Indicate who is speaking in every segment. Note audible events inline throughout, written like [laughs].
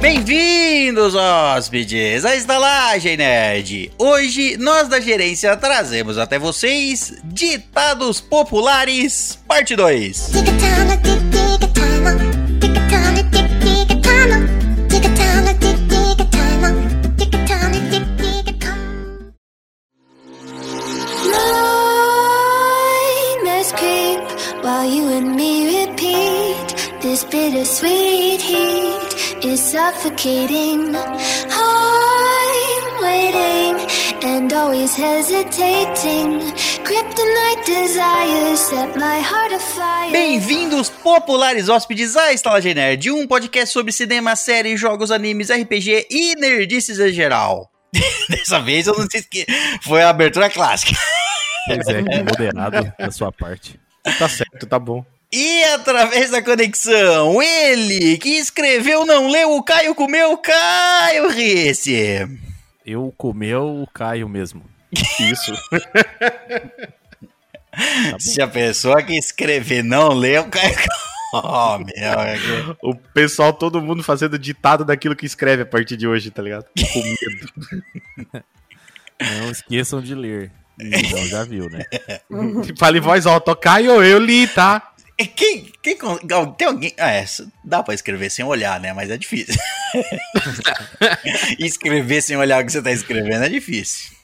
Speaker 1: Bem-vindos, hóspedes, à Estalagem Nerd! Hoje, nós da gerência trazemos até vocês Ditados Populares, parte 2.
Speaker 2: Nightmares creep while you and me repeat this bittersweet heat is suffocating. I'm waiting and always hesitating. Kryptonite desires set my heart afire.
Speaker 1: Bem-vindos, populares hóspedes, à Estalagem Nerd, um podcast sobre cinema, séries, jogos, animes, RPG e nerdices em geral. [laughs] Dessa vez eu não sei que foi a abertura clássica.
Speaker 3: Pois é, que moderado da sua parte. Tá certo, tá bom.
Speaker 1: E através da conexão, ele que escreveu não leu, o Caio comeu, Caio Risse.
Speaker 3: Eu comeu o Caio mesmo.
Speaker 4: Isso.
Speaker 1: [laughs] Se a pessoa que escrever não leu, o Caio [laughs] come. é que-
Speaker 4: O pessoal, todo mundo fazendo ditado daquilo que escreve a partir de hoje, tá ligado? Com medo.
Speaker 3: [laughs] Não esqueçam de ler. Então já viu,
Speaker 4: [laughs]
Speaker 3: né?
Speaker 4: Fala em voz alta, ó, Caio, eu li, tá?
Speaker 1: É, Quem, quem con- al- tem alguém. Ah, é, s- dá pra escrever sem olhar, né? Mas é difícil. [laughs] escrever sem olhar o que você tá escrevendo é difícil.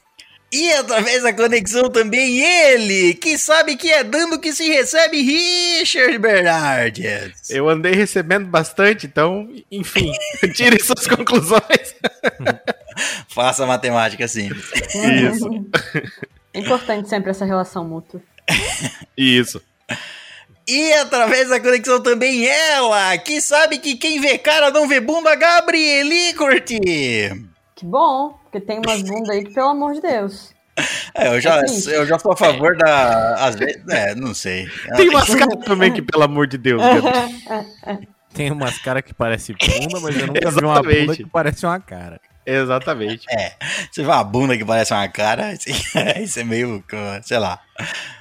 Speaker 1: E através da conexão também ele, que sabe que é dando que se recebe, Richard Bernardes.
Speaker 4: Eu andei recebendo bastante, então, enfim, tire suas conclusões.
Speaker 1: Faça matemática simples.
Speaker 4: Isso.
Speaker 5: É [laughs] Importante sempre essa relação mútua.
Speaker 4: Isso.
Speaker 1: E através da conexão também ela, que sabe que quem vê cara não vê bunda, Gabrieli Curti.
Speaker 5: Que bom, porque tem umas bundas aí que, pelo amor de Deus.
Speaker 1: É, eu, já,
Speaker 5: É triste.
Speaker 1: eu já sou a favor da. Às vezes. É, não sei.
Speaker 4: Tem umas caras também que, pelo amor de Deus, Gabi.
Speaker 3: Tem umas caras que parecem bunda, mas eu nunca vi uma bunda
Speaker 4: Exatamente.
Speaker 3: que parece uma cara.
Speaker 4: Exatamente.
Speaker 1: um, Você vê uma bunda que parece uma cara, [laughs] isso é meio. sei lá.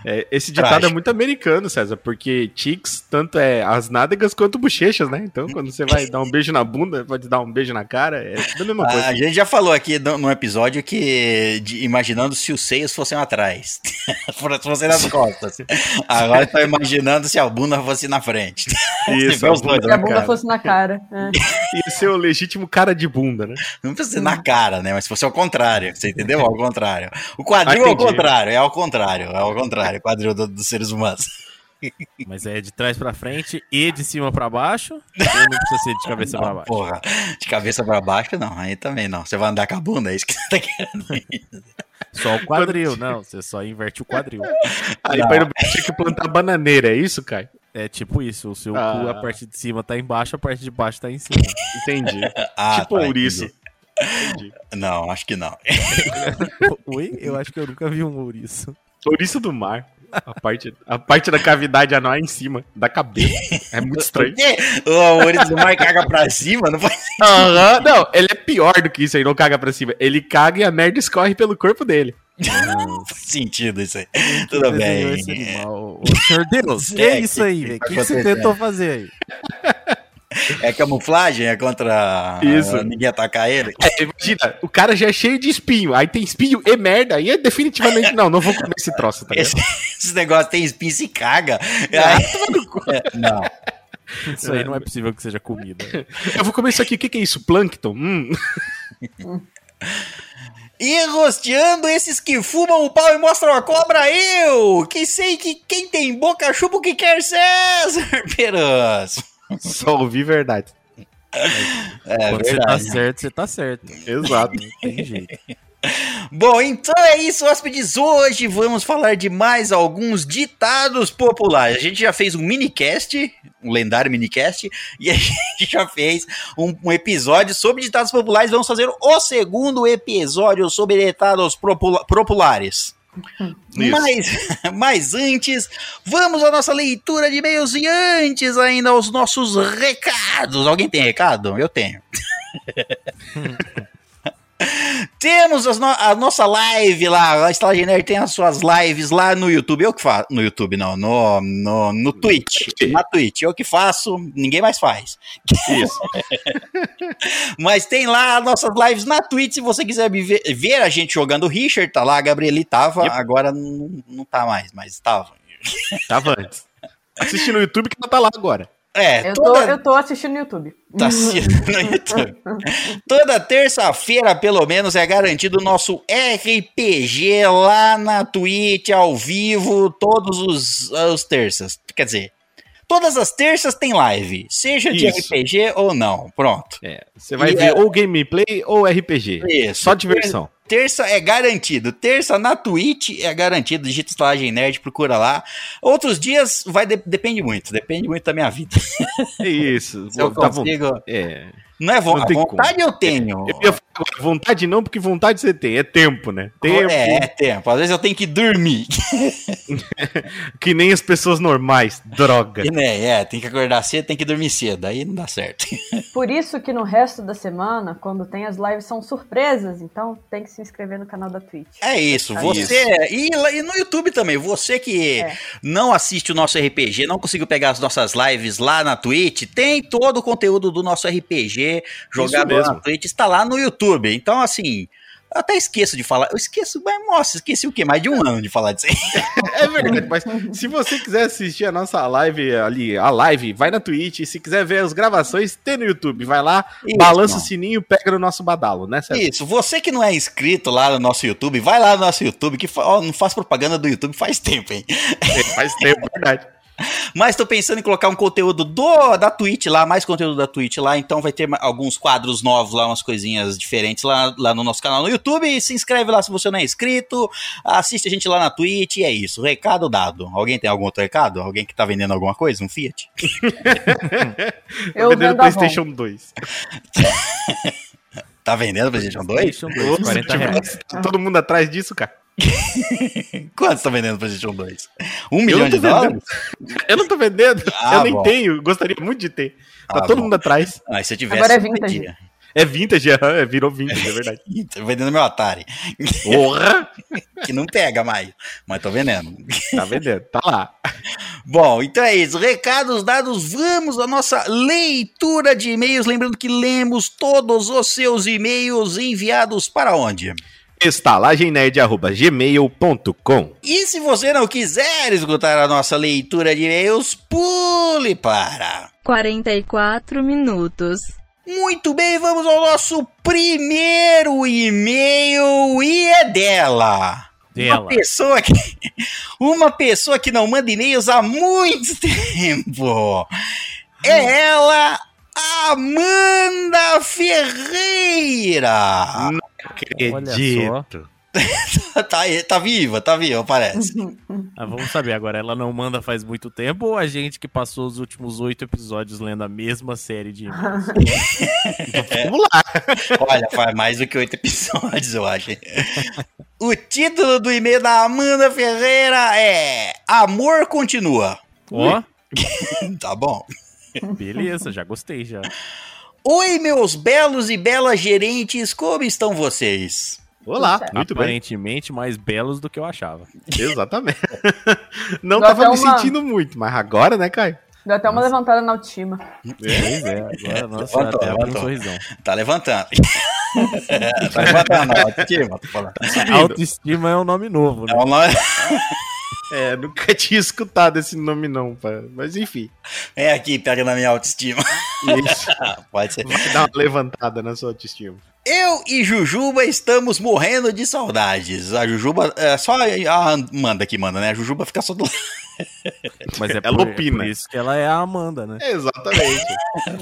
Speaker 4: É, esse ditado
Speaker 1: Trágico.
Speaker 4: é muito americano, César, porque tics tanto é as nádegas quanto bochechas, né? Então, quando você vai dar um beijo na bunda, pode dar um beijo na cara, é tudo a mesma coisa.
Speaker 1: A gente já falou aqui no- num episódio que. de- imaginando se os seios fossem atrás. [laughs] se fossem nas costas. Agora eu tô imaginando se a bunda fosse na frente. [laughs]
Speaker 4: Isso,
Speaker 1: Se vê os
Speaker 4: a bunda
Speaker 1: dois,
Speaker 5: Se a
Speaker 1: né,
Speaker 5: bunda
Speaker 1: cara?
Speaker 5: fosse na cara. né?
Speaker 4: E esse é o legítimo cara de bunda, né?
Speaker 1: Não precisa ser na cara, né? Mas se fosse ao contrário, você entendeu? Ao contrário. O quadril é ao
Speaker 4: Entendi.
Speaker 1: contrário, é ao contrário, é ao contrário, o quadril do- dos seres humanos.
Speaker 3: Mas é de trás pra frente e de cima pra baixo. Ou não precisa ser de cabeça pra baixo.
Speaker 1: Ah, Porra, de cabeça pra baixo, não, aí também não. Você vai andar com a bunda, é isso que você tá querendo.
Speaker 3: Só o quadril, não. Você só inverte o quadril.
Speaker 4: Aí pra ir no banheiro tinha que plantar bananeira, é isso, Caio?
Speaker 3: É tipo isso. O seu
Speaker 4: Ah.
Speaker 3: cu, a parte de cima tá embaixo, a parte de baixo tá em cima.
Speaker 4: Entendi.
Speaker 1: Ah,
Speaker 4: tipo
Speaker 1: tá,
Speaker 4: ouriço.
Speaker 1: entendi. Não, acho que não.
Speaker 3: Oi? Eu acho que eu nunca vi um ouriço.
Speaker 4: Ouriço do mar. A parte, a parte da cavidade anal é em cima, da cabeça. É muito
Speaker 1: Por
Speaker 4: estranho.
Speaker 1: quê? O Maurício do mar caga pra cima, não faz [laughs]
Speaker 4: Aham, Não, ele é pior do que isso, ele não caga pra cima. Ele caga e a merda escorre pelo corpo dele.
Speaker 1: sentido isso aí. Tudo
Speaker 3: Quem desenhou esse
Speaker 1: bem.
Speaker 3: animal? Ô, senhor Deus, que
Speaker 1: É,
Speaker 3: é isso aí, velho? O que, que você
Speaker 1: acontecendo?
Speaker 3: tentou fazer aí?
Speaker 1: É camuflagem? É contra ah,
Speaker 4: Isso.
Speaker 1: ninguém atacar ele? [laughs]
Speaker 4: É, imagina, o cara já é cheio de espinho, aí tem espinho e merda, aí é definitivamente. Não, não vou comer esse troço, tá
Speaker 1: Esse,
Speaker 4: ligado?
Speaker 1: esse negócio tem espinho e se caga. É, não.
Speaker 3: Isso aí não é possível que seja comida.
Speaker 4: Eu vou comer isso aqui, o que, que é isso? Plâncton? Hum. [laughs]
Speaker 1: E rosteando esses que fumam o pau e mostram a cobra, eu! Que sei que quem tem boca chupa o que quer, César Peras!
Speaker 4: Só ouvi verdade.
Speaker 1: É
Speaker 3: Quando você tá certo, você tá certo.
Speaker 4: Exato.
Speaker 3: Não tem jeito.
Speaker 1: Bom, então é isso, hóspedes. Hoje vamos falar de mais alguns ditados populares. A gente já fez um minicast, um lendário minicast, e a [laughs] gente já fez um, um episódio sobre ditados populares. Vamos fazer o segundo episódio sobre ditados popula- populares.
Speaker 4: Isso.
Speaker 1: Mas, [laughs] mas antes, vamos à nossa leitura de e-mails e antes ainda aos nossos recados. Alguém tem recado? Eu tenho. Temos as no- a nossa live lá, a Estalagem Nerd tem as suas lives lá no YouTube. Eu que faço. No YouTube, não, no, no, no Twitch. Na Twitch, eu que faço, ninguém mais faz.
Speaker 4: Isso.
Speaker 1: [laughs] Mas tem lá as nossas lives na Twitch, se você quiser me ver, ver a gente jogando. O Richard tá lá, a Gabrieli tava,
Speaker 4: Yep.
Speaker 1: agora não, não tá mais, mas tava.
Speaker 4: Tava antes. Assiste no YouTube que não tá lá agora.
Speaker 1: É,
Speaker 5: Eu tô,
Speaker 1: toda...
Speaker 5: eu tô assistindo no YouTube.
Speaker 1: Tá assistindo no
Speaker 4: [laughs]
Speaker 1: YouTube. Toda terça-feira, pelo menos, é garantido o nosso RPG lá na Twitch, ao vivo, todos os, as terças. Quer dizer, todas as terças tem live, seja de
Speaker 4: Isso.
Speaker 1: RPG ou não. Pronto.
Speaker 4: É, você vai
Speaker 1: E
Speaker 4: ver
Speaker 1: é-
Speaker 4: ou gameplay ou RPG.
Speaker 1: Isso.
Speaker 4: Só diversão.
Speaker 1: Terça é garantido. Terça na Twitch é garantido. Digita Estalagem Nerd, procura lá. Outros dias vai de- depende muito. Depende muito da minha vida.
Speaker 4: É Isso.
Speaker 1: Se eu
Speaker 4: Dá von-
Speaker 1: consigo.
Speaker 4: É.
Speaker 1: Não é vo
Speaker 4: Não
Speaker 1: a
Speaker 4: tem
Speaker 1: vontade eu tenho.
Speaker 4: Eu ia falar agora, vontade não, porque vontade você tem. É tempo, né? Tempo.
Speaker 1: É, é tempo. Às vezes eu tenho que dormir.
Speaker 4: Que nem as pessoas normais. Droga.
Speaker 1: E, [laughs] né, é, tem que acordar cedo, tem que dormir cedo. Aí não dá certo.
Speaker 5: Por isso que no resto da semana, quando tem as lives, são surpresas. Então tem que se inscrever no canal da Twitch.
Speaker 1: [laughs] É isso.
Speaker 5: É
Speaker 1: Você. E, lá- e no YouTube também. Você que
Speaker 5: É.
Speaker 1: não assiste o nosso RPG, não conseguiu pegar as nossas lives lá na Twitch, tem todo o conteúdo do nosso RPG jogado lá na
Speaker 4: mesmo.
Speaker 1: Twitch, está lá no YouTube. Então, assim. Eu até esqueço de falar. Eu esqueço, mas nossa, esqueci o quê? Mais de um ano de falar disso aí.
Speaker 4: É verdade, mas se você quiser assistir a nossa live ali, a live, vai na Twitch. E se quiser ver as gravações, tem no YouTube. Vai lá,
Speaker 1: Isso,
Speaker 4: balança
Speaker 1: mano.
Speaker 4: o sininho, pega no nosso badalo, né, César?
Speaker 1: Isso, você que não [laughs] é inscrito lá no nosso YouTube, vai lá no nosso YouTube, que fa- ó, não faz propaganda do YouTube faz tempo, hein?
Speaker 4: Faz tempo,
Speaker 1: [laughs]
Speaker 4: é verdade.
Speaker 1: Mas tô pensando em colocar um conteúdo do, da Twitch lá, mais conteúdo da Twitch lá, então vai ter ma- alguns quadros novos lá, umas coisinhas diferentes lá, lá no nosso canal no YouTube. E se inscreve lá se você não é inscrito, assiste a gente lá na Twitch e é isso. Recado dado. Alguém tem algum outro recado? Alguém que tá vendendo alguma coisa? Um Fiat?
Speaker 5: Eu
Speaker 4: vendendo
Speaker 5: vendo a
Speaker 4: PlayStation 2.
Speaker 1: Tá vendendo PlayStation 2?
Speaker 3: PlayStation 2, 40 um reais.
Speaker 4: Tá Todo mundo atrás disso, cara.
Speaker 1: Quantos tá vendendo PlayStation 2? Um milhão
Speaker 4: não tô
Speaker 1: de dólares?
Speaker 4: [laughs] Eu não tô vendendo.
Speaker 1: Ah,
Speaker 4: eu nem
Speaker 1: bom.
Speaker 4: tenho. Gostaria muito de ter. Tá
Speaker 1: Ah,
Speaker 4: todo
Speaker 1: bom.
Speaker 4: mundo atrás.
Speaker 1: Ah, se eu tivesse.
Speaker 5: Agora é
Speaker 1: eu
Speaker 5: vintage.
Speaker 1: vendia.
Speaker 4: É vintage, aham, é, virou vintage,
Speaker 1: [laughs]
Speaker 4: é verdade.
Speaker 1: Ih, Tô vendendo meu Atari, [laughs]
Speaker 4: Porra!
Speaker 1: que não pega mais, mas tô vendendo.
Speaker 4: Tá vendendo, tá lá.
Speaker 1: Bom, então é isso. Recados dados, vamos à nossa leitura de e-mails. Lembrando que lemos todos os seus e-mails enviados para onde?
Speaker 4: Estalagemnerd.gmail.com
Speaker 1: E se você não quiser escutar a nossa leitura de e-mails, pule para.
Speaker 6: 44 minutos.
Speaker 1: Muito bem, vamos ao nosso primeiro e-mail e é dela. Uma
Speaker 3: Dela.
Speaker 1: pessoa que [laughs] uma pessoa que não manda e-mails há muito [laughs] tempo. É ela, Amanda Ferreira.
Speaker 3: Olha só.
Speaker 1: Tá, tá viva, tá viva, parece.
Speaker 3: Ah, vamos saber agora, ela não manda faz muito tempo ou a gente que passou os últimos oito episódios lendo a mesma série de e-mails?
Speaker 4: Vamos lá.
Speaker 1: Olha, faz mais do que oito episódios, eu acho. O título do e-mail da Amanda Ferreira é Amor Continua.
Speaker 3: [laughs] Ó,
Speaker 1: Tá bom.
Speaker 3: beleza, já gostei já.
Speaker 1: Oi, meus belos e belas gerentes, como estão vocês?
Speaker 4: Olá, muito bem.
Speaker 3: Aparentemente mais belos do que eu achava.
Speaker 4: Exatamente. [laughs] Não
Speaker 5: Dá
Speaker 4: tava
Speaker 5: até
Speaker 4: me
Speaker 5: uma-
Speaker 4: sentindo muito, mas agora, né, Caio?
Speaker 5: Deu até uma levantada na autoestima.
Speaker 3: Pois é, agora nossa,
Speaker 1: Levantou,
Speaker 3: até abriu um
Speaker 1: levantou.
Speaker 3: sorrisão.
Speaker 1: Tá levantando. [laughs] tá levantando, ó. Autoestima, tô falando.
Speaker 3: Autoestima é um nome novo, né?
Speaker 1: É um nome-
Speaker 4: É, nunca [laughs] tinha escutado esse nome, não, pá. mas enfim.
Speaker 1: É aqui, pega na minha autoestima.
Speaker 4: Isso.
Speaker 1: Pode ser.
Speaker 4: Vai dar uma levantada na sua autoestima.
Speaker 1: Eu e Jujuba estamos morrendo de saudades. A Jujuba. É só a Amanda que manda, né? A Jujuba fica só do lado.
Speaker 3: Mas é
Speaker 4: Ela
Speaker 3: por, é
Speaker 4: opina.
Speaker 3: por isso que ela é a Amanda, né?
Speaker 4: Exatamente.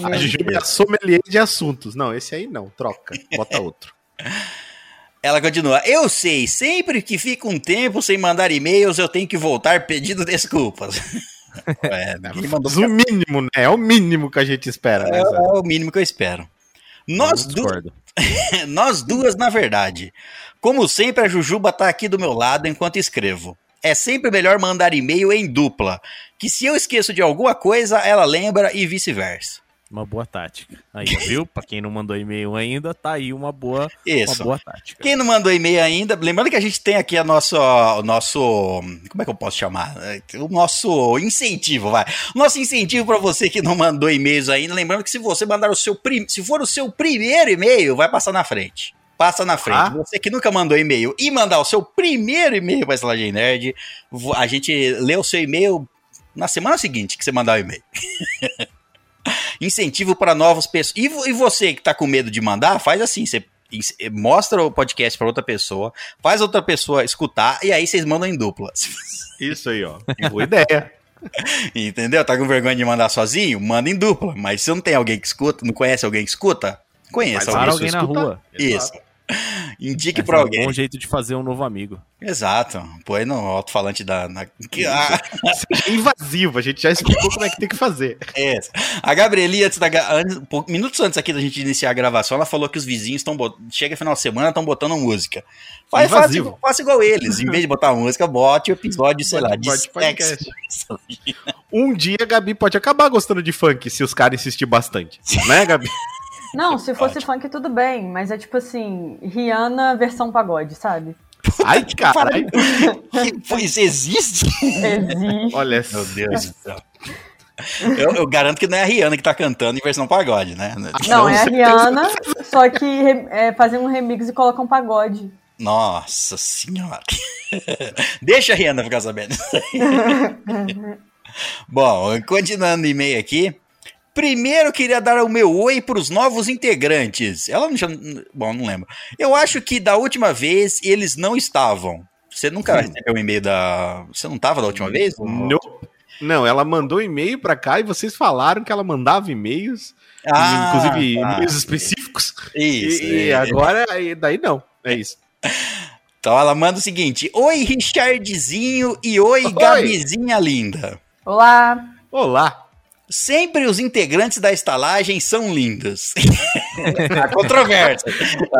Speaker 4: A Jujuba é a sommelier de assuntos. Não, esse aí não, troca, bota outro.
Speaker 1: Ela continua. Eu sei, sempre que fica um tempo sem mandar e-mails, eu tenho que voltar pedindo desculpas. é, ninguém mandou.
Speaker 4: Mas o mínimo, né? É o mínimo que a gente espera, né?
Speaker 1: É,
Speaker 4: Zé?
Speaker 1: é o mínimo que eu espero. É, Nós,
Speaker 3: Eu
Speaker 1: du
Speaker 3: discordo.
Speaker 1: É, Nós duas, na verdade. Como sempre, a Jujuba tá aqui do meu lado enquanto escrevo. É sempre melhor mandar e-mail em dupla, que se eu esqueço de alguma coisa, ela lembra e vice-versa.
Speaker 3: Uma boa tática. Aí, viu? Pra quem não mandou e-mail ainda, tá aí uma boa,
Speaker 1: Isso.
Speaker 3: uma boa tática.
Speaker 1: Quem não mandou e-mail ainda, lembrando que a gente tem aqui a nossa, o nosso. Como é que eu posso chamar? O nosso incentivo, vai. O nosso incentivo para você que não mandou e-mails ainda. Lembrando que se você mandar o seu. prim- Se for o seu primeiro e-mail, vai passar na frente. Passa na frente.
Speaker 4: Ah.
Speaker 1: Você que nunca mandou e-mail e mandar o seu primeiro e-mail para Estalagem Nerd, vo- a gente lê o seu e-mail na semana seguinte que você mandar o e-mail. [laughs] Incentivo para novas pessoas. E, vo- e você que tá com medo de mandar, faz assim, você ins- mostra o podcast para outra pessoa, faz outra pessoa escutar e aí vocês mandam em dupla.
Speaker 4: Isso aí, ó. Boa ideia.
Speaker 1: Entendeu? Tá com vergonha de mandar sozinho? Manda em dupla. Mas se não tem alguém que escuta, não conhece alguém que escuta, conheça
Speaker 4: Mas
Speaker 1: alguém.
Speaker 3: Para
Speaker 4: Alguém
Speaker 3: alguém
Speaker 4: escuta?
Speaker 3: na rua.
Speaker 1: Isso. Indique
Speaker 3: Mas
Speaker 1: para
Speaker 3: é
Speaker 1: alguém.
Speaker 3: Um bom jeito de fazer um novo amigo.
Speaker 1: Exato. Põe no alto-falante da. Na... [laughs] que- a-
Speaker 4: É invasivo, a gente já explicou como é que tem que fazer.
Speaker 1: É essa. A Gabrieli, antes da, ga- antes- um pouco- minutos antes aqui da gente iniciar a gravação, ela falou que os vizinhos estão bot... chega final de semana estão botando música. Faz, faça,
Speaker 4: Invasivo.
Speaker 1: igual- faça igual eles. Em vez de botar música, bote o episódio, sei lá, de
Speaker 4: Pode- pode
Speaker 1: sexo.
Speaker 4: Um dia a Gabi pode acabar gostando de funk se os caras
Speaker 1: [laughs]
Speaker 4: insistir bastante. Né, Gabi?
Speaker 5: Não, se fosse funk, tudo bem, mas é tipo assim, Rihanna versão pagode, sabe?
Speaker 4: Ai, caralho.
Speaker 1: [laughs] Que foi- Isso existe?
Speaker 5: Existe.
Speaker 4: Olha,
Speaker 1: Meu Deus do céu. Eu, eu garanto que não é a Rihanna que tá cantando em versão pagode, né?
Speaker 5: Não, é a Rihanna, só que re- é, fazem um remix e colocam um pagode.
Speaker 1: Nossa senhora. [laughs] Deixa a Rihanna ficar sabendo. disso aí. Bom, continuando o e-mail aqui. Primeiro queria dar o meu oi para os novos integrantes. Ela não chama. Bom, não lembro. Eu acho que da última vez eles não estavam. Você nunca recebeu um e-mail da. Você não estava da última vez?
Speaker 4: Nope. Não, ela mandou e-mail pra cá e vocês falaram que ela mandava e-mails,
Speaker 1: Ah,
Speaker 4: inclusive
Speaker 1: tá.
Speaker 4: e-mails específicos.
Speaker 1: Isso.
Speaker 4: e, e
Speaker 1: é.
Speaker 4: agora, aí- daí não. É isso.
Speaker 1: Então ela manda o seguinte: Oi, Richardzinho e oi,
Speaker 4: Oi.
Speaker 1: Gabizinha linda.
Speaker 5: Olá!
Speaker 4: Olá.
Speaker 1: Sempre os integrantes da estalagem são lindos. [laughs] A controvérsia.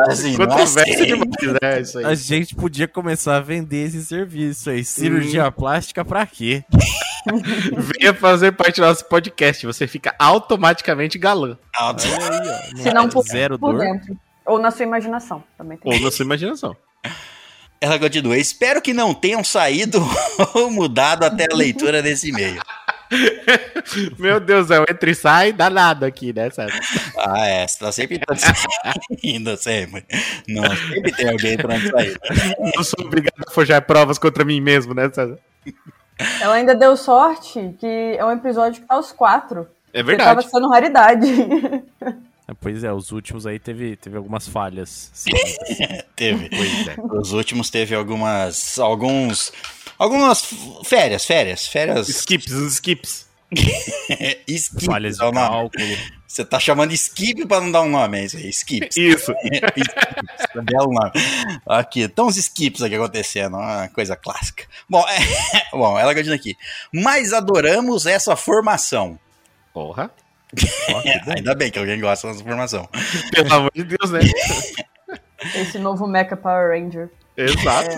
Speaker 1: Assim, não
Speaker 4: Controvérsia
Speaker 1: aceito.
Speaker 4: demais, né? Isso
Speaker 3: A
Speaker 4: aí.
Speaker 3: gente podia começar a vender esse serviço aí. Cirurgia plástica pra quê?
Speaker 4: Venha fazer parte do nosso podcast. Você fica automaticamente galã.
Speaker 1: Ah,
Speaker 5: Se
Speaker 1: É
Speaker 5: não por,
Speaker 3: Zero
Speaker 5: por
Speaker 3: dor.
Speaker 5: dentro. Ou na sua imaginação, também tem.
Speaker 4: Ou na sua
Speaker 1: [laughs]
Speaker 4: imaginação.
Speaker 1: Ela continua. Espero que não tenham saído [laughs] ou mudado até a leitura desse e-mail.
Speaker 4: Meu Deus, é um entra e sai danado aqui, né? Sabe?
Speaker 1: Ah, é. Você tá sempre tá [laughs] saindo, sempre. Não, sempre tem alguém pra não sair. né?
Speaker 4: Eu sou obrigado a forjar provas contra mim mesmo, né? Sabe?
Speaker 5: Ela ainda deu sorte que é um episódio que tá aos quatro.
Speaker 4: É
Speaker 5: que Tava assim. sendo raridade. [laughs]
Speaker 3: É, Pois é, os últimos aí teve, teve algumas falhas. Sim.
Speaker 1: Teve.
Speaker 4: é.
Speaker 1: Os últimos teve algumas. Alguns. Algumas f- férias, férias, férias.
Speaker 4: Skips, os skips.
Speaker 1: Skip.
Speaker 3: falhas de
Speaker 1: é o nome.
Speaker 3: cálculo.
Speaker 1: Você tá chamando skip pra não dar um nome, é isso aí. Skip.
Speaker 3: [laughs]
Speaker 1: [laughs]
Speaker 4: Isso.
Speaker 1: Isso é belo nome. Aqui, estão os skips aqui acontecendo, uma coisa clássica. Bom, é, [laughs] bom ela continua aqui. Mas adoramos essa formação.
Speaker 4: Porra.
Speaker 1: É, ainda bem que alguém gosta dessa formação.
Speaker 4: Pelo amor de Deus, [laughs] né?
Speaker 5: Esse novo Mecha Power Ranger.
Speaker 4: Exato.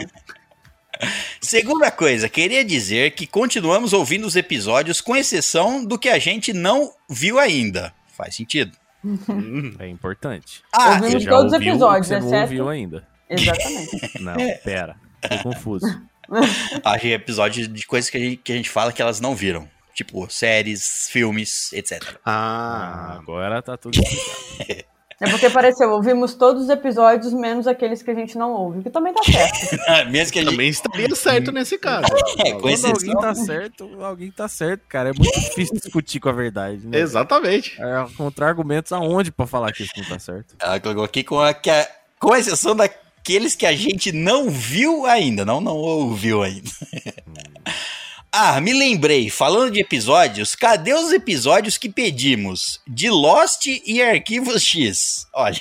Speaker 1: Segunda coisa, queria dizer que continuamos ouvindo os episódios, com exceção do que a gente não viu ainda. Faz sentido.
Speaker 4: Hum.
Speaker 5: [laughs]
Speaker 3: É importante.
Speaker 1: Ah, eu-
Speaker 5: Ouvi-
Speaker 3: Você
Speaker 5: Em
Speaker 3: já
Speaker 5: todos os
Speaker 3: ouviu,
Speaker 5: episódios, né,
Speaker 3: você não
Speaker 5: exceto-
Speaker 3: ouviu ainda.
Speaker 5: Exatamente.
Speaker 3: Não, pera. Tô confuso.
Speaker 1: achei episódio ah, de coisas que a, gente, que a gente fala que elas não viram. Tipo, séries, filmes, etc.
Speaker 3: Ah,
Speaker 4: Ah,
Speaker 3: agora tá tudo explicado.
Speaker 5: É porque pareceu, ouvimos todos os episódios, menos aqueles que a gente não ouve, que também
Speaker 1: [laughs]
Speaker 5: tá certo.
Speaker 1: Ah, Mesmo que a gente.
Speaker 4: também estaria certo nesse caso.
Speaker 1: É, com
Speaker 3: Quando alguém
Speaker 1: exceção.
Speaker 3: tá certo, alguém tá certo, cara. É muito difícil discutir com a verdade, né?
Speaker 4: Exatamente.
Speaker 3: É, contra argumentos aonde pra falar que isso não tá certo?
Speaker 1: Ela ah, colocou aqui com, a, que a- com exceção daqueles que a gente não viu ainda, não, não ouviu ainda. [laughs] ah, me lembrei, falando de episódios, cadê os episódios que pedimos? De Lost e Arquivos X. Olha.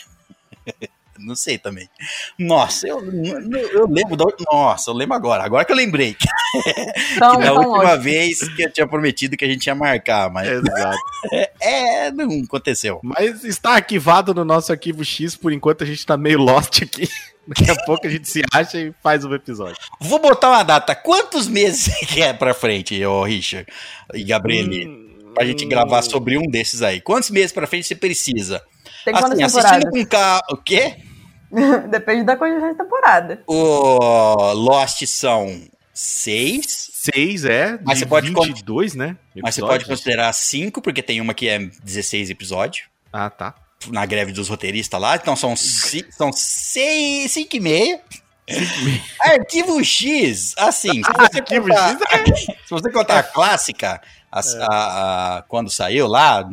Speaker 1: [laughs] Não sei também. Nossa, eu, eu lembro da. Nossa, eu lembro agora. Agora que eu lembrei. Que
Speaker 5: Então,
Speaker 1: da
Speaker 5: então
Speaker 1: última
Speaker 5: ótimo.
Speaker 1: vez que eu tinha prometido que a gente ia marcar, mas.
Speaker 4: Exato.
Speaker 1: É, não aconteceu.
Speaker 4: Mas está arquivado no nosso arquivo X, por enquanto a gente tá meio lost aqui. [laughs] Daqui a pouco a gente se acha e faz um episódio.
Speaker 1: Vou [laughs] botar uma data. Quantos meses que é pra frente, ô Richard e Gabriele?
Speaker 4: Hum,
Speaker 1: pra gente gravar sobre um desses aí. Quantos meses pra frente você precisa?
Speaker 5: Tem quantas
Speaker 1: Assim, assistindo
Speaker 5: temporadas?
Speaker 1: com ca... o quê?
Speaker 5: [laughs] Depende da quantidade de temporada.
Speaker 1: O Lost são seis,
Speaker 4: Seis, é.
Speaker 1: Mas
Speaker 4: de
Speaker 1: você pode con-
Speaker 4: 22, né?
Speaker 1: mas você pode
Speaker 4: episódios.
Speaker 1: considerar cinco, porque tem uma que é 16 episódios.
Speaker 4: Ah, tá.
Speaker 1: Na greve dos roteiristas lá, então são, ci- são seis, cinco e meia. Arquivo X, assim, se você
Speaker 4: [laughs] Arquivo
Speaker 1: contar,
Speaker 4: X é-
Speaker 1: [laughs] se você contar a clássica, as- a- a- quando saiu lá,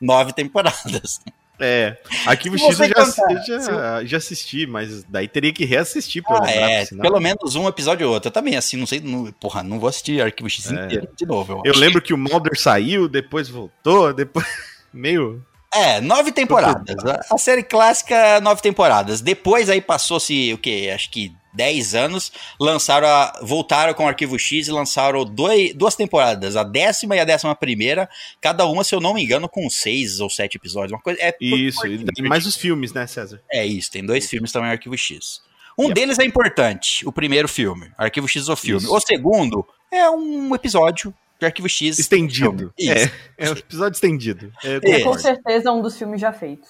Speaker 1: nove
Speaker 4: [laughs]
Speaker 1: temporadas.
Speaker 4: É. Arquivo
Speaker 1: Se
Speaker 4: X eu
Speaker 1: você
Speaker 4: já,
Speaker 1: contar,
Speaker 4: eu já, já assisti, mas daí teria que reassistir pra
Speaker 1: Ah,
Speaker 4: eu lembrar,
Speaker 1: é,
Speaker 4: porque senão-
Speaker 1: pelo menos um episódio ou outro. Eu também, assim, não sei, não- porra, não vou assistir Arquivo X
Speaker 4: É.
Speaker 1: inteiro de novo.
Speaker 4: Eu
Speaker 1: acho.
Speaker 4: lembro que o Mulder saiu, depois voltou, [laughs] depois. Meio.
Speaker 1: É, nove temporadas. A- A série clássica, nove temporadas. Depois aí passou-se, o quê? Acho que dez anos, lançaram a, voltaram com o Arquivo X e lançaram dois, duas temporadas, a décima e a décima primeira, cada uma, se eu não me engano, com seis ou sete episódios, uma coisa... É,
Speaker 4: Isso. E daí mais os filmes, né, César?
Speaker 1: é isso, tem dois filmes também Arquivo X. Um
Speaker 4: Yep.
Speaker 1: deles é importante, o primeiro filme, Arquivo X o filme.
Speaker 4: Isso.
Speaker 1: O segundo é um episódio de Arquivo X.
Speaker 4: Estendido.
Speaker 1: Isso.
Speaker 4: É, é um episódio estendido. É,
Speaker 5: É
Speaker 1: É.
Speaker 5: com
Speaker 4: concordo.
Speaker 5: certeza um dos filmes já feitos.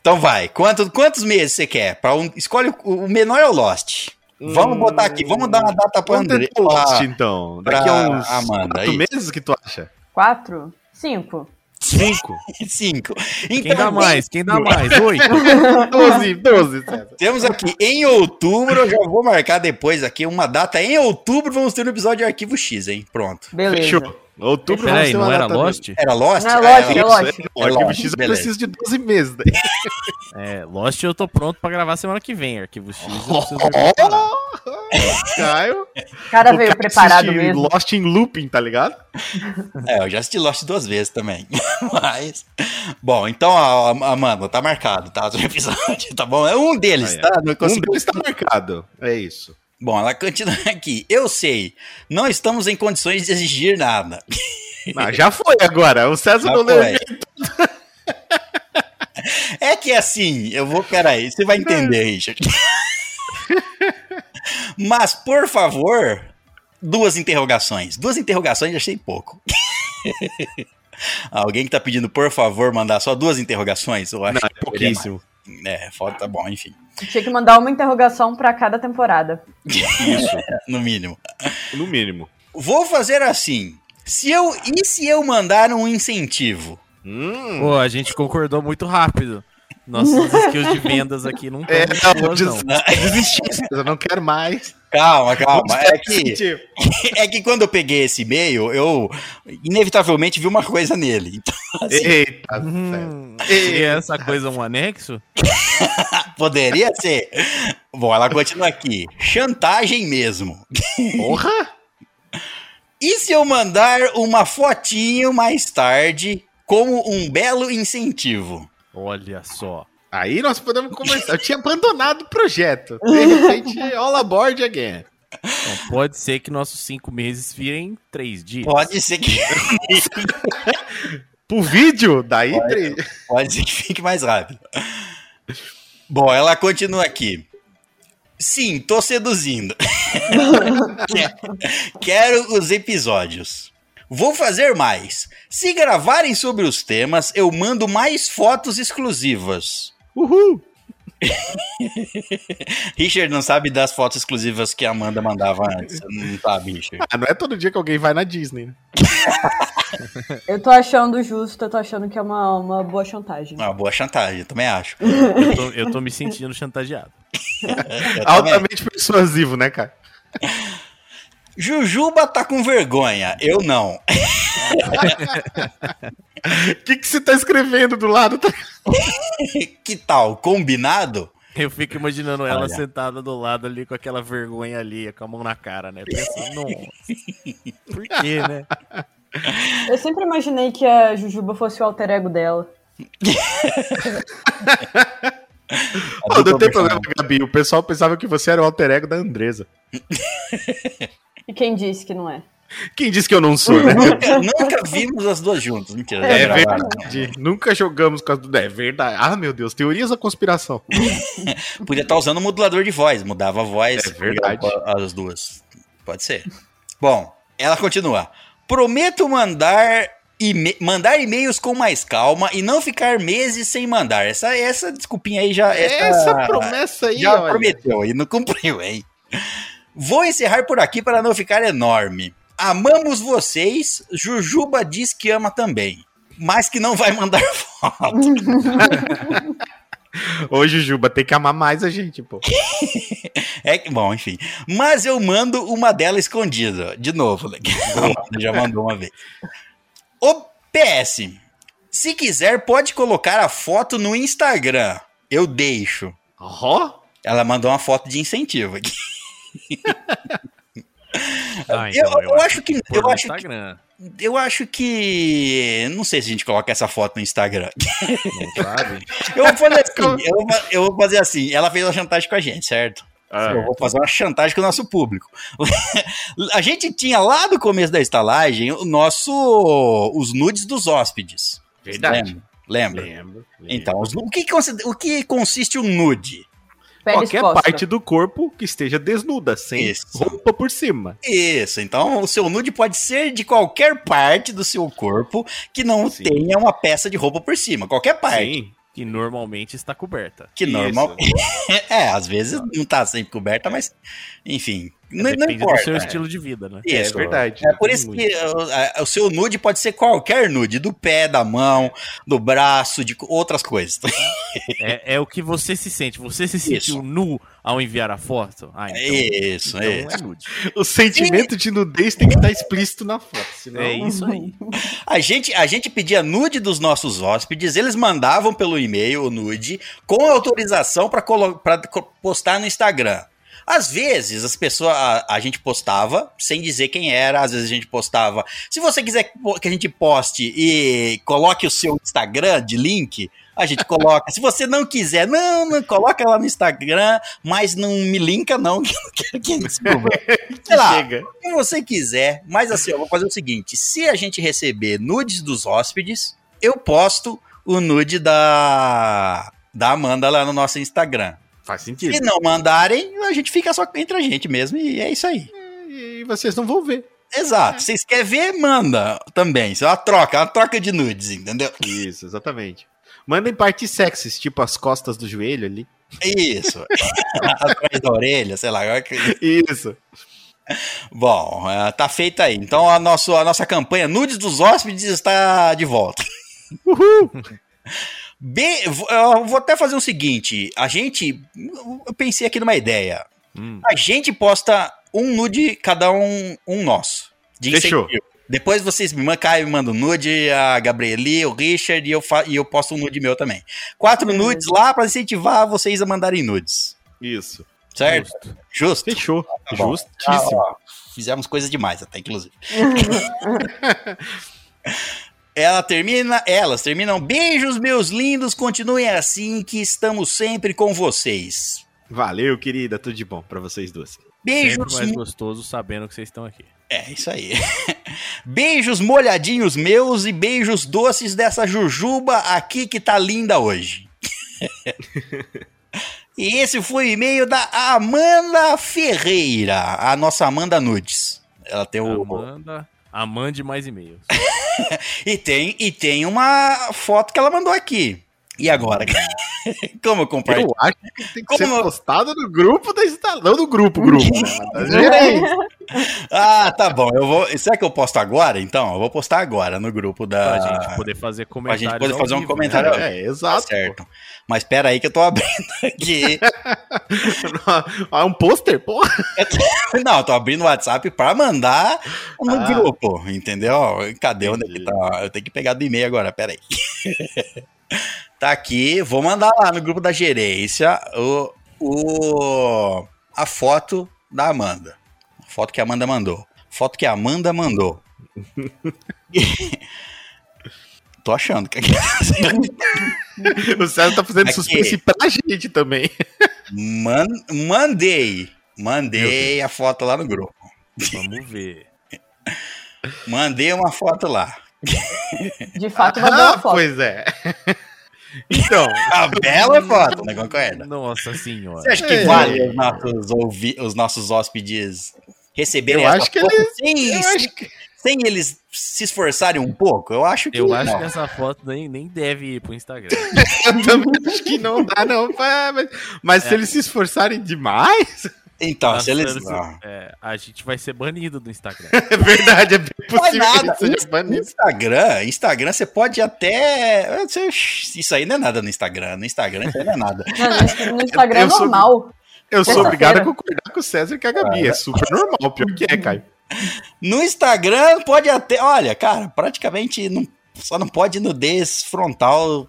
Speaker 1: Então vai, quanto, quantos meses você quer? Pra um, escolhe o, o menor é o Lost. Vamos botar aqui, vamos dar uma data pra
Speaker 4: Quanto
Speaker 1: André.
Speaker 4: é Lost,
Speaker 1: pra-
Speaker 4: então?
Speaker 1: pra
Speaker 4: Daqui a uns
Speaker 1: Amanda,
Speaker 4: quatro
Speaker 1: isso.
Speaker 4: meses que tu acha? [laughs]
Speaker 5: Quatro? Cinco?
Speaker 4: Cinco?
Speaker 1: Ah, [laughs] Cinco.
Speaker 3: Quem dá
Speaker 1: Então,
Speaker 3: mais? Quem dá mais? Oito?
Speaker 4: Doze, doze, César.
Speaker 1: temos aqui em outubro, eu já vou marcar depois aqui uma data. Em outubro vamos ter um episódio de Arquivo X, hein? Pronto.
Speaker 5: Beleza.
Speaker 4: Fechou. Outubro vamos
Speaker 3: Peraí,
Speaker 4: ter uma
Speaker 3: não era
Speaker 4: data
Speaker 3: Lost?
Speaker 1: Era Lost?
Speaker 5: Não, é
Speaker 1: Ah,
Speaker 5: lógico, é
Speaker 1: era-
Speaker 5: lógico.
Speaker 4: O Arquivo
Speaker 1: Lost,
Speaker 4: X eu
Speaker 1: beleza.
Speaker 4: preciso de 12 meses. Daí.
Speaker 3: É, Lost eu tô pronto pra gravar semana que vem. Arquivo X.
Speaker 1: [laughs]
Speaker 3: eu preciso
Speaker 4: [laughs]
Speaker 3: ver.
Speaker 4: Caio.
Speaker 5: O cara
Speaker 4: o
Speaker 5: veio
Speaker 4: cara
Speaker 5: preparado
Speaker 4: assiste
Speaker 5: mesmo.
Speaker 4: Lost em looping, tá ligado?
Speaker 1: É, eu já assisti Lost duas vezes também. [laughs] Mas. Bom, então, a, a- Amanda, tá marcado, tá? [laughs] O episódio, tá bom? É um deles,
Speaker 4: Ah, é.
Speaker 1: tá? Não
Speaker 4: Um
Speaker 1: consegui-
Speaker 4: deles tá marcado. É isso.
Speaker 1: Bom, ela continua aqui. Eu sei, não estamos em condições de exigir nada.
Speaker 4: Não, já foi agora. O César
Speaker 1: Já
Speaker 4: não
Speaker 1: foi.
Speaker 4: leu.
Speaker 1: É que assim, eu vou. Peraí, você vai
Speaker 4: É.
Speaker 1: entender, Richard. Mas, por favor, duas interrogações. Duas interrogações eu achei
Speaker 4: [laughs]
Speaker 1: pouco. Alguém que tá pedindo, por favor, mandar só duas interrogações? Eu acho
Speaker 4: Não, é
Speaker 1: que poderia mais.
Speaker 4: pouquíssimo.
Speaker 1: É, falta, tá bom, enfim.
Speaker 5: Tinha que mandar uma interrogação pra cada temporada.
Speaker 4: Isso,
Speaker 1: [laughs] No mínimo.
Speaker 4: no mínimo.
Speaker 1: Vou fazer assim. Se eu, e se eu mandar um incentivo?
Speaker 4: Hum.
Speaker 3: Pô, a gente concordou muito rápido. Nossas skills de vendas aqui não
Speaker 4: É,
Speaker 3: estão muito
Speaker 4: não,
Speaker 3: boas, não.
Speaker 4: des- desisti. Eu não quero mais.
Speaker 1: [laughs] Calma, calma. É que,
Speaker 4: [laughs] Tipo,
Speaker 1: é que quando eu peguei esse e-mail, eu inevitavelmente vi uma coisa nele. Então, assim,
Speaker 4: Eita, César.
Speaker 3: Hum, e essa coisa é um anexo?
Speaker 1: Poderia ser. Bom, ela continua aqui. Chantagem mesmo.
Speaker 4: porra!
Speaker 1: E se eu mandar uma fotinho mais tarde como um belo incentivo?
Speaker 3: Olha só.
Speaker 4: Aí nós podemos conversar. Eu tinha abandonado o projeto. De repente, all aboard again.
Speaker 3: Então, pode ser que nossos cinco meses virem três dias.
Speaker 1: Pode ser que,
Speaker 4: Pro vídeo, daí. tre-
Speaker 1: pode ser que fique mais rápido. Bom, ela continua aqui. Sim, tô seduzindo. [laughs] Que- Quero os episódios. Vou fazer mais. Se gravarem sobre os temas, eu mando mais fotos exclusivas.
Speaker 4: Uhul!
Speaker 1: [laughs] Richard não sabe das fotos exclusivas que a Amanda mandava antes. Não sabe, Richard.
Speaker 4: Ah, não é todo dia que alguém vai na Disney. né?
Speaker 5: Eu tô achando justo, eu tô achando que é uma, uma boa chantagem.
Speaker 1: Uma boa chantagem, eu também acho.
Speaker 3: Eu tô, eu tô me sentindo chantageado.
Speaker 1: Eu também.
Speaker 4: Altamente persuasivo, né, cara?
Speaker 1: Jujuba tá com vergonha. Eu não.
Speaker 4: O que, que você tá escrevendo do lado? Tá
Speaker 1: que tal? Combinado?
Speaker 3: Eu fico imaginando ela
Speaker 1: Olha.
Speaker 3: sentada do lado ali com aquela vergonha ali, com a mão na cara, né? Pensando, nossa. Por quê, né?
Speaker 5: Eu sempre imaginei que a Jujuba fosse o alter ego dela.
Speaker 4: Não, não tem problema, Gabi. O pessoal pensava que você era o alter ego da Andresa.
Speaker 5: E quem disse que não é?
Speaker 4: Quem disse que eu não sou, né?
Speaker 1: [laughs] Nunca, nunca vimos as duas juntas. Mentira. já
Speaker 4: É
Speaker 1: gravaram.
Speaker 4: verdade. Nunca jogamos com as do. É verdade. Ah, meu Deus, teorias
Speaker 1: [laughs]
Speaker 4: da conspiração.
Speaker 1: Podia estar usando o modulador de voz. Mudava a voz.
Speaker 4: É verdade.
Speaker 1: As duas. Pode ser. Bom, ela continua. Prometo mandar e mandar e-mails com mais calma e não ficar meses sem mandar. Essa essa desculpinha aí já essa,
Speaker 4: Essa promessa aí,
Speaker 1: É. já
Speaker 4: olha.
Speaker 1: prometeu e não cumpriu, hein? Vou encerrar por aqui para não ficar enorme. Amamos vocês. Jujuba diz que ama também, mas que não vai mandar [laughs] foto.
Speaker 4: Ô, Jujuba, tem que amar mais a gente, pô.
Speaker 1: É que, bom, enfim. Mas eu mando uma dela escondida. De novo, né? [laughs] já mandou uma vez. O PS, se quiser, pode colocar a foto no Instagram. Eu deixo.
Speaker 4: Ó,
Speaker 1: Ela mandou uma foto de incentivo aqui.
Speaker 3: Ah,
Speaker 1: eu acho que-
Speaker 3: pôr
Speaker 1: eu
Speaker 3: no
Speaker 1: acho que-
Speaker 3: Instagram.
Speaker 1: Eu acho que. Não sei se a gente coloca essa foto no Instagram.
Speaker 3: Não sabe?
Speaker 1: [laughs] Eu vou fazer assim. eu, vou, eu vou fazer assim. Ela fez uma chantagem com a gente, certo?
Speaker 3: Ah,
Speaker 1: Eu
Speaker 3: então.
Speaker 1: vou fazer uma chantagem com o nosso público. [laughs] a gente tinha lá no começo da estalagem o nosso, os nudes dos hóspedes.
Speaker 4: verdade.
Speaker 1: Lembra? Lembra?
Speaker 4: Lembro.
Speaker 1: Então, os- o que, consi- o que consiste um nude?
Speaker 5: Pele
Speaker 4: Qualquer
Speaker 5: exposta.
Speaker 4: parte do corpo que esteja desnuda, sem
Speaker 1: Isso.
Speaker 4: roupa por cima.
Speaker 1: Isso, então o seu nude pode ser de qualquer parte do seu corpo que não
Speaker 4: Sim.
Speaker 1: tenha uma peça de roupa por cima. Qualquer parte.
Speaker 4: Sim.
Speaker 3: Que normalmente está coberta.
Speaker 1: Que
Speaker 4: Isso.
Speaker 1: normal. é, às vezes não tá sempre coberta, mas. Enfim. Não, não
Speaker 3: Depende do seu
Speaker 1: importa.
Speaker 3: estilo de vida, né?
Speaker 1: Isso.
Speaker 4: É verdade.
Speaker 1: É por isso
Speaker 4: Muito.
Speaker 1: que uh, a- o seu nude pode ser qualquer nude, do pé, da mão, do braço, de co- outras coisas.
Speaker 3: É, é o que você se sente. Você se sentiu
Speaker 1: Isso.
Speaker 3: nu ao enviar a foto? Ah, então,
Speaker 1: isso,
Speaker 3: então
Speaker 1: é. isso.
Speaker 3: é nude.
Speaker 4: O sentimento de nudez tem que estar explícito na foto, senão...
Speaker 3: É isso aí.
Speaker 1: A gente, a gente pedia nude dos nossos hóspedes, eles mandavam pelo e-mail o nude com autorização para postar no Instagram. Às vezes as pessoas, a, a gente postava sem dizer quem era, às vezes a gente postava. Se você quiser que po- que a gente poste e coloque o seu Instagram de link, a gente coloca. Se você não quiser, não, não coloca lá no Instagram, mas não me linka não, [laughs] que eu não quero que descubra. Sei lá,
Speaker 4: Chega.
Speaker 1: se você quiser, mas assim, eu vou fazer o seguinte: se a gente receber nudes dos hóspedes, eu posto o nude da, da Amanda lá no nosso Instagram.
Speaker 4: Faz sentido.
Speaker 1: Se não mandarem, a gente fica só entre a gente mesmo e é isso aí.
Speaker 4: E vocês não vão ver.
Speaker 1: Exato. Vocês querem ver, manda também. Isso é uma troca, uma troca de nudes, entendeu?
Speaker 4: Isso, exatamente. Mandem partes sexys, tipo as costas do joelho ali.
Speaker 1: É Isso. [laughs] Atrás da orelha, sei lá. agora que-
Speaker 4: Isso.
Speaker 1: Bom, eh, tá feita aí. Então a, nosso, a nossa campanha Nudes dos Hóspedes está de volta. Bem, eu vou- eu vou até fazer o seguinte: a gente. Eu pensei aqui numa ideia.
Speaker 3: Hum.
Speaker 1: A gente posta um nude, cada um, um nosso. De
Speaker 4: Fechou.
Speaker 1: incentivo. Depois vocês me mandam, Caio me manda um nude, a Gabrieli, o Richard e eu, fa- e eu posto um nude meu também. Quatro
Speaker 5: Beleza.
Speaker 1: nudes lá pra incentivar vocês a mandarem nudes.
Speaker 4: Isso.
Speaker 1: Certo? Justo.
Speaker 4: Fechou.
Speaker 1: bom.
Speaker 4: Justíssimo.
Speaker 1: Ah, Fizemos coisa demais até,
Speaker 3: [laughs]
Speaker 1: inclusive. Ela termina, elas terminam. Beijos, meus lindos, continuem assim que estamos sempre com vocês.
Speaker 4: Valeu, querida. Tudo de bom pra vocês duas.
Speaker 1: Beijos.
Speaker 3: Sempre mais gostoso sabendo que vocês estão aqui.
Speaker 1: É, isso aí. [laughs] beijos molhadinhos meus e beijos doces dessa Jujuba aqui que tá linda hoje. [laughs] e esse foi o e-mail da Amanda Ferreira, a nossa Amanda Nudes. Ela tem o.
Speaker 3: Amanda, Amande mais e-mails.
Speaker 1: E tem, e tem uma foto que ela mandou aqui. E agora? [laughs] Como eu compartilho?
Speaker 4: Eu acho que tem que
Speaker 1: Como
Speaker 4: ser
Speaker 1: não?
Speaker 4: postado no grupo da instalação. Não no grupo, grupo. né?
Speaker 1: [laughs]
Speaker 4: Mas gira aí.
Speaker 1: Ah, tá bom. Eu vou. Será que eu posto agora, então? Eu vou postar agora no grupo da.
Speaker 3: Pra gente poder fazer
Speaker 1: Ah. pra
Speaker 3: comentários. né?
Speaker 1: gente poder fazer um comentário.
Speaker 4: É,
Speaker 1: Tá
Speaker 4: exato.
Speaker 1: certo. Mas pera aí que eu tô [laughs] abrindo aqui.
Speaker 4: pô. [laughs] Ah, um pôster, pô.
Speaker 1: [laughs] Não, eu tô abrindo o WhatsApp pra mandar no
Speaker 4: Ah.
Speaker 1: grupo, entendeu? Cadê? Onde é que
Speaker 4: Entendi.
Speaker 1: tá? Eu tenho que pegar do e-mail agora, pera aí. [laughs] tá aqui, vou mandar lá no grupo da gerência o, o, a foto da Amanda. A foto que a Amanda mandou. Foto que a Amanda mandou. [laughs] tô achando que
Speaker 4: O César tá fazendo
Speaker 1: Aqui.
Speaker 4: suspense pra gente também.
Speaker 1: Man, mandei.
Speaker 3: Meu
Speaker 1: Mandei a foto lá no grupo.
Speaker 3: Vamos ver.
Speaker 1: Mandei uma foto
Speaker 4: [laughs]
Speaker 1: lá.
Speaker 5: De fato, mandou uma foto.
Speaker 4: pois é. [laughs] Então,
Speaker 1: A bela foto, né? Concorda?
Speaker 3: Nossa senhora.
Speaker 1: Você acha que
Speaker 4: É.
Speaker 1: vale os nossos, ouvi- os nossos hóspedes receberem
Speaker 4: Eu
Speaker 1: essa
Speaker 4: acho que
Speaker 1: foto
Speaker 4: eles-
Speaker 1: sem,
Speaker 4: eu acho que
Speaker 1: sem eles se esforçarem um pouco, eu acho que.
Speaker 3: Eu acho
Speaker 1: não.
Speaker 3: que essa foto nem, nem deve ir pro Instagram.
Speaker 4: Eu também acho que não dá, não. pá, Mas, mas se eles se esforçarem demais, [laughs]
Speaker 1: Então,
Speaker 3: Nossa,
Speaker 1: se eles.
Speaker 3: eles-
Speaker 1: não.
Speaker 3: Tá É, a gente vai ser banido do Instagram.
Speaker 4: é verdade, é bem
Speaker 1: Não faz
Speaker 4: possível que
Speaker 1: nada.
Speaker 4: ele seja banido.
Speaker 1: Instagram, Instagram, você pode até. você- Isso aí não é nada no Instagram. No Instagram isso aí não é nada.
Speaker 5: Não, no- no Instagram é
Speaker 4: Eu sou-
Speaker 5: normal.
Speaker 4: Eu sou
Speaker 5: Terça-feira.
Speaker 4: obrigado a concordar com o César e com a Gabi. É super normal, pior que é, Caio.
Speaker 1: No Instagram pode até. Olha, cara, praticamente não, só não pode nudez frontal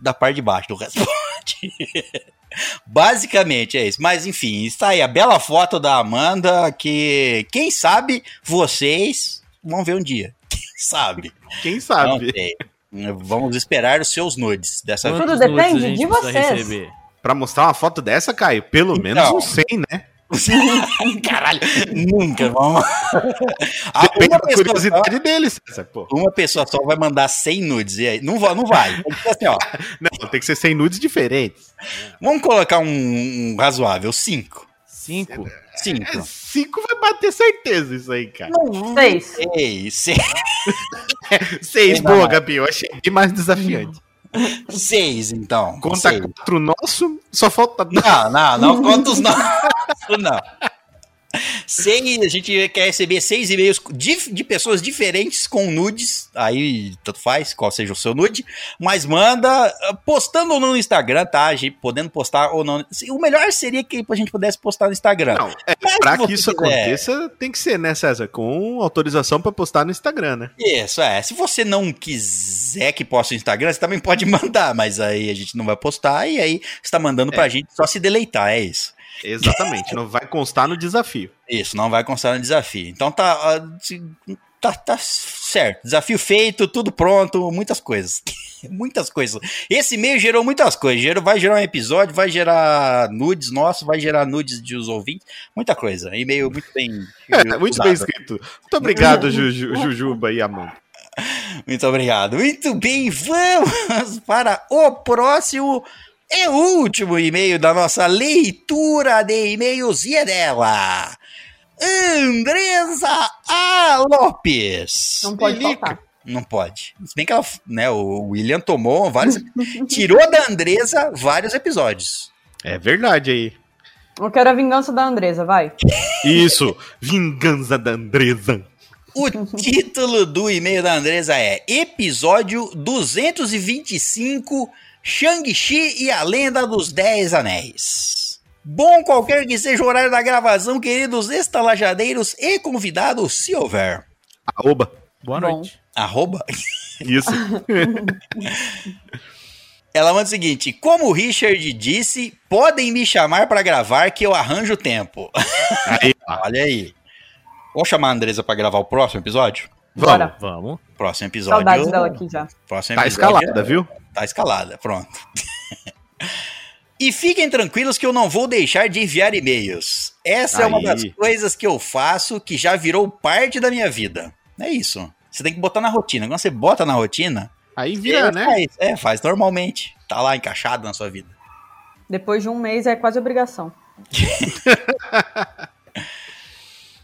Speaker 1: da parte de baixo, do resto [laughs] pode. Basicamente é isso. Mas enfim, está aí a bela foto da Amanda que, quem sabe, vocês vão ver um dia. Quem sabe?
Speaker 4: Quem
Speaker 1: Não
Speaker 4: sabe?
Speaker 1: sei. Vamos esperar os seus nudes dessa
Speaker 4: [laughs]
Speaker 1: vez.
Speaker 3: Quantos
Speaker 5: depende
Speaker 3: nudes a
Speaker 5: de
Speaker 3: gente precisa
Speaker 5: vocês.
Speaker 3: receber?
Speaker 4: Pra mostrar uma foto dessa, Caio, pelo menos
Speaker 1: Então.
Speaker 4: uns 100, né?
Speaker 1: Caralho, nunca vamos. Ah,
Speaker 4: Depende
Speaker 1: uma
Speaker 4: da
Speaker 1: pessoa só-
Speaker 4: curiosidade deles, César. Pô.
Speaker 1: Uma pessoa só vai mandar 100 nudes. E aí, não, va- não vai. Tem que ser assim, ó,
Speaker 4: Não, tem que ser 100 nudes diferentes.
Speaker 1: vamos colocar um, um razoável: 5.
Speaker 3: Cinco.
Speaker 1: 5.
Speaker 4: [laughs] É, [laughs] cinco vai bater certeza isso aí, cara.
Speaker 5: Seis.
Speaker 1: Ei, se-
Speaker 4: Seis,
Speaker 1: Não,
Speaker 4: boa,
Speaker 1: não.
Speaker 4: Gabi. Eu achei demais desafiante.
Speaker 1: seis, então.
Speaker 4: Conta
Speaker 1: Seis.
Speaker 4: quatro nosso, só falta dois.
Speaker 1: Não, não, não conta os nossos, [laughs] não. Seis, a gente quer receber seis e-mails de, de pessoas diferentes com nudes. Aí, tanto faz, qual seja o seu nude. Mas manda ah, postando ou não no Instagram, tá? A gente podendo postar ou não. Se- O melhor seria que a gente pudesse postar no Instagram.
Speaker 4: Não, é,
Speaker 1: [laughs] Mas
Speaker 4: pra
Speaker 1: se
Speaker 4: que
Speaker 1: você
Speaker 4: isso
Speaker 1: quiser.
Speaker 4: aconteça, tem que ser, né, César? Com autorização pra postar no Instagram, né?
Speaker 1: Isso, é. Se você não quiser que poste no Instagram, você também pode [laughs] mandar, mas aí a gente não vai postar e aí você tá mandando
Speaker 4: É.
Speaker 1: pra gente só se deleitar, é isso.
Speaker 4: Exatamente, não vai constar no desafio.
Speaker 1: Isso, não vai constar no desafio. Então tá, ah, se- tá, tá certo. Desafio feito, tudo pronto, muitas coisas. [laughs] muitas coisas. Esse e-mail gerou muitas coisas. Gerou, vai gerar um episódio, vai gerar nudes nossos, vai gerar nudes de os ouvintes, muita coisa. E-mail muito bem.
Speaker 4: [laughs] É, muito
Speaker 1: usado.
Speaker 4: bem escrito. Muito
Speaker 1: Uhum.
Speaker 4: obrigado, Juju, Jujuba e Amanda.
Speaker 1: Muito obrigado. Muito bem, vamos [laughs] para o próximo e último e-mail da nossa leitura de e-mails e é dela. Andresa A. Lopes.
Speaker 5: Não pode
Speaker 4: Delica.
Speaker 5: faltar.
Speaker 1: Não pode. Se bem que ela, né, o William tomou vários. tirou da Andresa vários episódios.
Speaker 4: É verdade aí.
Speaker 5: Eu quero a vingança da Andresa, vai.
Speaker 4: Isso, vingança da Andresa.
Speaker 1: O título do e-mail da Andresa é Episódio 225 Shang-Chi e a Lenda dos Dez Anéis. Bom qualquer que seja o horário da gravação, queridos estalajadeiros e convidados, se houver.
Speaker 4: Ah, oba.
Speaker 3: Boa
Speaker 5: Bom.
Speaker 3: noite.
Speaker 1: Arroba. [laughs]
Speaker 4: Isso.
Speaker 1: Ela manda o seguinte: Como o Richard disse, podem me chamar pra gravar que eu arranjo tempo. [laughs]
Speaker 4: Aí, ó.
Speaker 1: Olha aí. Vamos chamar a Andresa pra gravar o próximo episódio?
Speaker 4: Vamos.
Speaker 5: Bora.
Speaker 3: Vamos.
Speaker 1: Próximo episódio.
Speaker 5: Saudades dela aqui já.
Speaker 1: Próximo
Speaker 4: Tá
Speaker 1: episódio-
Speaker 4: escalada, viu?
Speaker 1: Tá escalada, pronto. e fiquem tranquilos que eu não vou deixar de enviar e-mails. Essa é uma
Speaker 4: Aí.
Speaker 1: das coisas que eu faço que já virou parte da minha vida. É isso. Você tem que botar na rotina. Quando você bota na rotina,
Speaker 4: Aí vira,
Speaker 1: você
Speaker 4: né?
Speaker 1: faz, é, faz normalmente. Tá lá encaixado na sua vida.
Speaker 5: Depois de um mês é quase obrigação.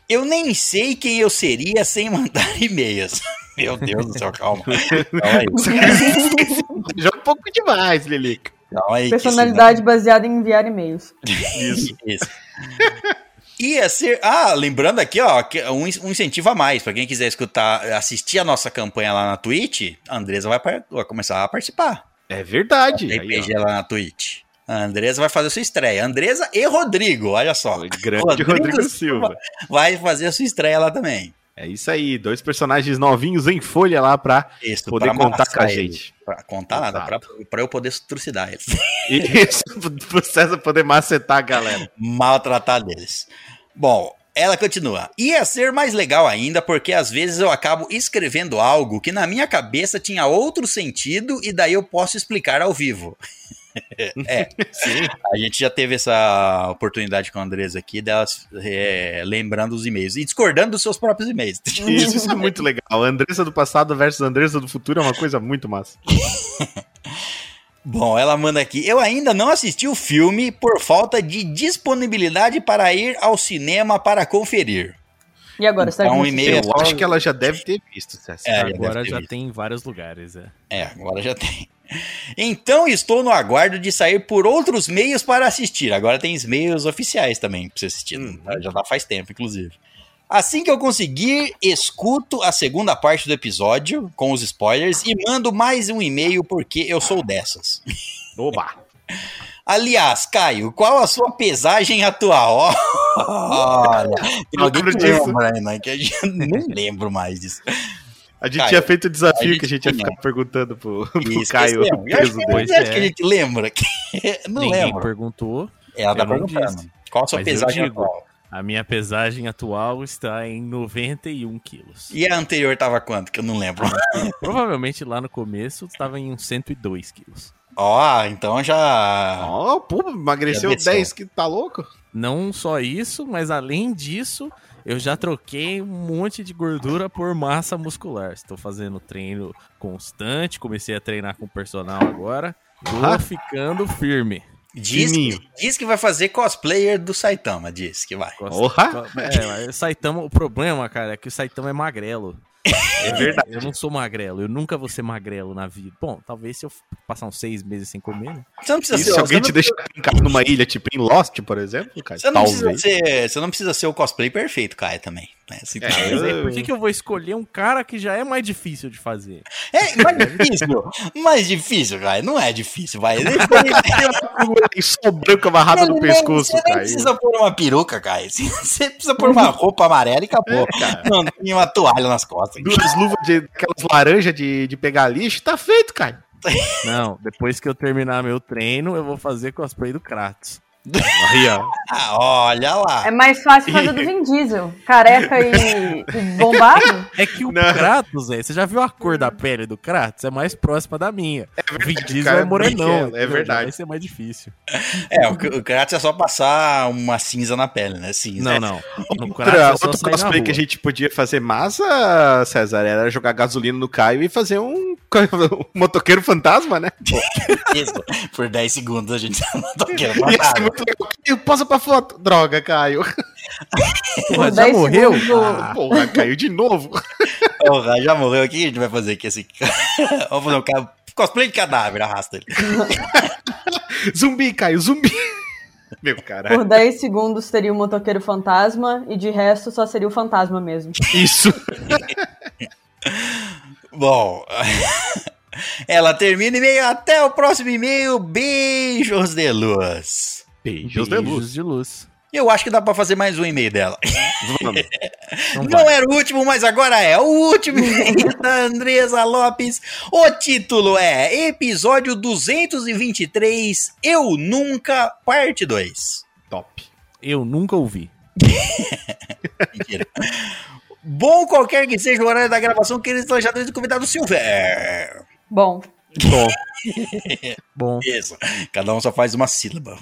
Speaker 1: Eu nem sei quem eu seria sem [laughs] mandar e-mails. Meu Deus do céu, calma. Calma aí.
Speaker 4: Já é um pouco demais, Lilica.
Speaker 1: Calma aí que isso não-
Speaker 5: Personalidade baseada em enviar e-mails.
Speaker 1: Isso. Ia ser. Ah, lembrando aqui, ó, que um, in- um incentivo a mais. Pra quem quiser escutar, assistir a nossa campanha lá na Twitch, a Andresa vai, par- vai começar a participar.
Speaker 4: É verdade. Aí,
Speaker 1: RPG lá na Twitch. A Andresa vai fazer sua estreia. Andresa e Rodrigo, olha só.
Speaker 4: ó. Grande
Speaker 1: Rodrigo
Speaker 4: [laughs] Rodrigo Silva.
Speaker 1: Vai fazer a sua estreia lá também.
Speaker 4: É isso aí, dois personagens novinhos em folha lá pra
Speaker 1: Isso,
Speaker 4: poder
Speaker 1: pra
Speaker 4: contar
Speaker 1: amassar
Speaker 4: com a
Speaker 1: ele.
Speaker 4: gente.
Speaker 1: Pra contar nada, pra, pra eu poder trucidar eles.
Speaker 4: E isso [laughs] pro César poder macetar a galera.
Speaker 1: maltratar deles. Bom, ela continua. Ia ser mais legal ainda porque às vezes eu acabo escrevendo algo que na minha cabeça tinha outro sentido e daí eu posso explicar ao vivo. [laughs] É.
Speaker 4: Sim.
Speaker 1: A gente já teve essa oportunidade com a Andresa aqui delas é, lembrando os e-mails e discordando dos seus próprios e-mails. [laughs]
Speaker 4: Isso, isso é muito legal. Andressa do passado versus Andressa do futuro é uma coisa muito massa.
Speaker 1: Bom, ela manda aqui. Eu ainda não assisti o filme por falta de disponibilidade para ir ao cinema para conferir.
Speaker 5: E agora, será
Speaker 1: Então, um
Speaker 5: que
Speaker 1: e-mail
Speaker 5: você-
Speaker 1: é
Speaker 4: Eu
Speaker 1: lógico.
Speaker 4: acho que ela já deve ter visto, César.
Speaker 1: É, já
Speaker 3: Agora
Speaker 1: deve ter
Speaker 3: já
Speaker 1: visto.
Speaker 3: tem em vários lugares, é.
Speaker 1: É, agora já tem. Então estou no aguardo de sair por outros meios para assistir. Agora tem os meios oficiais também para você assistir.
Speaker 4: Uhum.
Speaker 1: tá? Já dá faz tempo, inclusive. Assim que eu conseguir, escuto a segunda parte do episódio com os spoilers e mando mais um e-mail porque eu sou dessas.
Speaker 4: Oba!
Speaker 1: Aliás, Caio, qual a sua pesagem atual? [laughs] Olha, tem alguém
Speaker 4: Lembro
Speaker 1: que
Speaker 4: disso.
Speaker 1: lembra, né? Que a
Speaker 4: [laughs]
Speaker 1: gente não lembro mais disso.
Speaker 4: A gente
Speaker 1: Caio,
Speaker 4: tinha feito o desafio
Speaker 1: a gente
Speaker 4: que a gente ia
Speaker 1: tinha.
Speaker 4: ficar perguntando pro, [laughs] pro
Speaker 1: E
Speaker 4: Caio
Speaker 1: esquecemos.
Speaker 4: o
Speaker 1: Eu acho
Speaker 4: peso
Speaker 1: que é
Speaker 4: dele.
Speaker 1: verdade
Speaker 3: é.
Speaker 1: que a gente lembra. [laughs] Não
Speaker 3: Ninguém
Speaker 1: lembro.
Speaker 3: perguntou.
Speaker 1: Ela tá
Speaker 3: Eu não
Speaker 1: perguntando.
Speaker 3: disse.
Speaker 1: Qual a sua
Speaker 3: Mas eu
Speaker 1: pesagem
Speaker 3: digo.
Speaker 1: atual?
Speaker 3: A minha pesagem atual está em 91 quilos.
Speaker 1: E a anterior tava quanto? Que eu não lembro. [laughs]
Speaker 3: Provavelmente lá no começo estava em uns 102 quilos.
Speaker 1: Ó, então já.
Speaker 4: Ó, o pô, emagreceu
Speaker 1: Já desceu.
Speaker 4: 10, que tá louco?
Speaker 3: Não só isso, mas além disso, eu já troquei um monte de gordura por massa muscular. Estou fazendo treino constante, comecei a treinar com o personal agora. Tô
Speaker 4: Ah.
Speaker 3: ficando firme.
Speaker 1: Diz,
Speaker 4: Fininho.
Speaker 1: diz que vai fazer cosplayer do Saitama, diz que vai.
Speaker 3: Gosto-
Speaker 4: Porra!
Speaker 3: É, mas o Saitama, o problema, cara, é que o Saitama é magrelo.
Speaker 4: É verdade.
Speaker 3: Eu não sou magrelo, eu nunca vou ser magrelo na vida. Bom, talvez se eu passar uns seis meses sem comer, né?
Speaker 1: Você não precisa
Speaker 4: E
Speaker 1: ser.
Speaker 4: se
Speaker 1: você
Speaker 4: alguém
Speaker 1: não-
Speaker 4: te deixar trancado numa ilha, tipo em Lost, por exemplo, Caio?
Speaker 1: Você não, precisa
Speaker 4: Talvez.
Speaker 1: ser, você não precisa ser o cosplay perfeito, Caio, também. né? Assim,
Speaker 4: É,
Speaker 1: talvez-
Speaker 3: Mas aí, por
Speaker 4: eu-
Speaker 3: que, que eu vou escolher um cara que já é mais difícil de fazer?
Speaker 1: É, mais difícil. mais difícil, Caio. Não é difícil, vai. Ele- ele-
Speaker 4: [laughs] E só branco amarrado no
Speaker 1: ele-
Speaker 4: pescoço,
Speaker 1: Você nem
Speaker 4: Caio.
Speaker 1: precisa pôr uma peruca, Caio. [laughs] Você precisa pôr uma roupa amarela e acabou. Não, tem uma toalha nas costas.
Speaker 4: É, Duas luvas de aquelas laranjas de, de pegar lixo, tá feito, Caio.
Speaker 3: Não, depois que eu terminar meu treino, eu vou fazer cosplay do Kratos.
Speaker 4: Aí, ó.
Speaker 1: Ah, olha lá.
Speaker 5: É mais fácil fazer do Vin Diesel. Careca e, e bombado.
Speaker 3: É que o
Speaker 4: Não.
Speaker 3: Kratos, velho, você já viu a cor da pele do Kratos? É mais próxima da minha. o Vin Diesel
Speaker 4: cara,
Speaker 3: é morenão.
Speaker 4: brinquedo, é
Speaker 3: entendeu?
Speaker 4: verdade.
Speaker 3: Vai ser mais difícil.
Speaker 1: É, o, o Kratos é só passar uma cinza na pele, né? Cinza.
Speaker 3: Não, não. No Kratos
Speaker 4: É. Outra,
Speaker 3: é só
Speaker 4: outro
Speaker 3: sair na
Speaker 4: cosplay
Speaker 3: rua.
Speaker 4: que a gente podia fazer massa, César, era jogar gasolina no Caio e fazer um, [laughs] um motoqueiro fantasma, né?
Speaker 1: Isso.
Speaker 3: [laughs]
Speaker 1: Por 10 segundos a gente não tá querendo
Speaker 4: Ia
Speaker 1: matar.
Speaker 4: ser muito legal. Caio, posa pra foto. Droga, Caio.
Speaker 3: Porra,
Speaker 5: Por
Speaker 3: já
Speaker 5: 10
Speaker 3: morreu?
Speaker 5: segundos
Speaker 4: [laughs]
Speaker 5: do-
Speaker 4: Porra, Caio, de novo.
Speaker 1: Porra, já morreu aqui, a gente vai fazer aqui esse [laughs] cara. Vamos fazer um cara. Cosplay de cadáver, arrasta ele.
Speaker 4: Zumbi, Caio, zumbi. [laughs] Meu
Speaker 5: Por
Speaker 4: caralho.
Speaker 5: 10 segundos teria o motoqueiro fantasma e de resto só seria o fantasma mesmo.
Speaker 4: Isso.
Speaker 1: Bom. [laughs] Ela termina o e-mail. Até o próximo e-mail. Beijos de luz.
Speaker 4: Beijos
Speaker 3: Beijos
Speaker 4: de luz.
Speaker 3: de luz.
Speaker 1: Eu acho que dá pra fazer mais um e-mail dela.
Speaker 4: Vamos.
Speaker 3: Então vai.
Speaker 1: Não era o último, mas agora é o
Speaker 3: [laughs]
Speaker 1: último e-mail da Andresa Lopes. O título é Episódio 223 Eu Nunca, Parte 2.
Speaker 4: Top.
Speaker 3: Eu nunca ouvi. [laughs]
Speaker 1: Mentira. Bom qualquer que seja o horário da gravação, que eles estão já do convidado Silver.
Speaker 5: Bom,
Speaker 4: Bom.
Speaker 3: Bom,
Speaker 1: Isso. Cada um só faz uma sílaba.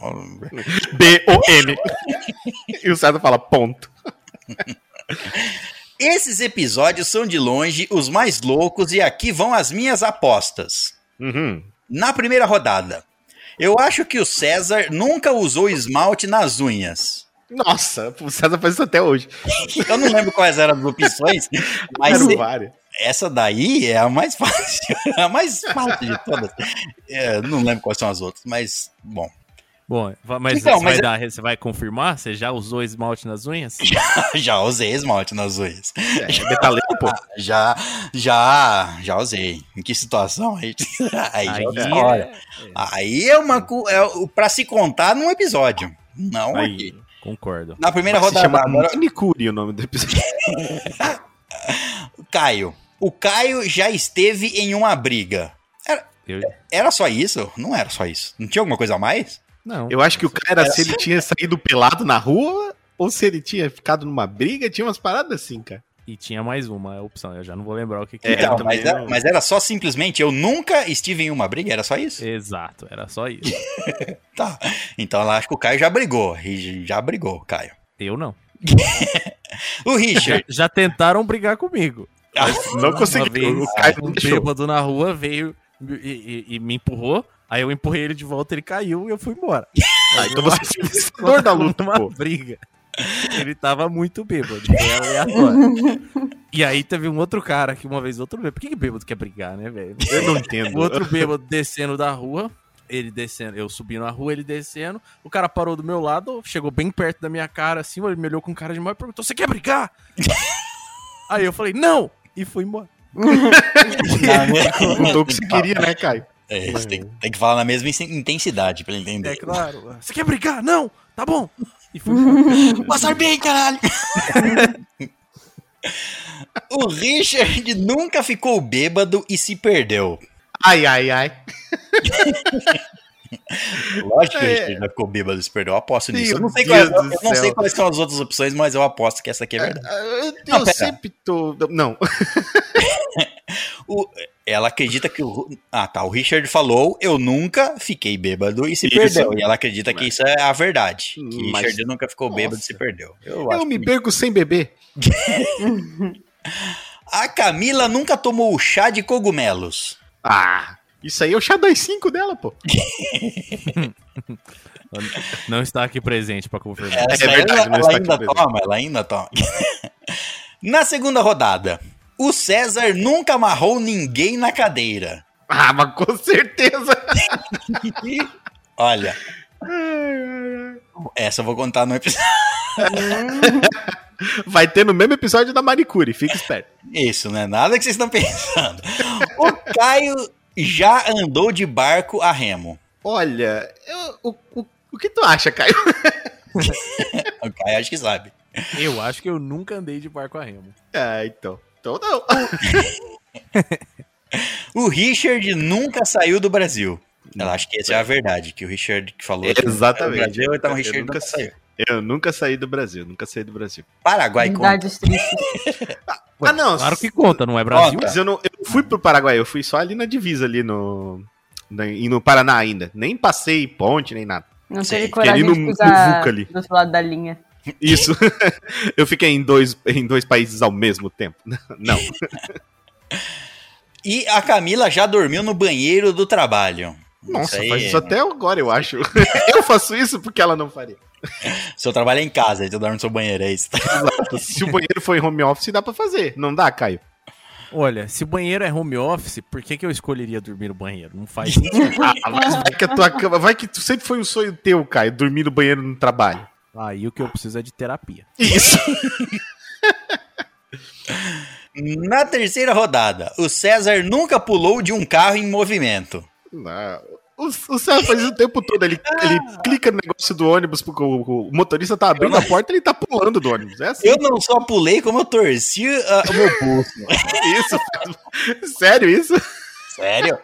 Speaker 4: B-O-M. e o César fala ponto.
Speaker 1: Esses episódios são de longe os mais loucos e aqui vão as minhas apostas.
Speaker 4: Uhum.
Speaker 1: Na primeira rodada, eu acho que o César nunca usou esmalte nas unhas.
Speaker 4: Nossa, o César faz isso até hoje.
Speaker 1: Eu não lembro quais eram as
Speaker 4: [laughs]
Speaker 1: opções, mas
Speaker 4: Era várias.
Speaker 1: essa daí é a mais fácil. [laughs] é A mais fácil de todas. É, não lembro quais são as outras, mas, bom. [laughs]
Speaker 3: bom, va- mas,
Speaker 1: Então,
Speaker 3: você,
Speaker 1: mas
Speaker 3: vai
Speaker 1: é-
Speaker 3: dar, você vai confirmar? Você já usou esmalte nas unhas?
Speaker 1: Já usei esmalte nas unhas.
Speaker 4: É, metaleiro,
Speaker 3: [laughs]
Speaker 4: pô.
Speaker 1: Já, já, já usei. Em que situação? Aí, [laughs] aí, já usei. Olha,
Speaker 3: é-
Speaker 1: aí é uma cu- é o- pra se contar num episódio. Não
Speaker 4: Aí.
Speaker 1: aqui.
Speaker 3: Concordo.
Speaker 1: Na primeira
Speaker 4: Se
Speaker 1: rodada,
Speaker 4: chama
Speaker 1: agora,
Speaker 4: Manicure o nome do episódio.
Speaker 1: Caio. O Caio já esteve em uma briga.
Speaker 3: Eu-
Speaker 1: Era só isso? Não era só isso. Não tinha alguma coisa a mais?
Speaker 3: Não.
Speaker 4: Eu acho que o cara era se ele tinha saído pelado na rua ou se ele tinha ficado numa briga, tinha umas paradas assim, cara.
Speaker 3: E tinha mais uma opção, eu já não vou lembrar o que, que
Speaker 4: É,
Speaker 1: Então,
Speaker 4: eu também
Speaker 1: mas, era,
Speaker 4: não.
Speaker 1: mas era só simplesmente eu nunca estive em uma briga, era só isso?
Speaker 4: É.
Speaker 3: Exato, era só isso.
Speaker 1: Tá. Então ela acha que o Caio já brigou. E Já brigou, Caio.
Speaker 3: Eu não.
Speaker 1: O
Speaker 4: [laughs]
Speaker 3: Já,
Speaker 1: Richard.
Speaker 3: já tentaram brigar comigo.
Speaker 4: Não
Speaker 3: Uma vez,
Speaker 4: conseguiu. O cara
Speaker 3: um
Speaker 4: não deixou.
Speaker 3: bêbado na rua veio e, e- e me empurrou. Aí eu empurrei ele de volta, ele caiu e eu fui embora.
Speaker 4: Ah, então você foi o é vencedor da luta,
Speaker 3: Uma
Speaker 4: pô.
Speaker 3: briga. Ele tava muito bêbado, foi aleatório. E aí teve um outro cara que uma vez, outro bêbado. Por que, que bêbado quer brigar, né, velho?
Speaker 4: Eu não
Speaker 3: O
Speaker 4: entendo.
Speaker 3: outro bêbado descendo da rua, ele descendo, eu subindo a rua, ele descendo. O cara parou do meu lado, chegou bem perto da minha cara, assim, ele me olhou com cara de mal e perguntou: Você quer [laughs] brigar? aí eu falei: Não! E fui embora.
Speaker 1: [laughs]
Speaker 4: é Perguntou o que você queria, né, Caio?
Speaker 1: É, você tem, tem que falar na mesma in- intensidade pra ele entender.
Speaker 3: É claro. [laughs] Você quer brigar? Não! Tá bom! E fui [laughs] embora.
Speaker 1: Passar bem, caralho! o Richard nunca ficou bêbado e se perdeu.
Speaker 4: Ai, ai, ai.
Speaker 1: Lógico que o
Speaker 4: É.
Speaker 1: Richard já ficou bêbado e se perdeu, eu aposto
Speaker 4: Meu
Speaker 1: nisso. Eu não, sei
Speaker 4: Deus
Speaker 1: qual-
Speaker 4: do
Speaker 1: eu não sei
Speaker 4: céu.
Speaker 1: quais são as outras opções, mas eu aposto que essa aqui é verdade.
Speaker 4: Ah, Eu,
Speaker 1: Não, pera.
Speaker 4: sempre tô. Não.
Speaker 1: Ela acredita que o. Ah, tá. O Richard falou: Eu nunca fiquei bêbado e se
Speaker 4: Isso.
Speaker 1: perdeu. E ela acredita que isso é a verdade. Que o
Speaker 4: Mas-
Speaker 1: Richard nunca ficou bêbado e se
Speaker 4: Nossa.
Speaker 1: perdeu. Eu,
Speaker 4: Eu
Speaker 1: acho
Speaker 4: me
Speaker 1: que-
Speaker 4: perco sem beber.
Speaker 1: A Camila nunca tomou o chá de cogumelos.
Speaker 4: Ah, isso aí é o chá 25 dela, pô.
Speaker 3: Não está aqui presente pra confirmar.
Speaker 1: Ela,
Speaker 4: É verdade,
Speaker 1: ela-
Speaker 4: não
Speaker 1: ela
Speaker 4: está
Speaker 1: ainda
Speaker 4: aqui presente.
Speaker 1: toma, ela ainda toma. [laughs] na segunda rodada, o César nunca amarrou ninguém na cadeira.
Speaker 4: Ah, mas com certeza.
Speaker 1: Olha, essa eu vou contar no episódio. [laughs]
Speaker 4: Vai ter no mesmo episódio da Manicure, fica esperto.
Speaker 1: Isso, não é nada que vocês estão pensando. O Caio já andou de barco a remo.
Speaker 4: Olha, eu- o, o, o que tu acha, Caio?
Speaker 1: O Caio acho que sabe.
Speaker 3: Eu acho que eu nunca andei de barco a remo.
Speaker 4: Ah, então. Então não. [laughs]
Speaker 1: O Richard nunca saiu do Brasil. Ela acha que essa é a verdade, que o Richard que falou. que
Speaker 4: Exatamente.
Speaker 1: saiu do Brasil, então o
Speaker 4: Eu
Speaker 1: Richard
Speaker 4: nunca
Speaker 1: nunca
Speaker 4: saí.
Speaker 1: saiu.
Speaker 4: Eu nunca saí do Brasil, nunca saí do Brasil.
Speaker 1: Paraguai conta.
Speaker 5: Unidades tristes.
Speaker 4: ah, não.
Speaker 3: Claro que conta, não é Brasil?
Speaker 4: Mas eu não eu não fui pro Paraguai, eu fui só ali na divisa, ali no. na- E no Paraná ainda. Nem passei ponte, nem nada.
Speaker 5: Não
Speaker 1: Sei,
Speaker 5: teve coragem
Speaker 4: querendo
Speaker 5: de
Speaker 4: um
Speaker 5: cruzar
Speaker 4: muvuca ali.
Speaker 5: do outro lado da linha.
Speaker 4: [laughs] Isso. [laughs] eu fiquei em dois, em dois países ao mesmo tempo. Não.
Speaker 1: E a Camila já dormiu no banheiro do trabalho.
Speaker 4: Nossa,
Speaker 1: aí
Speaker 4: faz isso até agora, eu acho. [laughs] eu faço isso porque ela não faria.
Speaker 1: Seu trabalho é em casa, aí você dorme no seu banheiro, é isso.
Speaker 4: Exato. Se o banheiro for em home office, dá pra fazer. Não dá, Caio?
Speaker 3: Olha, se o banheiro é home office, por que, que eu escolheria dormir no banheiro? Não [laughs] faz sentido.
Speaker 4: Ah, mas vai que a tua cama. Vai que tu- sempre foi um sonho teu, Caio, dormir no banheiro no trabalho.
Speaker 3: Aí o que eu preciso é de terapia.
Speaker 4: Isso.
Speaker 1: Na terceira rodada, o César nunca pulou de um carro em movimento.
Speaker 4: Não. O, o César faz isso o tempo todo. Ele, ele clica no negócio do ônibus, porque o, o motorista tá abrindo a porta e ele tá pulando do ônibus. É assim.
Speaker 1: Eu não só pulei, como eu torci ah, o meu [laughs] pulso.
Speaker 4: é Isso. Sério, isso?
Speaker 1: Sério?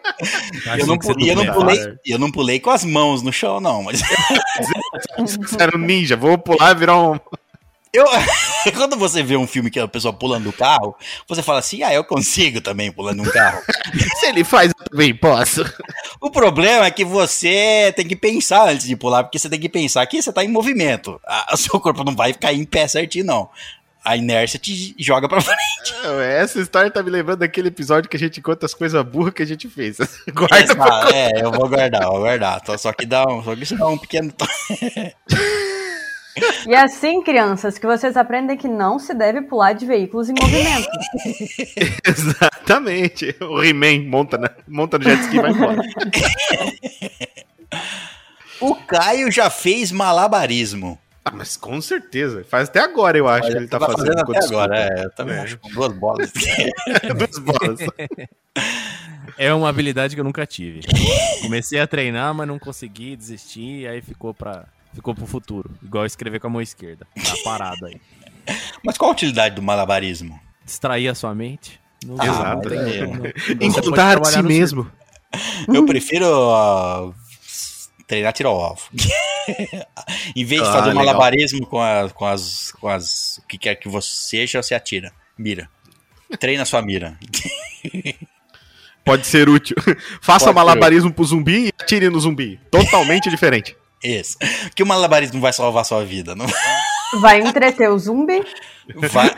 Speaker 3: Achei
Speaker 1: Eu não,
Speaker 3: Assim que você
Speaker 1: pu- e eu, não
Speaker 3: dublava.
Speaker 1: pulei,
Speaker 4: cara.
Speaker 1: eu não pulei com as mãos no chão, não. Mas
Speaker 4: Você era um ninja. Vou pular e virar um.
Speaker 1: eu, [laughs] quando você vê um filme que a pessoa pulando do carro, você fala assim: ah, eu consigo também pulando um carro.
Speaker 4: Se ele faz, eu também posso.
Speaker 1: O problema é que você tem que pensar antes de pular, porque você tem que pensar que você tá em movimento. A- o seu corpo não vai ficar em pé certinho, não. A inércia te joga pra [laughs] frente.
Speaker 4: Não, Essa história tá me lembrando daquele episódio que a gente conta as coisas burras que a gente fez. [laughs] Guarda pra
Speaker 1: Ah, é, eu vou guardar, vou guardar. Só, só que dá um, só que isso dá um pequeno. to-
Speaker 5: E é assim, crianças, que vocês aprendem que não se deve pular de veículos em movimento.
Speaker 4: Exatamente. O He-Man monta, na- monta no jet ski e vai embora.
Speaker 1: O Caio já fez malabarismo.
Speaker 4: [laughs] Ah, mas com certeza. Faz até agora, eu acho, que ele tá, fazendo.
Speaker 1: até agora. É, eu também acho com duas bolas. [laughs]
Speaker 4: É. [laughs] Duas bolas.
Speaker 3: É uma habilidade que eu nunca tive. Comecei a treinar, mas não consegui desistir, e aí ficou para ficou pro futuro. Igual escrever com a mão esquerda. Tá parado aí.
Speaker 1: Mas qual a utilidade do malabarismo?
Speaker 3: Distrair a sua mente. Não sei,
Speaker 4: Exato.
Speaker 3: não tem
Speaker 1: é.
Speaker 3: como, não. Você pode
Speaker 4: Encontrar de
Speaker 3: trabalhar
Speaker 4: si
Speaker 3: no
Speaker 4: mesmo. Uhum.
Speaker 1: Eu prefiro ah, treinar tiro ao alvo. [laughs] em vez de
Speaker 4: Ah,
Speaker 1: fazer um
Speaker 4: legal.
Speaker 1: malabarismo com, a- com as, com as. O que quer que você seja, você atira. Mira. Treina sua mira.
Speaker 4: Pode ser útil. [laughs]
Speaker 1: Pode
Speaker 4: Faça
Speaker 1: ser
Speaker 4: malabarismo pro zumbi e atire no zumbi. Totalmente [laughs] diferente.
Speaker 1: Isso. Que o malabarismo vai salvar sua vida. Não [laughs]
Speaker 5: Vai entreter o zumbi.
Speaker 1: vai.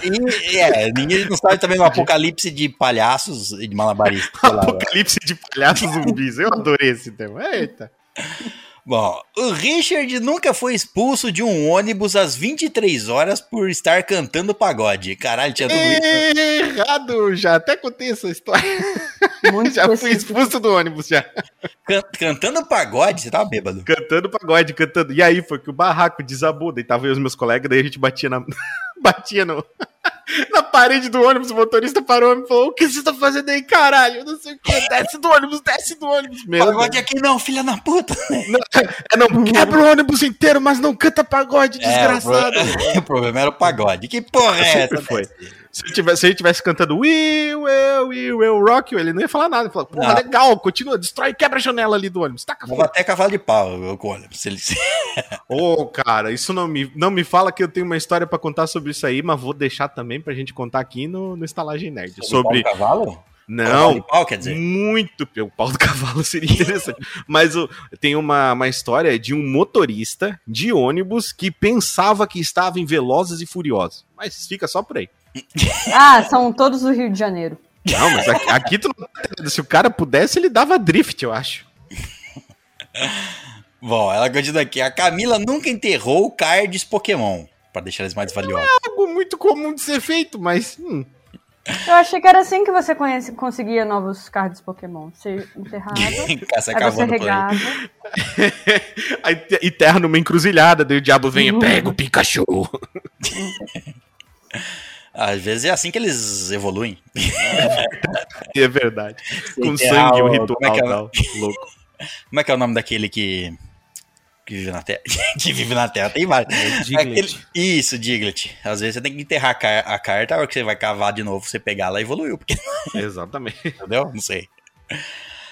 Speaker 1: E, é, ninguém não sabe também do apocalipse de palhaços e de malabarismo.
Speaker 4: Apocalipse de palhaços zumbis. Eu adorei esse tema. Eita.
Speaker 1: Bom, o Richard nunca foi expulso de um ônibus às 23 horas por estar cantando pagode. Caralho, tinha
Speaker 4: É.
Speaker 1: tudo isso.
Speaker 4: Errado, já até contei essa história. [laughs]
Speaker 5: Muito
Speaker 4: Já fui
Speaker 5: específico.
Speaker 4: expulso do ônibus já. Can-
Speaker 1: Cantando pagode? Você tava bêbado.
Speaker 4: Cantando pagode, cantando. E aí foi que o barraco desabou, daí tava eu e os meus colegas, daí a gente batia na [laughs] batia no [laughs] na parede do ônibus, o motorista parou e falou: "O que vocês estão fazendo aí, caralho? Eu não sei o que, desce do ônibus, desce do ônibus". Meu Deus.
Speaker 1: Pagode aqui não, filha da puta. [laughs] né?
Speaker 4: É, não quebra o ônibus inteiro, mas não canta pagode, desgraçado.
Speaker 1: É, o problema [laughs] era o pagode. Que porra é
Speaker 4: Sempre
Speaker 1: essa?
Speaker 4: foi.
Speaker 1: né?
Speaker 4: Se ele tivesse, se ele tivesse cantando We Will, We Will Rock You, ele não ia falar nada. Ele falou, pô,
Speaker 1: Não.
Speaker 4: legal, continua, destrói, quebra a janela ali do ônibus. Taca
Speaker 1: Tava
Speaker 4: fogo.
Speaker 1: até cavalo de pau, eu olho. Se ele...
Speaker 4: Ô, cara, isso não me, não me fala que eu tenho uma história pra contar sobre isso aí, mas vou deixar também pra gente contar aqui no, no Estalagem Nerd. Sobre.
Speaker 1: cavalo? Cavalo de
Speaker 4: Não.
Speaker 1: pau, quer dizer.
Speaker 4: Muito pior. O pau do [laughs] cavalo seria interessante. Mas o- tem uma, uma história de um motorista de ônibus que pensava que estava em Velozes e Furiosos. Mas fica só por aí.
Speaker 5: Ah, são todos do Rio de Janeiro.
Speaker 4: Não, mas aqui, aqui tu não tá entendendo. Se o cara pudesse, ele dava drift, eu acho.
Speaker 1: Bom, ela continua aqui. A Camila nunca enterrou cards Pokémon. Pra deixar eles mais valiosos.
Speaker 4: Algo muito comum de ser feito, mas. hum.
Speaker 5: Eu achei que era assim que você conhece, conseguia novos cards Pokémon. Você
Speaker 1: [laughs]
Speaker 4: [laughs]
Speaker 5: enterrava, aí
Speaker 4: Tá
Speaker 1: Caça
Speaker 5: você
Speaker 1: cavando por aí.
Speaker 5: regava.
Speaker 4: Aí te- e terra numa encruzilhada, daí o diabo vem e pega
Speaker 1: [laughs]
Speaker 4: o Pikachu.
Speaker 1: Às vezes é assim que eles evoluem.
Speaker 4: É verdade. Com
Speaker 1: Enterrar
Speaker 4: sangue,
Speaker 1: o-
Speaker 4: um ritual
Speaker 1: como é que é o-
Speaker 4: tal. Louco.
Speaker 1: Como é que é o nome daquele que. Que vive na Terra. [laughs] que vive na Terra, tem vários.
Speaker 3: É o Diglett.
Speaker 1: Aquele- Isso, Diglett. Às vezes você tem que enterrar a, car- a carta, a hora que você vai cavar de novo, você pegar ela evoluiu, porque,
Speaker 4: Exatamente.
Speaker 1: entendeu? Não sei.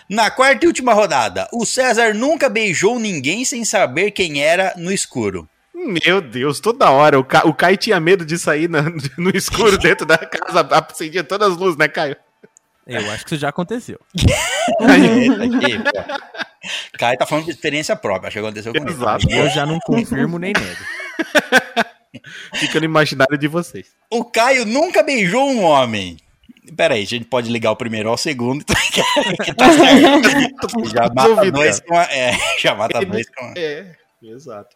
Speaker 1: Na quarta e última rodada, o César nunca beijou ninguém sem saber quem era no escuro.
Speaker 4: Meu Deus, toda hora. O, Ca... o Kai tinha medo de sair na- [laughs] no escuro dentro da casa. Acendia todas as luzes, né, Caio?
Speaker 3: Eu acho que isso já aconteceu.
Speaker 1: Eita, É, tá aqui, pô. Caio tá falando de experiência própria, acho que aconteceu comigo.
Speaker 4: Exato.
Speaker 3: Eu já não confirmo nem nego.
Speaker 4: Fica no imaginário de [laughs] vocês.
Speaker 1: O Caio nunca beijou um homem. Peraí, a gente pode ligar o primeiro ao segundo. [laughs] que tá certo. já mata
Speaker 4: Resolvido,
Speaker 1: dois
Speaker 4: cara.
Speaker 1: com a- é, [laughs] já mata
Speaker 4: Ele-
Speaker 1: dois com a-
Speaker 4: É, exato.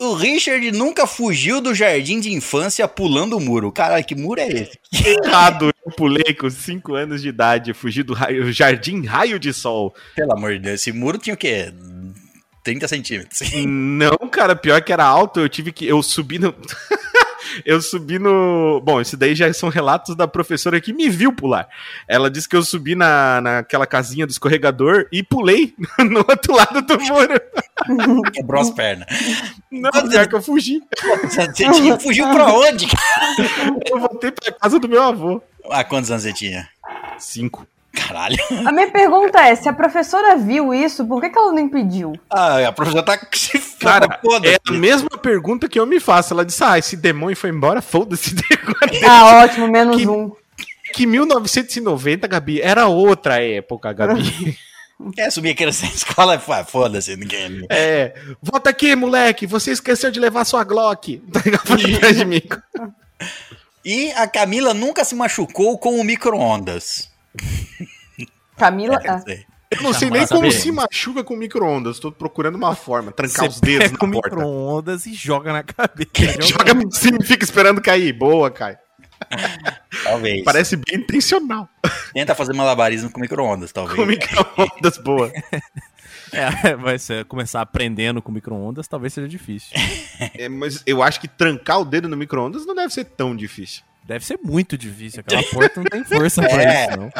Speaker 1: O Richard nunca fugiu do jardim de infância pulando o muro. Caralho, que muro é esse?
Speaker 4: Errado, eu pulei com 5 anos de idade, fugi do raio- Jardim Raio de Sol.
Speaker 1: Pelo amor de Deus, esse muro tinha o quê? 30 centímetros.
Speaker 4: Assim, Não, cara, pior que era alto, eu tive que. Eu subi no. [laughs] eu subi no. Bom, isso daí já são relatos da professora que me viu pular. Ela disse que eu subi na, naquela casinha do escorregador e pulei [laughs] no outro lado do muro. [laughs]
Speaker 1: Quebrou as pernas.
Speaker 4: Não, pior que eu fugi.
Speaker 1: Você tinha- fugiu pra onde? cara?
Speaker 4: Eu voltei pra casa do meu avô.
Speaker 1: Ah, quantos anos você tinha?
Speaker 4: Cinco.
Speaker 1: Caralho.
Speaker 5: A minha pergunta é, se a professora viu isso, por que, que ela não
Speaker 4: [laughs]
Speaker 5: impediu?
Speaker 1: Ah, a professora tá se
Speaker 4: Cara,
Speaker 1: foda.
Speaker 4: é a mesma pergunta que eu me faço. Ela disse: Ah, esse demônio foi embora, foda-se. [laughs]
Speaker 5: Ah, ótimo, menos
Speaker 4: Que-
Speaker 5: um.
Speaker 4: que 1990, Gabi, era outra época, Gabi.
Speaker 1: É, subir aqui nessa [laughs] escola, ah, foda-se, ninguém.
Speaker 4: É, volta aqui, moleque, você esqueceu de levar sua Glock. Tá ligado? Atrás de mim.
Speaker 1: E a Camila nunca se machucou com o micro-ondas.
Speaker 5: Camila,
Speaker 1: É,
Speaker 5: ah,
Speaker 1: sei.
Speaker 4: Eu não sei
Speaker 3: Jamais
Speaker 4: nem como
Speaker 3: saberemos.
Speaker 4: se machuca com micro-ondas, tô procurando uma forma, trancar os
Speaker 3: Você
Speaker 4: dedos
Speaker 3: pega
Speaker 4: na
Speaker 3: o
Speaker 4: porta.
Speaker 3: micro-ondas e joga na [laughs] cabeça.
Speaker 4: Joga pra cima e fica esperando cair. Boa, Kai.
Speaker 1: Talvez.
Speaker 4: Parece bem intencional.
Speaker 1: Tenta fazer malabarismo com micro-ondas, talvez.
Speaker 4: Com micro-ondas, boa.
Speaker 3: É, vai ser, começar aprendendo com micro-ondas talvez seja difícil.
Speaker 4: É, mas eu acho que trancar o dedo no micro-ondas não deve ser tão difícil.
Speaker 3: Deve ser muito difícil. Aquela porta não tem força pra
Speaker 1: É.
Speaker 3: isso, não.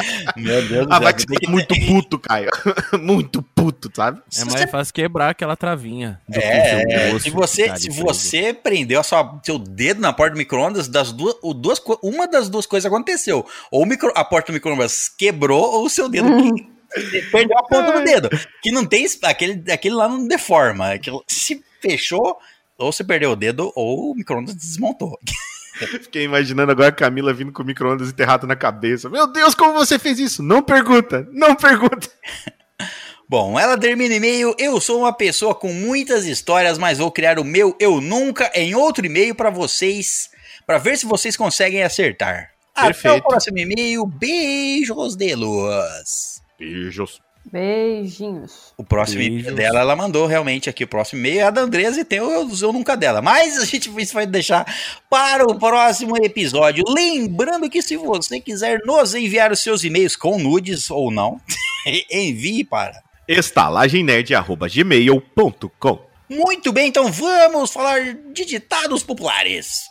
Speaker 1: Meu Deus do
Speaker 4: Ah,
Speaker 1: céu.
Speaker 4: vai que
Speaker 1: tem
Speaker 4: você
Speaker 1: que-
Speaker 4: tá muito puto, Caio. [laughs] muito puto, sabe?
Speaker 1: Se
Speaker 3: É
Speaker 1: você-
Speaker 3: mais fácil quebrar aquela travinha. do que encher o
Speaker 1: É,
Speaker 3: osso
Speaker 1: se
Speaker 3: de né?
Speaker 1: você,
Speaker 3: ficar
Speaker 1: se
Speaker 3: de
Speaker 1: você prendeu a sua, seu dedo na porta do micro-ondas, das duas, o duas co- uma das duas coisas aconteceu. Ou o micro- a porta do micro-ondas quebrou, ou o seu dedo que- [laughs] perdeu a ponta do dedo. Que não tem. es- Aquele, aquele lá não deforma. Aquilo, se fechou, ou você perdeu o dedo, ou o micro-ondas desmontou.
Speaker 4: Fiquei imaginando agora a Camila vindo com o micro-ondas enterrado na cabeça. Meu Deus, como você fez isso? Não pergunta, não pergunta.
Speaker 1: Bom, ela termina o e-mail. Eu sou uma pessoa com muitas histórias, mas vou criar o meu Eu Nunca em outro e-mail pra vocês, pra ver se vocês conseguem acertar. Até o
Speaker 4: Perfeito.
Speaker 1: próximo e-mail. Beijos de luz.
Speaker 4: Beijos.
Speaker 5: Beijinhos.
Speaker 1: O próximo e-mail
Speaker 3: Beijos.
Speaker 1: dela, ela mandou realmente aqui. O próximo e-mail é a da Andresa e tem o eu- eu nunca dela. Mas a gente isso vai deixar para o próximo episódio. Lembrando que se você quiser nos enviar os seus e-mails com nudes ou não, [laughs] envie para.
Speaker 4: estalagemnerd.gmail.com
Speaker 1: Muito bem, então vamos falar de ditados populares.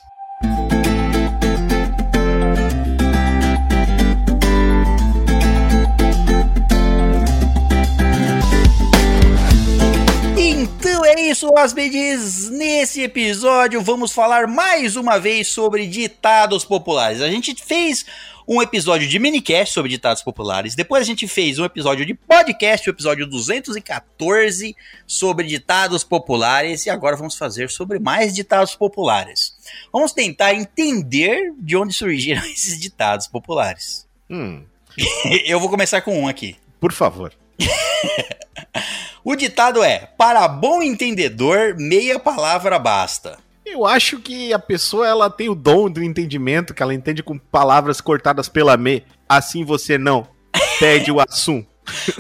Speaker 1: Então é isso, hóspedes. Nesse episódio vamos falar mais uma vez sobre ditados populares. A gente fez um episódio de minicast sobre ditados populares. Depois a gente fez um episódio de podcast, o episódio 214 sobre ditados populares e agora vamos fazer sobre mais ditados populares. Vamos tentar entender de onde surgiram [laughs] esses ditados populares.
Speaker 4: Hum,
Speaker 1: Eu vou começar com um aqui.
Speaker 4: por favor.
Speaker 1: O ditado é: para bom entendedor, meia palavra basta.
Speaker 4: Eu acho que a pessoa ela tem o dom do entendimento, que ela entende com palavras cortadas pela me. Assim você não perde o [laughs] assunto.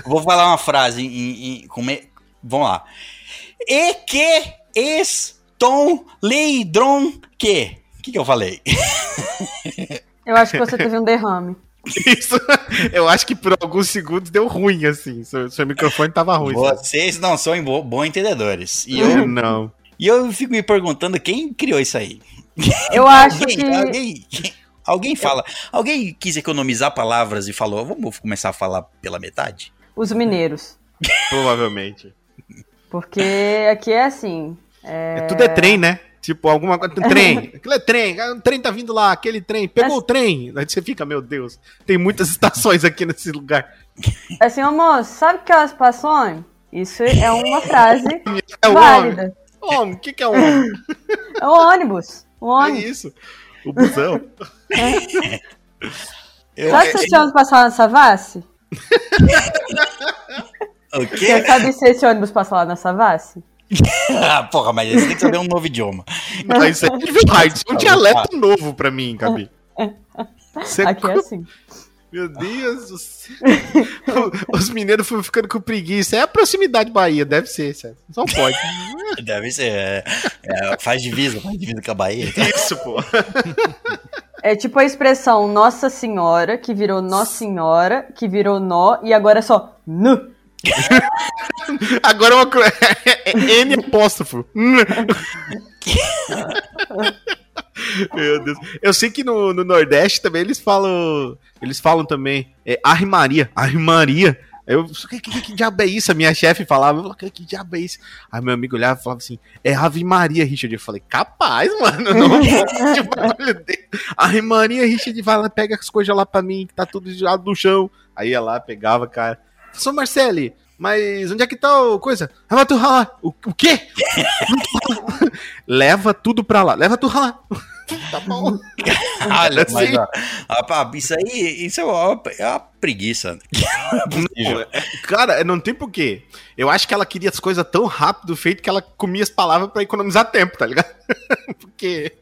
Speaker 1: Vou falar uma frase em, em- com me- Vamos lá. E que eston leidron que. O que, que eu falei?
Speaker 5: Eu acho que você
Speaker 4: [laughs]
Speaker 5: teve um derrame.
Speaker 4: Isso, eu acho que por alguns segundos deu ruim, assim. Seu, seu microfone tava ruim. sabe?
Speaker 1: Vocês não são bo- bons entendedores. E eu,
Speaker 4: [laughs] Não.
Speaker 1: e eu fico me perguntando quem criou isso aí.
Speaker 5: Eu acho
Speaker 1: alguém,
Speaker 5: que.
Speaker 1: alguém, [laughs] alguém fala. Alguém quis economizar palavras e falou: vamos começar a falar pela metade?
Speaker 5: Os mineiros.
Speaker 4: Provavelmente.
Speaker 5: Porque aqui é assim.
Speaker 4: É, tudo é trem, né? Tipo, alguma coisa. Trem. Aquilo é trem. ah, O trem tá vindo lá, aquele trem. Pegou
Speaker 5: Mas-
Speaker 4: o trem. Aí você fica, meu Deus, tem muitas estações aqui nesse lugar.
Speaker 5: É assim, ô moço, sabe o que elas passam? Isso é uma frase
Speaker 4: [laughs] É o homem.
Speaker 5: válida.
Speaker 4: Homem, o que, que é homem?
Speaker 5: É o ônibus. O
Speaker 4: É
Speaker 5: ônibus.
Speaker 4: isso. O busão.
Speaker 1: Eu,
Speaker 4: é
Speaker 5: sabe se os senhores passaram na Savassi?
Speaker 1: o
Speaker 5: Você
Speaker 4: É.
Speaker 1: quê?
Speaker 5: sabe se esse ônibus passa lá na Savassi?
Speaker 1: Ah, Porra, mas você tem que saber um novo idioma. [laughs]
Speaker 4: Mas isso
Speaker 5: [laughs]
Speaker 4: é de verdade. Isso é um dialeto novo pra mim, Gabi. Você-
Speaker 5: Aqui
Speaker 4: [laughs]
Speaker 5: é assim.
Speaker 4: Meu Deus do céu. [laughs] O- Os mineiros foram ficando com preguiça. É a proximidade Bahia, deve ser, César. Só um pode.
Speaker 1: Deve ser. é, é, faz divisa, faz divisa com a
Speaker 4: [laughs]
Speaker 1: Bahia.
Speaker 4: Isso, pô.
Speaker 5: É tipo a expressão Nossa Senhora, que virou Nossa Senhora, que virou nó, e agora é só nu.
Speaker 4: Agora é uma coisa. [laughs] N apóstrofo. Meu Deus. Eu sei que no, no Nordeste também eles falam. Eles falam também. É, arrimaria. Arrimaria. Eu, que, que, que diabo é isso? A minha chefe falava, "Eu, que, que diabo é isso? Aí meu amigo olhava e falava assim, é Ave Maria, Richard. Eu falei, capaz, mano, não pode, bagulho desse." Ave Maria, Richard, vai lá, pega as coisas lá pra mim, que tá tudo já no chão. Aí ia lá, pegava, cara. Sou Marcele, mas onde é que tá o coisa? Ah, vai tu ralar. O, o quê? [laughs] Leva tudo pra lá. Leva tu ralar. tá bom.
Speaker 1: Olha,
Speaker 4: Assim.
Speaker 1: mas ó, a- a- isso aí isso é uma, é uma preguiça.
Speaker 4: Não, é- cara, não tem porquê. Eu acho que ela queria as coisas tão rápido feito que ela comia as palavras pra economizar tempo, tá ligado? [laughs] Porque.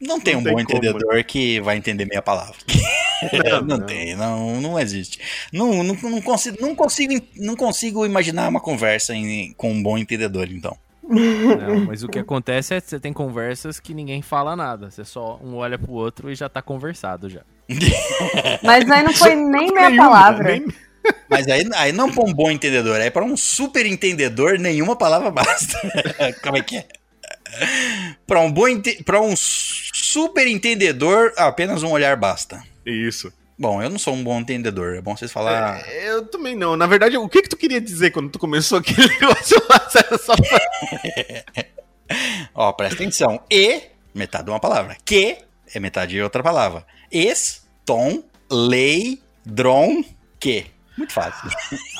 Speaker 1: Não tem
Speaker 4: Não
Speaker 1: um
Speaker 4: tem
Speaker 1: bom
Speaker 4: como,
Speaker 1: entendedor que vai entender meia palavra. [laughs] É, Não,
Speaker 4: não.
Speaker 1: tem, não, não existe. Não, não, não consigo, não, consigo, não consigo imaginar uma conversa em- com um bom entendedor, então.
Speaker 3: Não, mas o que acontece é que você tem conversas que ninguém fala nada. Você só um olha pro outro e já tá conversado já.
Speaker 5: Mas aí não foi nem meia
Speaker 4: Nenhuma,
Speaker 5: palavra.
Speaker 4: nem-
Speaker 1: Mas aí, aí não para um bom entendedor, aí para um super entendedor, nenhuma palavra basta. [laughs] Como é que é? Para um bom para um super entendedor, apenas um olhar basta.
Speaker 4: Isso.
Speaker 1: Bom, eu não sou um bom entendedor, é bom vocês falar.
Speaker 4: É, Eu também não. Na verdade, o que que tu queria dizer quando tu começou aquele [laughs] negócio lá? Era só pra-
Speaker 1: Ó, presta atenção. E, metade de uma palavra. Que é metade de outra palavra. Es, tom, lei, dron, que. Muito fácil.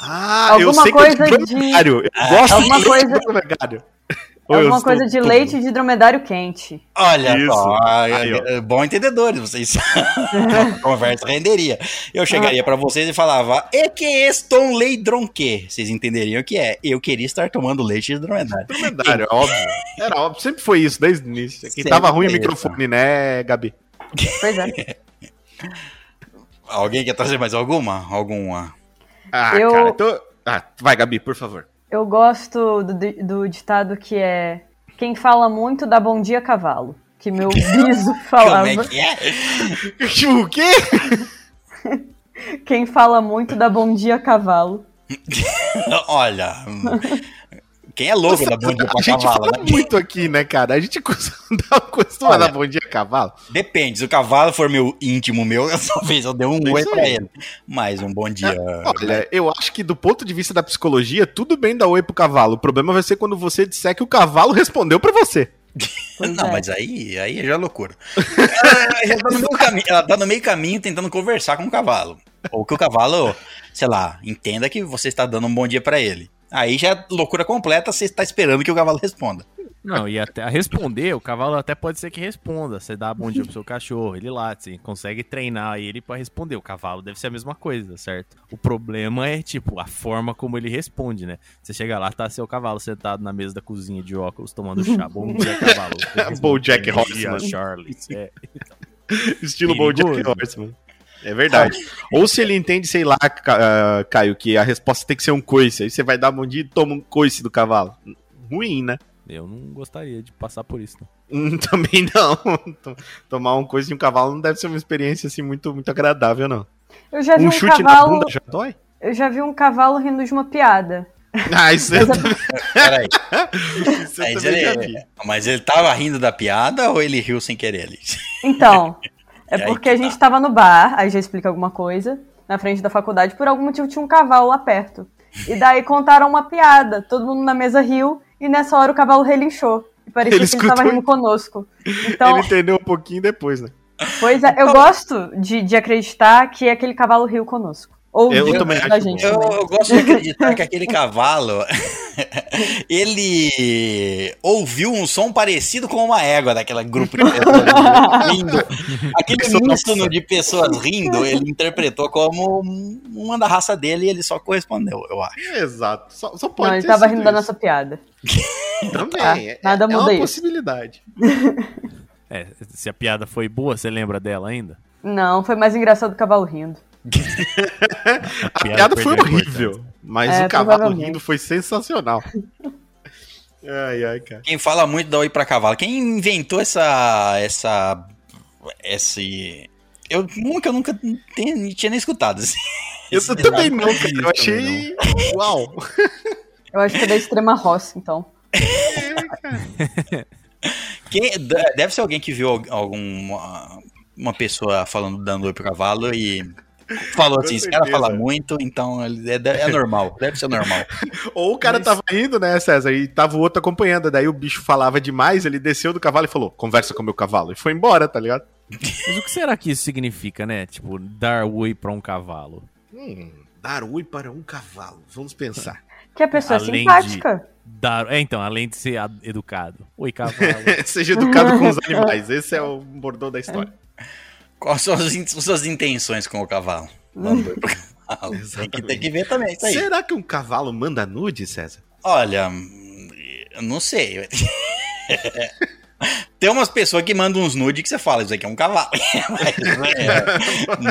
Speaker 4: Ah, eu
Speaker 5: Alguma
Speaker 4: sei que
Speaker 5: coisa
Speaker 4: eu
Speaker 5: de-
Speaker 4: de dromedário. Eu gosto
Speaker 5: alguma
Speaker 4: de [laughs] leite
Speaker 5: coisa-
Speaker 4: dromedário. Ou eu
Speaker 5: É Alguma
Speaker 4: estou
Speaker 5: coisa de
Speaker 4: tudo.
Speaker 5: leite de dromedário quente.
Speaker 1: Olha
Speaker 4: Isso.
Speaker 1: só,
Speaker 4: Aí, ó.
Speaker 1: é- é bom entendedores, vocês [laughs] sabem. A conversa renderia. Eu chegaria pra vocês e falava, e que es tom lei dron que? Vocês entenderiam o que é. Eu queria estar tomando leite de dromedário.
Speaker 4: Dromedário, é óbvio. Era óbvio. Sempre foi isso, desde o início. Quem
Speaker 1: Sempre
Speaker 4: tava ruim é o
Speaker 1: foi isso.
Speaker 4: microfone, né, Gabi?
Speaker 5: Pois é.
Speaker 4: [laughs]
Speaker 1: Alguém quer trazer mais alguma? Alguma.
Speaker 4: Ah,
Speaker 5: Eu-
Speaker 4: cara, tô... Ah, vai, Gabi, por favor.
Speaker 5: Eu gosto do, di- do ditado que é quem fala muito dá bom dia cavalo,
Speaker 4: [laughs]
Speaker 5: que meu biso falava.
Speaker 1: Como é que é? [laughs]
Speaker 4: [laughs] o quê?
Speaker 5: Quem fala muito dá bom dia cavalo.
Speaker 1: Olha. Quem é louco da
Speaker 4: [laughs]
Speaker 1: bunda
Speaker 4: A
Speaker 1: pra
Speaker 4: tá gente
Speaker 1: cavalo,
Speaker 4: fala
Speaker 1: né?
Speaker 4: muito aqui, né, cara? A gente costuma [laughs] costuma
Speaker 1: Olha.
Speaker 4: dar bom dia a cavalo.
Speaker 1: Depende, se o cavalo for meu íntimo meu, [laughs] essa vez eu dei um
Speaker 4: É
Speaker 1: oi
Speaker 4: isso
Speaker 1: pra
Speaker 4: aí.
Speaker 1: ele. Mas um bom dia.
Speaker 4: Olha, né? eu acho que do ponto de vista da psicologia, tudo bem dar oi pro cavalo. O problema vai ser quando você disser que o cavalo respondeu pra você.
Speaker 5: Pois
Speaker 1: não,
Speaker 5: é.
Speaker 1: mas aí, aí é já loucura. [laughs] ela, já tá no meio caminho, ela tá no meio caminho tentando conversar com o cavalo. Ou que o cavalo, sei lá, entenda que você está dando um bom dia pra ele. Aí já é loucura completa, você está esperando que o cavalo
Speaker 4: [laughs]
Speaker 1: responda.
Speaker 3: Não, e até responder, o cavalo até pode ser que responda. Você dá bom dia pro seu cachorro, ele late, você consegue treinar ele pra responder. O cavalo deve ser a mesma coisa, certo? O problema é, tipo, a forma como ele responde, né? Você chega lá, tá seu cavalo sentado na mesa da cozinha de óculos, tomando chá. Bom dia, cavalo. Você responde,
Speaker 4: [laughs] Bom Jack
Speaker 3: "Bom dia,
Speaker 4: Horseman."
Speaker 3: Charles.
Speaker 4: [laughs]
Speaker 3: É.
Speaker 4: Estilo bom dia
Speaker 3: Perigoso.
Speaker 4: Horseman. É verdade. Ou se ele entende, sei lá, Ca- ah, Caio, que a resposta tem que ser um coice. Aí você vai dar bom dia e toma um coice do cavalo. Ruim, né? [laughs]
Speaker 3: Eu não gostaria de passar por isso, não.
Speaker 4: Hum, Também não. [laughs] Tom- Tomar um coice de um cavalo não deve ser uma experiência assim muito, muito agradável, não.
Speaker 5: Eu já vi
Speaker 4: Um
Speaker 5: um,
Speaker 4: chute
Speaker 5: cavalo.
Speaker 4: na bunda já dói? [laughs]
Speaker 5: Eu já vi um cavalo rindo de uma piada.
Speaker 4: Ah, isso
Speaker 5: é
Speaker 4: eu também,
Speaker 1: Peraí.
Speaker 4: isso eu
Speaker 1: Mas
Speaker 4: também já vi.
Speaker 1: ele, mas ele tava rindo da piada ou ele riu sem querer ali?
Speaker 4: [laughs]
Speaker 5: Então, é
Speaker 1: E aí
Speaker 5: porque
Speaker 1: que
Speaker 5: a
Speaker 4: tá.
Speaker 5: gente tava no bar, aí já explica alguma coisa, na frente da faculdade, por algum motivo tinha um cavalo lá perto. E daí contaram uma piada, todo mundo na mesa riu, e nessa hora o cavalo relinchou. E parecia
Speaker 4: Ele
Speaker 5: que ele tava
Speaker 4: escutou
Speaker 5: rindo conosco. Então,
Speaker 4: Ele entendeu um pouquinho depois, né?
Speaker 5: pois é, eu gosto de, de acreditar que aquele cavalo riu conosco. Ou
Speaker 4: Eu
Speaker 5: de-
Speaker 4: também
Speaker 5: da
Speaker 4: acho
Speaker 5: gente.
Speaker 1: Eu,
Speaker 5: também.
Speaker 1: eu gosto de acreditar que aquele cavalo [laughs] ele ouviu um som parecido com uma égua daquela grupo de pessoas rindo. Aquele
Speaker 4: Nossa.
Speaker 1: místono de pessoas rindo, ele interpretou como um- uma da raça dele e ele só correspondeu, eu acho.
Speaker 4: Exato. Só, só pode
Speaker 5: Não, ele
Speaker 4: ter
Speaker 5: tava
Speaker 4: sido
Speaker 5: rindo da
Speaker 4: isso.
Speaker 5: nossa piada.
Speaker 4: Também.
Speaker 5: Tá,
Speaker 4: é-
Speaker 5: nada
Speaker 4: é,
Speaker 5: muda
Speaker 4: uma
Speaker 5: isso.
Speaker 4: possibilidade.
Speaker 3: É, se a piada foi boa, você lembra dela ainda?
Speaker 5: Não, foi mais engraçado o cavalo rindo.
Speaker 4: A piada foi
Speaker 3: perdeu a
Speaker 4: horrível, mas
Speaker 5: É,
Speaker 4: o cavalo
Speaker 5: provavelmente.
Speaker 4: rindo foi sensacional. [laughs] Ai, ai, cara.
Speaker 1: Quem fala muito dá oi pra cavalo. Quem inventou essa. essa. esse. Eu nunca, eu nunca tenho- tinha nem escutado. assim.
Speaker 4: Eu
Speaker 1: Esse-
Speaker 4: também não, cara.
Speaker 3: Isso
Speaker 4: Eu achei. Uau!
Speaker 5: Eu acho que é da extrema roça, então.
Speaker 1: Quem- de- deve ser alguém que viu al- alguma uma pessoa falando dando oi pro cavalo e falou
Speaker 4: Com
Speaker 1: assim, esse cara fala
Speaker 4: certeza.
Speaker 1: muito, então ele- é, é normal, deve ser normal.
Speaker 4: Ou o cara
Speaker 3: Mas-
Speaker 4: tava rindo, né, César? E tava o outro acompanhando. Daí o bicho falava demais, ele desceu do cavalo e falou: conversa com o meu cavalo. E foi embora, tá ligado?
Speaker 3: Mas o que será que isso significa, né? Tipo, dar oi pra um cavalo.
Speaker 4: Hum, dar oi para um cavalo. Vamos pensar.
Speaker 5: Que a pessoa
Speaker 3: Além de-
Speaker 5: é simpática.
Speaker 3: Dar... É, então, além de ser a- educado.
Speaker 4: [laughs]
Speaker 3: Oi, cavalo.
Speaker 4: [laughs] Seja educado com os animais. Esse é o bordão da [laughs] história.
Speaker 1: Quais são as in- suas intenções com o cavalo? Dando oi pro cavalo.
Speaker 4: [laughs]
Speaker 1: Tem que, tem que ver também isso aí.
Speaker 4: Será que um cavalo manda nude, César?
Speaker 1: Olha, hum, eu não sei. [laughs] Tem umas pessoas que mandam uns nude que você fala, isso aqui é um cavalo. [laughs] mas, é,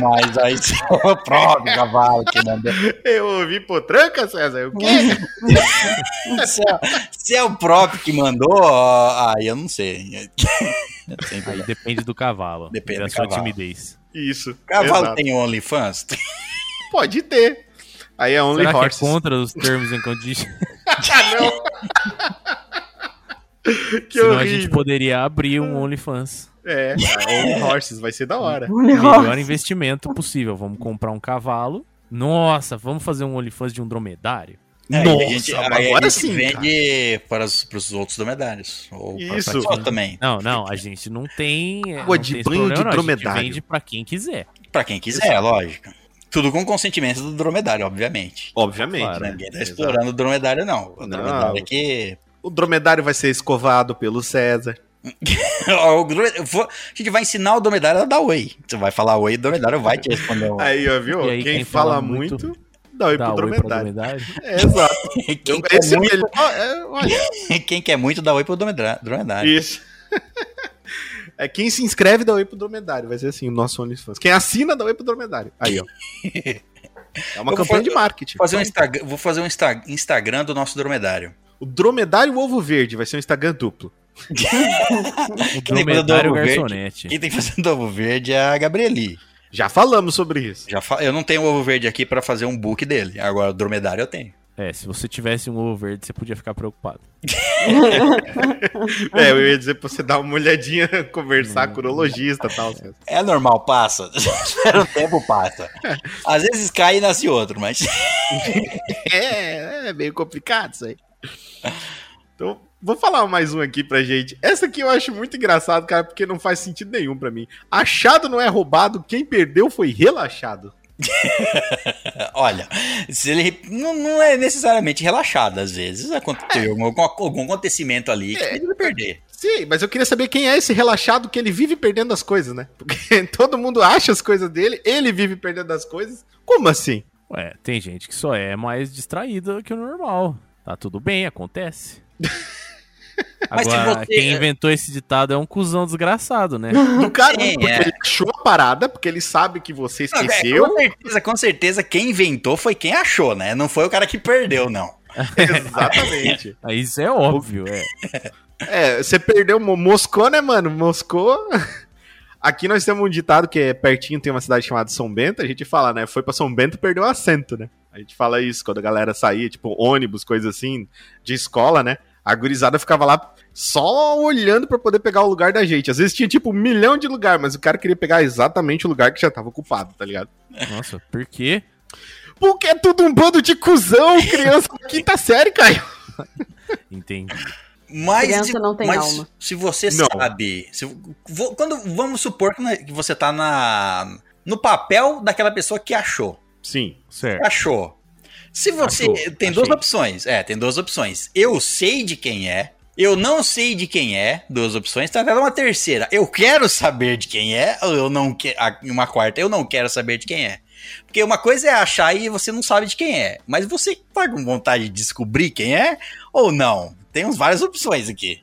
Speaker 1: mas aí [laughs] você o próprio cavalo que mandou.
Speaker 4: [laughs] Eu ouvi potranca, César. O quê?
Speaker 5: [laughs]
Speaker 1: [laughs] se, é, se é o próprio que mandou, ó, aí eu não
Speaker 4: [laughs]
Speaker 1: sei. Sempre
Speaker 3: Aí
Speaker 1: lá.
Speaker 3: depende do cavalo.
Speaker 1: Depende
Speaker 3: da
Speaker 1: do
Speaker 3: sua
Speaker 1: cavalo.
Speaker 3: timidez.
Speaker 4: Isso.
Speaker 1: Cavalo
Speaker 4: exato.
Speaker 1: tem OnlyFans?
Speaker 4: Pode ter. Aí é Only
Speaker 3: Será
Speaker 4: Horses.
Speaker 3: que é contra os termos and conditions?
Speaker 4: [laughs] Que
Speaker 3: Senão a
Speaker 4: horrível.
Speaker 3: gente poderia abrir um OnlyFans.
Speaker 4: É, a Only Horses vai ser da hora.
Speaker 3: Melhor investimento possível. Vamos comprar um cavalo. Nossa, vamos fazer um OnlyFans de um dromedário?
Speaker 1: Aí
Speaker 4: Nossa,
Speaker 1: a gente,
Speaker 4: mas
Speaker 1: aí
Speaker 4: agora
Speaker 1: a gente
Speaker 4: sim,
Speaker 1: vende para os pros outros dromedários. Ou para-
Speaker 4: Isso.
Speaker 1: Pra, pessoas também.
Speaker 3: Não, não, a gente não tem. é,
Speaker 4: Água
Speaker 3: não
Speaker 4: de
Speaker 3: tem esse
Speaker 4: banho de
Speaker 3: não. A
Speaker 4: dromedário.
Speaker 3: gente vende pra quem quiser.
Speaker 1: Para quem quiser, lógico. Tudo com consentimento do dromedário, obviamente.
Speaker 4: Obviamente.
Speaker 3: Claro,
Speaker 4: né?
Speaker 1: Ninguém tá
Speaker 4: Exato.
Speaker 1: explorando o dromedário, não. O
Speaker 4: Não.
Speaker 1: dromedário é que. [laughs]
Speaker 4: O dromedário vai ser escovado pelo César.
Speaker 1: O drome- eu vou- a gente vai ensinar o dromedário a dar oi. Você vai falar oi, o dromedário vai te responder. um oi.
Speaker 4: Aí, ó, viu?
Speaker 3: E aí,
Speaker 4: quem, fala, muito, dá oi
Speaker 3: Dá
Speaker 4: pro
Speaker 3: oi pra
Speaker 4: dromedário.
Speaker 3: dromedário.
Speaker 1: [laughs]
Speaker 4: É, exato.
Speaker 1: Quem,
Speaker 4: [laughs] Eu-
Speaker 1: quer
Speaker 4: Esse é o
Speaker 1: muito,
Speaker 4: melhor. é, olha,
Speaker 1: quem quer muito dá oi pro dromedra- dromedário.
Speaker 4: isso. É quem se inscreve dá oi pro dromedário. Vai ser assim, o nosso OnlyFans. Quem assina dá oi pro dromedário. Aí, ó. É uma
Speaker 1: Eu vou
Speaker 4: campanha
Speaker 1: fazer-
Speaker 4: de marketing.
Speaker 1: Fazer um Instagram, vou fazer um Insta- Instagram do nosso dromedário.
Speaker 4: O dromedário ovo verde vai ser um Instagram duplo.
Speaker 3: O
Speaker 1: Que nem quando eu dou
Speaker 3: dromedário
Speaker 1: ovo verde.
Speaker 3: garçonete.
Speaker 1: Quem tem que fazer [laughs] um ovo verde é a Gabrieli.
Speaker 4: Já falamos sobre isso.
Speaker 1: Já fa- Eu não tenho ovo verde aqui pra fazer um book dele. Agora o dromedário eu tenho.
Speaker 3: É, se você tivesse um ovo verde, você podia ficar preocupado.
Speaker 4: É, eu ia dizer pra você dar uma olhadinha, [laughs] conversar com o urologista e tal.
Speaker 1: É normal, passa. [laughs] Espera o tempo, passa. Às vezes cai e nasce outro, mas. [laughs]
Speaker 4: É, é meio complicado isso aí. Então, vou falar mais um aqui pra gente. Essa aqui eu acho muito engraçado, cara, porque não faz sentido nenhum pra mim. Achado não é roubado, quem perdeu foi relaxado.
Speaker 1: Olha, se ele não, não é necessariamente relaxado, às vezes aconteceu algum, algum acontecimento ali que ele vai perder.
Speaker 4: Sim, mas eu queria saber quem é esse relaxado que ele vive perdendo as coisas, né? Porque [laughs] todo mundo acha as coisas dele, ele vive perdendo as coisas. Como assim?
Speaker 3: Ué, tem gente que só é mais distraída que o normal. Tá tudo bem, acontece.
Speaker 1: [laughs] Mas se
Speaker 3: Agora,
Speaker 1: você-
Speaker 3: quem inventou esse ditado é um cuzão
Speaker 1: [laughs]
Speaker 3: desgraçado, né?
Speaker 4: Do cara,
Speaker 1: Sim,
Speaker 4: porque
Speaker 1: é.
Speaker 4: ele achou a parada, porque ele sabe que você
Speaker 1: Não, é, cara,
Speaker 4: esqueceu. [laughs]
Speaker 1: com certeza, com certeza, quem inventou foi quem achou, né? Não foi o cara que perdeu, não. assim?
Speaker 4: Exatamente.
Speaker 3: Aí Isso é óbvio, é.
Speaker 4: É, você perdeu Mo- Moscou, né, mano? Moscou. Aqui nós temos um ditado que é pertinho, tem uma cidade chamada São Bento, a gente fala, né? Foi pra São Bento, perdeu o assento, né? A gente fala isso quando a galera saía, tipo, ônibus, coisa assim, de escola, né? A gurizada ficava lá só olhando pra poder pegar o lugar da gente. Às vezes tinha, tipo, um milhão de lugar, mas o cara queria pegar exatamente o lugar que já tava ocupado, tá ligado?
Speaker 3: Nossa, por quê?
Speaker 4: Porque é tudo um bando de cuzão, criança da quinta série, cara.
Speaker 3: Entendi.
Speaker 1: Mas,
Speaker 5: Criança
Speaker 1: de-
Speaker 5: não tem
Speaker 1: mas
Speaker 5: alma.
Speaker 1: se você
Speaker 4: Não.
Speaker 1: sabe, se- vo- quando vamos supor que, na- que você tá na no papel daquela pessoa que achou,
Speaker 4: Sim.
Speaker 3: Certo.
Speaker 1: achou. Se você
Speaker 3: É. Achou,
Speaker 1: tem duas
Speaker 3: achei.
Speaker 1: opções, é, tem duas opções. Eu sei de quem é, eu não sei de quem é, duas opções. Tá até uma terceira. Eu quero saber de quem é, ou eu não quero. Uma quarta, eu não quero saber de quem é. Porque uma coisa é achar e você não sabe de quem é, mas você tá com vontade de descobrir quem é ou não? Temos várias opções aqui.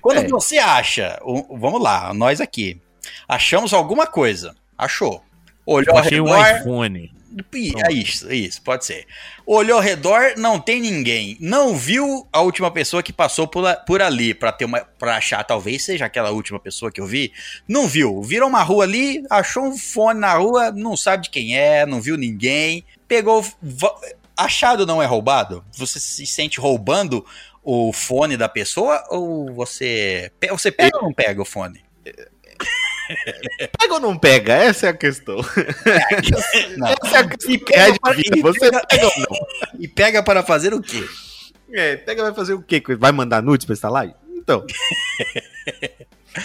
Speaker 1: Quando
Speaker 4: É.
Speaker 1: você acha, o- vamos lá, nós aqui, achamos alguma coisa, achou. Olhou ao
Speaker 3: Achei um
Speaker 1: redor, [laughs]
Speaker 3: iPhone.
Speaker 1: Pi- É isso, é isso, pode ser. Olhou ao redor, não tem ninguém. Não viu a última pessoa que passou por, la- por ali pra ter uma para achar, talvez seja aquela última pessoa que eu vi. Não viu. Virou uma rua ali, achou um fone na rua, não sabe de quem é, não viu ninguém. Pegou va- achado não é roubado? Você se sente roubando o fone da pessoa ou você pe- você pega ou não pega o fone?
Speaker 4: Pega ou não pega? Essa é a questão. [laughs]
Speaker 1: Não.
Speaker 4: Essa é a questão que é de vida. Você pega ou não?
Speaker 1: E pega para fazer o quê?
Speaker 4: É, pega vai fazer o quê? Vai mandar nudes pra instalar?
Speaker 1: [laughs]
Speaker 4: Então.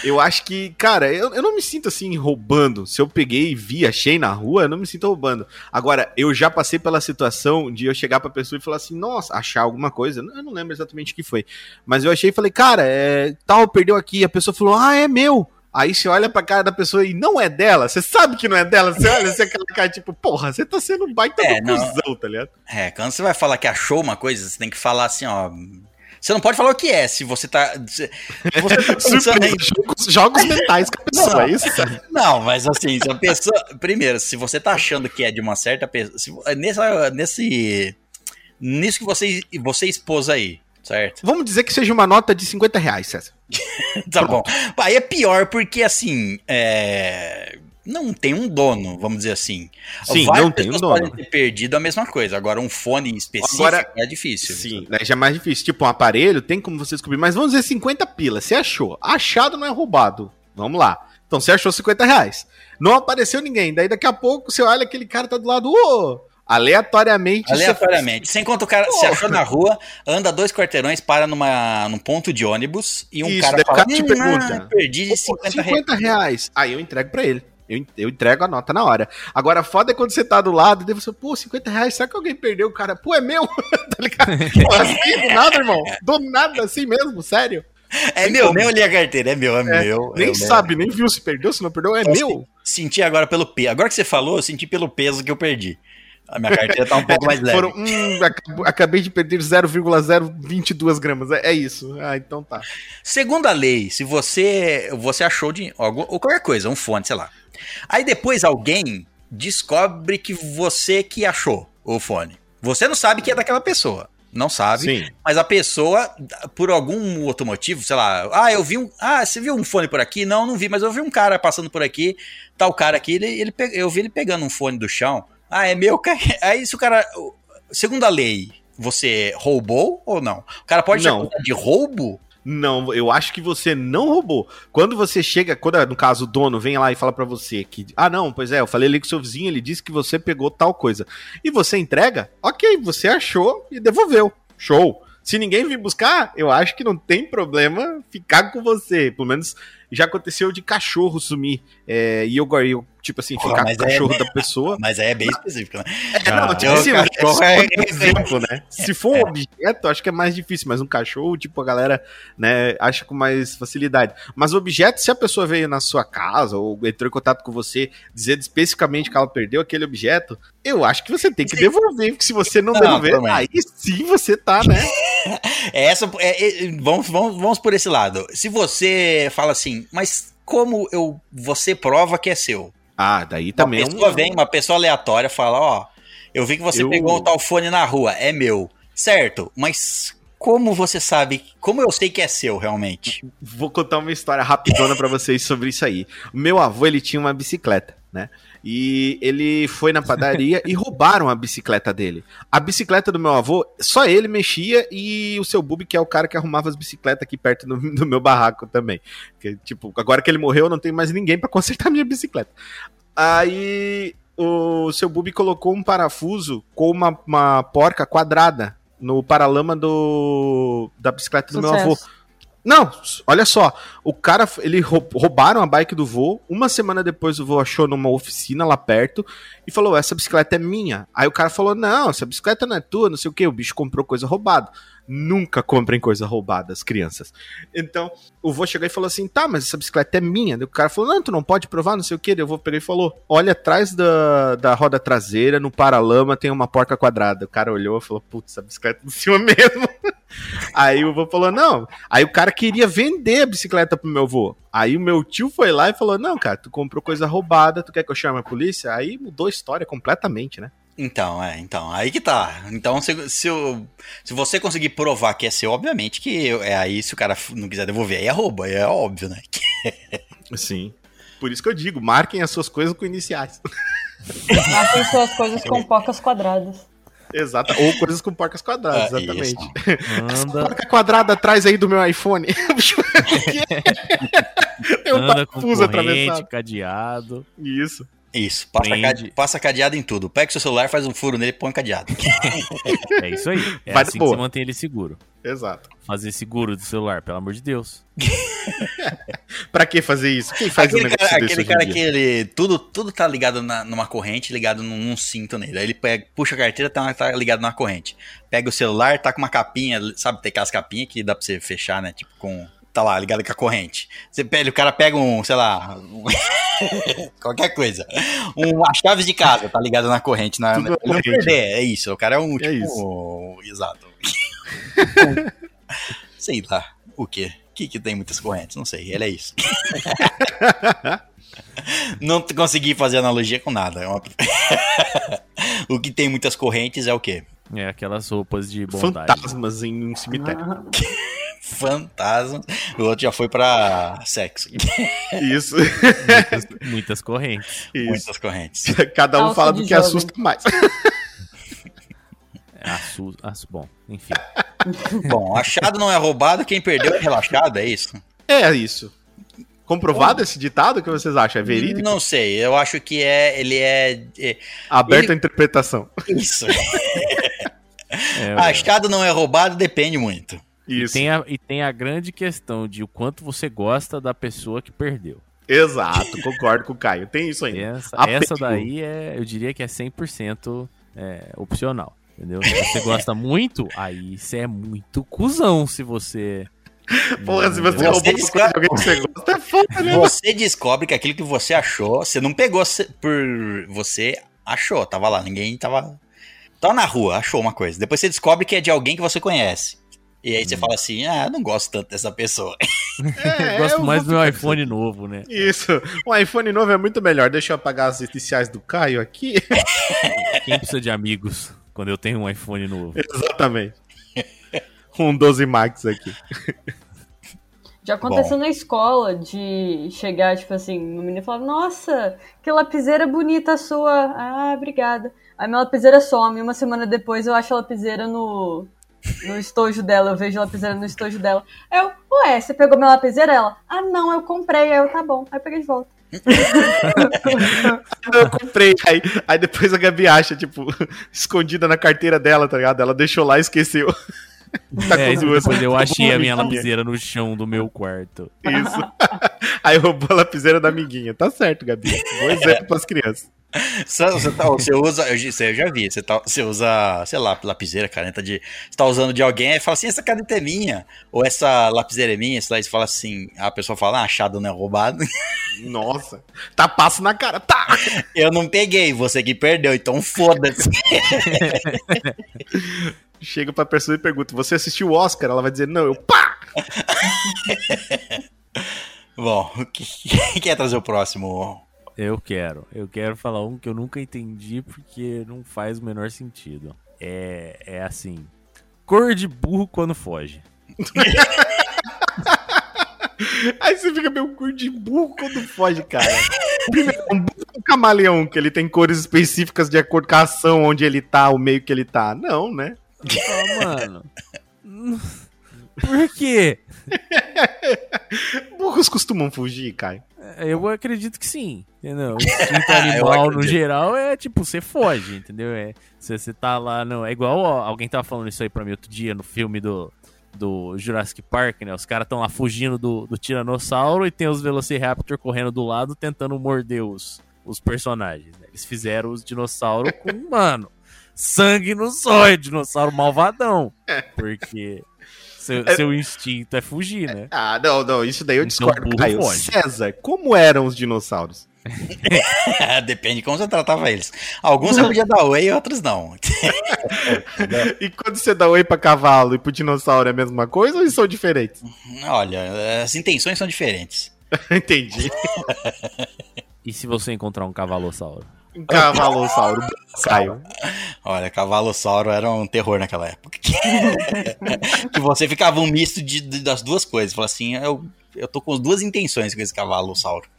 Speaker 4: eu acho que, cara, eu, eu não me sinto assim roubando. Se eu peguei e vi, achei na rua, eu não me sinto roubando. Agora, eu já passei pela situação de eu chegar pra pessoa e falar assim, nossa, achar alguma coisa. Eu não lembro exatamente o que foi. Mas eu achei e falei, cara, é, tal, perdeu aqui. A pessoa falou, ah, é meu. Aí você olha pra cara da pessoa e não é dela. Você sabe que não é dela. Você olha, você é aquela cara tipo, porra, você tá sendo um baita
Speaker 1: É,
Speaker 4: do
Speaker 1: não.
Speaker 4: cuzão, tá ligado?
Speaker 1: É, quando você vai falar que achou uma coisa, você tem que falar assim, ó. Você não pode falar o que é, se você tá. Se se você
Speaker 4: [laughs]
Speaker 1: tá pensando em.
Speaker 4: Surpresa, jogos, jogos mentais com a pessoa,
Speaker 1: Não.
Speaker 4: é isso?
Speaker 1: Não, mas assim, se a pessoa. Primeiro, se você tá achando que é de uma certa pessoa. se- é Nessa, nesse. Nisso que você, você expôs aí, certo? [laughs]
Speaker 4: Vamos dizer que seja uma nota de 50 reais, César.
Speaker 1: Tá bom. Aí é pior porque, assim, é, não tem um dono, vamos dizer assim.
Speaker 4: Sim,
Speaker 1: Várias
Speaker 4: não tem um
Speaker 1: pessoas
Speaker 4: dono.
Speaker 1: podem ter perdido a mesma coisa. Agora, um fone específico
Speaker 4: Agora-
Speaker 1: é difícil.
Speaker 4: né, já é mais difícil. Tipo, um aparelho tem como você descobrir, mas vamos dizer 50 pila. Você achou. Achado não é roubado. Vamos lá. Então você achou 50 reais. Não apareceu ninguém. Daí daqui a pouco você olha aquele cara tá do lado. Ô! Aleatoriamente. você-
Speaker 1: Aleatoriamente. Você encontra o cara, se
Speaker 4: Porra.
Speaker 1: achou na rua, anda dois quarteirões, para numa, num ponto de ônibus e um
Speaker 4: Isso,
Speaker 1: cara
Speaker 4: daí o
Speaker 1: fala,
Speaker 4: cara te
Speaker 1: "Hum,
Speaker 4: pergunta,
Speaker 1: ah, perdi
Speaker 4: Pô,
Speaker 1: de 50,
Speaker 4: 50
Speaker 1: reais.
Speaker 4: reais. Aí eu entrego pra ele. Eu, en- eu entrego a nota na hora. Agora, foda é quando você tá do lado, daí você, pô, 50 reais, será que alguém perdeu o cara? Pô, é meu, [laughs]
Speaker 1: [laughs]
Speaker 4: tá ligado? Pô, assim, do nada, irmão. Do nada, assim mesmo, sério.
Speaker 1: É meu, nem olhei a carteira, é meu, é, meu. é
Speaker 4: nem
Speaker 1: meu. Então, assim,
Speaker 4: sabe, nem viu se perdeu, se não perdeu, é
Speaker 1: Eu
Speaker 4: meu.
Speaker 1: Senti agora pelo peso. Agora que você falou, eu senti pelo peso que eu perdi. A minha carteira
Speaker 4: [laughs]
Speaker 1: tá um pouco mais leve.
Speaker 4: É, Foram, hum, acabo- acabei de perder 0,022 gramas. É, é isso. Ah, então tá.
Speaker 1: Segundo a lei, se você você achou de algum- ou qualquer coisa, um fone, sei lá. Aí depois alguém descobre que você que achou o fone. Você não sabe que é daquela pessoa. Não sabe.
Speaker 4: Sim.
Speaker 1: Mas a pessoa, por algum outro motivo, sei lá, ah, eu vi um. Ah, você viu um fone por aqui? Não, não vi, mas eu vi um cara passando por aqui, tal cara aqui, ele, ele pe- eu vi ele pegando um fone do chão. Ah, é meu. [laughs] cara. Aí se o cara. Segundo a lei, você roubou ou não? O cara pode ser
Speaker 4: Não.
Speaker 1: acusado de roubo?
Speaker 4: Não, eu acho que você não roubou. Quando você chega, quando no caso o dono vem lá e fala pra você que, ah não, pois é, eu falei ali com seu vizinho, ele disse que você pegou tal coisa. E você entrega, ok, você achou e devolveu, show. Se ninguém vir buscar, eu acho que não tem problema ficar com você. Pelo menos já aconteceu de cachorro sumir é, e eu, eu, tipo assim,
Speaker 1: Porra,
Speaker 4: ficar com
Speaker 1: mas
Speaker 4: o
Speaker 1: é-
Speaker 4: cachorro da pessoa.
Speaker 1: Mas aí é bem específico, né?
Speaker 4: É, não, tipo
Speaker 1: Ah,
Speaker 4: assim,
Speaker 1: o
Speaker 4: um
Speaker 1: cachorro
Speaker 4: cachorro
Speaker 1: é-
Speaker 4: é um exemplo, né? Se for um objeto, acho que é mais difícil, mas um cachorro, tipo, a galera, né, acha com mais facilidade. Mas o objeto, se a pessoa veio na sua casa ou entrou em contato com você, dizendo especificamente que ela perdeu aquele objeto, eu acho que você tem que
Speaker 1: Sim.
Speaker 4: devolver, porque se você não,
Speaker 1: Não,
Speaker 4: devolver,
Speaker 1: também.
Speaker 4: aí sim você tá, né?
Speaker 1: É essa. é- é- vamos, vamos, vamos por esse lado. Se você fala assim, mas como eu você prova que é seu?
Speaker 4: Ah, daí também é
Speaker 1: uma
Speaker 4: um-
Speaker 1: pessoa vem, uma pessoa aleatória fala, ó, eu vi que você
Speaker 4: Eu-
Speaker 1: pegou o tal fone na rua, é meu. Certo, mas como você sabe, como eu sei que é seu realmente?
Speaker 4: Vou contar uma história rapidona pra vocês sobre isso aí. O meu avô, ele tinha uma bicicleta, né? E ele foi na padaria e roubaram a bicicleta dele. A bicicleta do meu avô, só ele mexia e o seu Bubi, que é o cara que arrumava as bicicletas aqui perto do, do meu barraco também. Que, tipo, agora que ele morreu, eu não tenho mais ninguém pra consertar minha bicicleta. Aí o seu Bubi colocou um parafuso com uma, uma porca quadrada no paralama do, da bicicleta do meu
Speaker 5: Sucesso.
Speaker 4: avô. Não, olha só, o cara, ele rou- roubaram a bike do vô, uma semana depois o vô achou numa oficina lá perto e falou, essa bicicleta é minha. Aí o cara falou, não, essa bicicleta não é tua, não sei o que, o bicho comprou coisa roubada. Nunca comprem coisa roubada, as crianças. Então, o vô chegou e falou assim, tá, mas essa bicicleta é minha. Daí o cara falou, não, tu não pode provar, não sei o que. Daí o vô pegou e falou, olha atrás da, da roda traseira, no paralama tem uma porca quadrada. O cara olhou e falou, putz, essa bicicleta é em cima mesmo. [laughs] Aí o vô falou, não, Aí o cara queria vender a bicicleta pro meu avô. Aí o meu tio foi lá e falou: Não, cara, tu comprou coisa roubada, tu quer que eu chame a polícia? Aí mudou a história completamente, né?
Speaker 1: Então, é, então, aí que tá. Então, se, se, o- se você conseguir provar que é seu, obviamente que eu- é aí, se o cara não quiser devolver, aí é roubo, aí é óbvio, né?
Speaker 4: Sim. Por isso que eu digo: marquem as suas coisas com iniciais. [laughs]
Speaker 5: Matem suas coisas com porcas quadradas.
Speaker 4: Exato. Ou coisas com porcas
Speaker 1: Ah,
Speaker 4: quadradas, Tá, exatamente.
Speaker 1: isso.
Speaker 3: Anda,
Speaker 4: Porca quadrada atrás aí do meu iPhone. [laughs] Tem um
Speaker 3: anda com
Speaker 4: parafuso
Speaker 3: corrente,
Speaker 4: atravessado.
Speaker 3: cadeado.
Speaker 4: Isso.
Speaker 1: Isso, passa,
Speaker 3: Prende.
Speaker 1: cade- passa cadeado em tudo. Pega seu celular, faz um furo nele e põe um cadeado.
Speaker 3: É isso aí. [laughs] É
Speaker 4: Vai de
Speaker 3: assim que
Speaker 4: boa.
Speaker 3: você mantém ele seguro.
Speaker 4: Exato.
Speaker 3: Fazer seguro do celular, pelo amor de Deus.
Speaker 4: Pra que fazer isso? Quem [laughs] faz um
Speaker 1: aquele
Speaker 4: negócio
Speaker 1: cara,
Speaker 4: desse
Speaker 1: aquele
Speaker 4: hoje em
Speaker 1: cara
Speaker 4: dia?
Speaker 1: que ele. Tudo, tudo tá ligado na- numa corrente, ligado num, num cinto nele. Aí ele pega, puxa a carteira, tá, tá ligado numa corrente. Pega o celular, tá com uma capinha, sabe? Tem aquelas capinhas que dá pra você fechar, né? Tipo, com. Tá lá, ligado com a corrente. Você pega, o cara pega um, sei lá. um- [laughs] qualquer coisa. Uma chave de casa, tá ligado na corrente. Na,
Speaker 4: Tudo na
Speaker 1: ele não
Speaker 4: corrente.
Speaker 1: perder, é isso. O cara é um.
Speaker 4: É
Speaker 1: tipo, Exato. [laughs] sei lá. O quê? O que, que tem muitas correntes? Não sei. Ele é isso. [laughs] Não t- consegui fazer analogia com nada. É uma- [laughs] o que tem muitas correntes é o quê?
Speaker 3: É aquelas roupas de bondade.
Speaker 4: Fantasmas em um cemitério.
Speaker 1: Ah, Fantasma. O outro já foi pra sexo. é.
Speaker 4: Isso. [laughs]
Speaker 3: Muitas, muitas correntes.
Speaker 4: Isso.
Speaker 1: Muitas correntes.
Speaker 4: Cada um
Speaker 5: Calça
Speaker 4: fala
Speaker 5: de
Speaker 4: do que
Speaker 5: jovem.
Speaker 4: assusta mais.
Speaker 3: É, Assu... Assu... Bom, enfim.
Speaker 1: Bom, achado não é roubado, quem perdeu é relaxado, é isso?
Speaker 4: É isso. Comprovado esse ditado? O que vocês acham? É verídico?
Speaker 1: Não sei, eu acho que é. Ele é. é
Speaker 4: Aberto
Speaker 1: Ele-
Speaker 4: à interpretação.
Speaker 1: isso. Ah,
Speaker 3: É,
Speaker 1: achado não é roubado, depende muito.
Speaker 4: Isso.
Speaker 3: Tem a- e tem a grande questão de o quanto você gosta da pessoa que perdeu.
Speaker 4: Exato, concordo com o Caio. Tem isso aí.
Speaker 3: Essa,
Speaker 4: Apego.
Speaker 3: essa daí é, eu diria que é 100% é, opcional. Entendeu? Se você gosta muito, aí você é muito cuzão se você.
Speaker 4: [laughs]
Speaker 3: É.
Speaker 4: Porra, se você
Speaker 1: Você
Speaker 4: roubou uma coisa
Speaker 1: descarta-
Speaker 4: de alguém que você gosta, é foda, né?
Speaker 1: Você descobre que aquilo que você achou, você não pegou se- por. Você achou, tava lá, ninguém tava. Tava na rua, achou uma coisa. Depois você descobre que [laughs] é de alguém que você conhece. E aí você fala assim: ah, eu não gosto tanto dessa pessoa. [laughs]
Speaker 4: É,
Speaker 3: eu gosto
Speaker 4: eu
Speaker 3: mais do
Speaker 4: vou
Speaker 3: meu
Speaker 4: ficar-
Speaker 3: iPhone novo, né?
Speaker 4: Isso. Um iPhone novo é muito melhor. Deixa eu apagar as iniciais do Caio aqui. [laughs]
Speaker 3: Quem precisa de amigos quando eu tenho um iPhone novo?
Speaker 4: Exatamente. Um 12 Max aqui.
Speaker 5: Já aconteceu na escola de chegar, tipo assim, no menino e falar, nossa, que lapiseira bonita a sua. Ah, obrigada. Aí minha lapiseira some, uma semana depois eu acho a lapiseira no, no estojo dela, eu vejo a lapiseira no estojo dela. Aí Eu, ué, você pegou minha lapiseira? Ela, ah não, eu comprei, aí eu, tá bom, aí eu peguei de volta.
Speaker 4: Então, Eu comprei. Aí, aí depois a Gabi acha, tipo, [laughs] escondida na carteira dela, tá ligado? Ela deixou lá e esqueceu. [laughs] Tá
Speaker 3: É,
Speaker 4: com duas.
Speaker 3: depois
Speaker 4: [laughs]
Speaker 3: eu achei a minha
Speaker 4: Tá bom.
Speaker 3: lapiseira no chão do meu quarto.
Speaker 4: Isso. [laughs] Aí roubou a lapiseira da amiguinha. Tá certo, Gabi. Bom exemplo pras crianças.
Speaker 1: Você, você tá- você usa, eu, já- isso aí eu já vi, você, tá- você usa, sei lá, lapiseira, caneta de. Você tá usando de alguém e fala assim, essa caneta é minha, ou essa lapiseira é minha, sei lá, e você fala assim, a pessoa fala, ah, achado não é roubado.
Speaker 4: Nossa. Tá passo na cara. Tá!
Speaker 1: Eu não peguei, você que perdeu, então foda-se. [laughs]
Speaker 4: Chega pra pessoa e pergunta: Você assistiu o Oscar? Ela vai dizer: Não, eu pá!
Speaker 1: Bom, quem quer trazer o próximo? [laughs]
Speaker 3: Eu quero. Eu quero falar um que eu nunca entendi porque não faz o menor sentido. É, é assim: cor de burro quando foge.
Speaker 4: Aí você fica meio cor de burro quando foge, cara. Primeiro, um burro é um camaleão, que ele tem cores específicas de acordo com a ação onde ele tá, o meio que ele tá. Não, né?
Speaker 3: Ah, mano. [laughs] Por quê?
Speaker 4: Burros costumam fugir, cara.
Speaker 3: Eu acredito que sim. Entendeu? O instinto animal, no
Speaker 1: acredito.
Speaker 3: geral, é tipo, você foge, entendeu? É, você, você tá lá no. É igual ó, alguém tava falando isso aí pra mim outro dia no filme do, do Jurassic Park, né? Os caras estão lá fugindo do, do Tiranossauro e tem os Velociraptor correndo do lado tentando morder os, os personagens. né? Eles fizeram os dinossauros com, mano, sangue no zóio, dinossauro malvadão. Porque seu, seu instinto é fugir, né?
Speaker 4: Ah, não, não, isso daí eu
Speaker 3: Então,
Speaker 4: discordo,
Speaker 3: burro
Speaker 4: Caio.
Speaker 3: foge.
Speaker 4: César, como eram os dinossauros?
Speaker 1: Depende de como você tratava eles. Alguns você podia dar oi, outros não. [laughs]
Speaker 4: E quando você dá oi pra cavalo e pro dinossauro é a mesma coisa ou eles são diferentes?
Speaker 1: Olha, as intenções são diferentes.
Speaker 4: [laughs] Entendi.
Speaker 3: E se você encontrar um cavalossauro?
Speaker 4: [laughs] Um cavalossauro, Caio.
Speaker 1: Olha, cavalossauro era um terror naquela época. [laughs] que você ficava um misto de, de- das duas coisas. Fala assim, eu, eu tô com as duas intenções com esse cavalossauro. [laughs]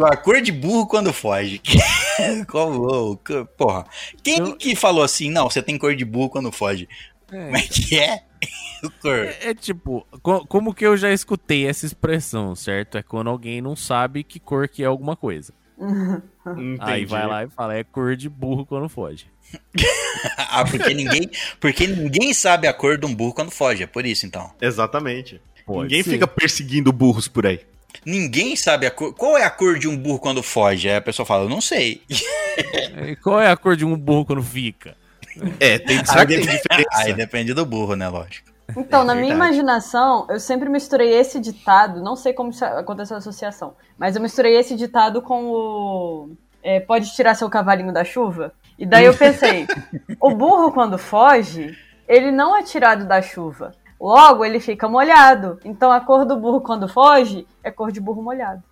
Speaker 1: A cor de burro quando foge. [laughs] Qual- ô, que- Porra, quem
Speaker 3: Eu-
Speaker 1: que falou assim, não, você tem cor de burro quando foge? Como é que é? [laughs] Cor.
Speaker 3: É, é tipo, co- como que eu já escutei essa expressão, certo? É quando alguém não sabe que cor que é alguma coisa.
Speaker 4: Entendi.
Speaker 3: Aí vai lá e fala, é cor de burro quando foge.
Speaker 1: Ah, porque ninguém, porque ninguém sabe a cor de um burro quando foge, é por isso então.
Speaker 4: Exatamente.
Speaker 3: Pode
Speaker 4: Ninguém
Speaker 3: ser.
Speaker 4: fica perseguindo burros por aí.
Speaker 1: Ninguém sabe a cor. Qual é a cor de um burro quando foge? Aí a pessoa fala, eu não sei.
Speaker 3: E qual é a cor de um burro quando fica?
Speaker 4: É, tem
Speaker 1: Aí
Speaker 4: será que tem
Speaker 1: depende- Aí
Speaker 4: diferença.
Speaker 1: depende do burro, né? Lógico.
Speaker 5: Então,
Speaker 4: É
Speaker 5: na minha
Speaker 4: verdade.
Speaker 5: imaginação, eu sempre misturei esse ditado, não sei como isso aconteceu a associação, mas eu misturei esse ditado com o é, pode tirar seu cavalinho da chuva. E daí eu pensei, o burro quando foge, ele não é tirado da chuva. Logo, ele fica molhado. Então, a cor do burro quando foge é cor de burro molhado.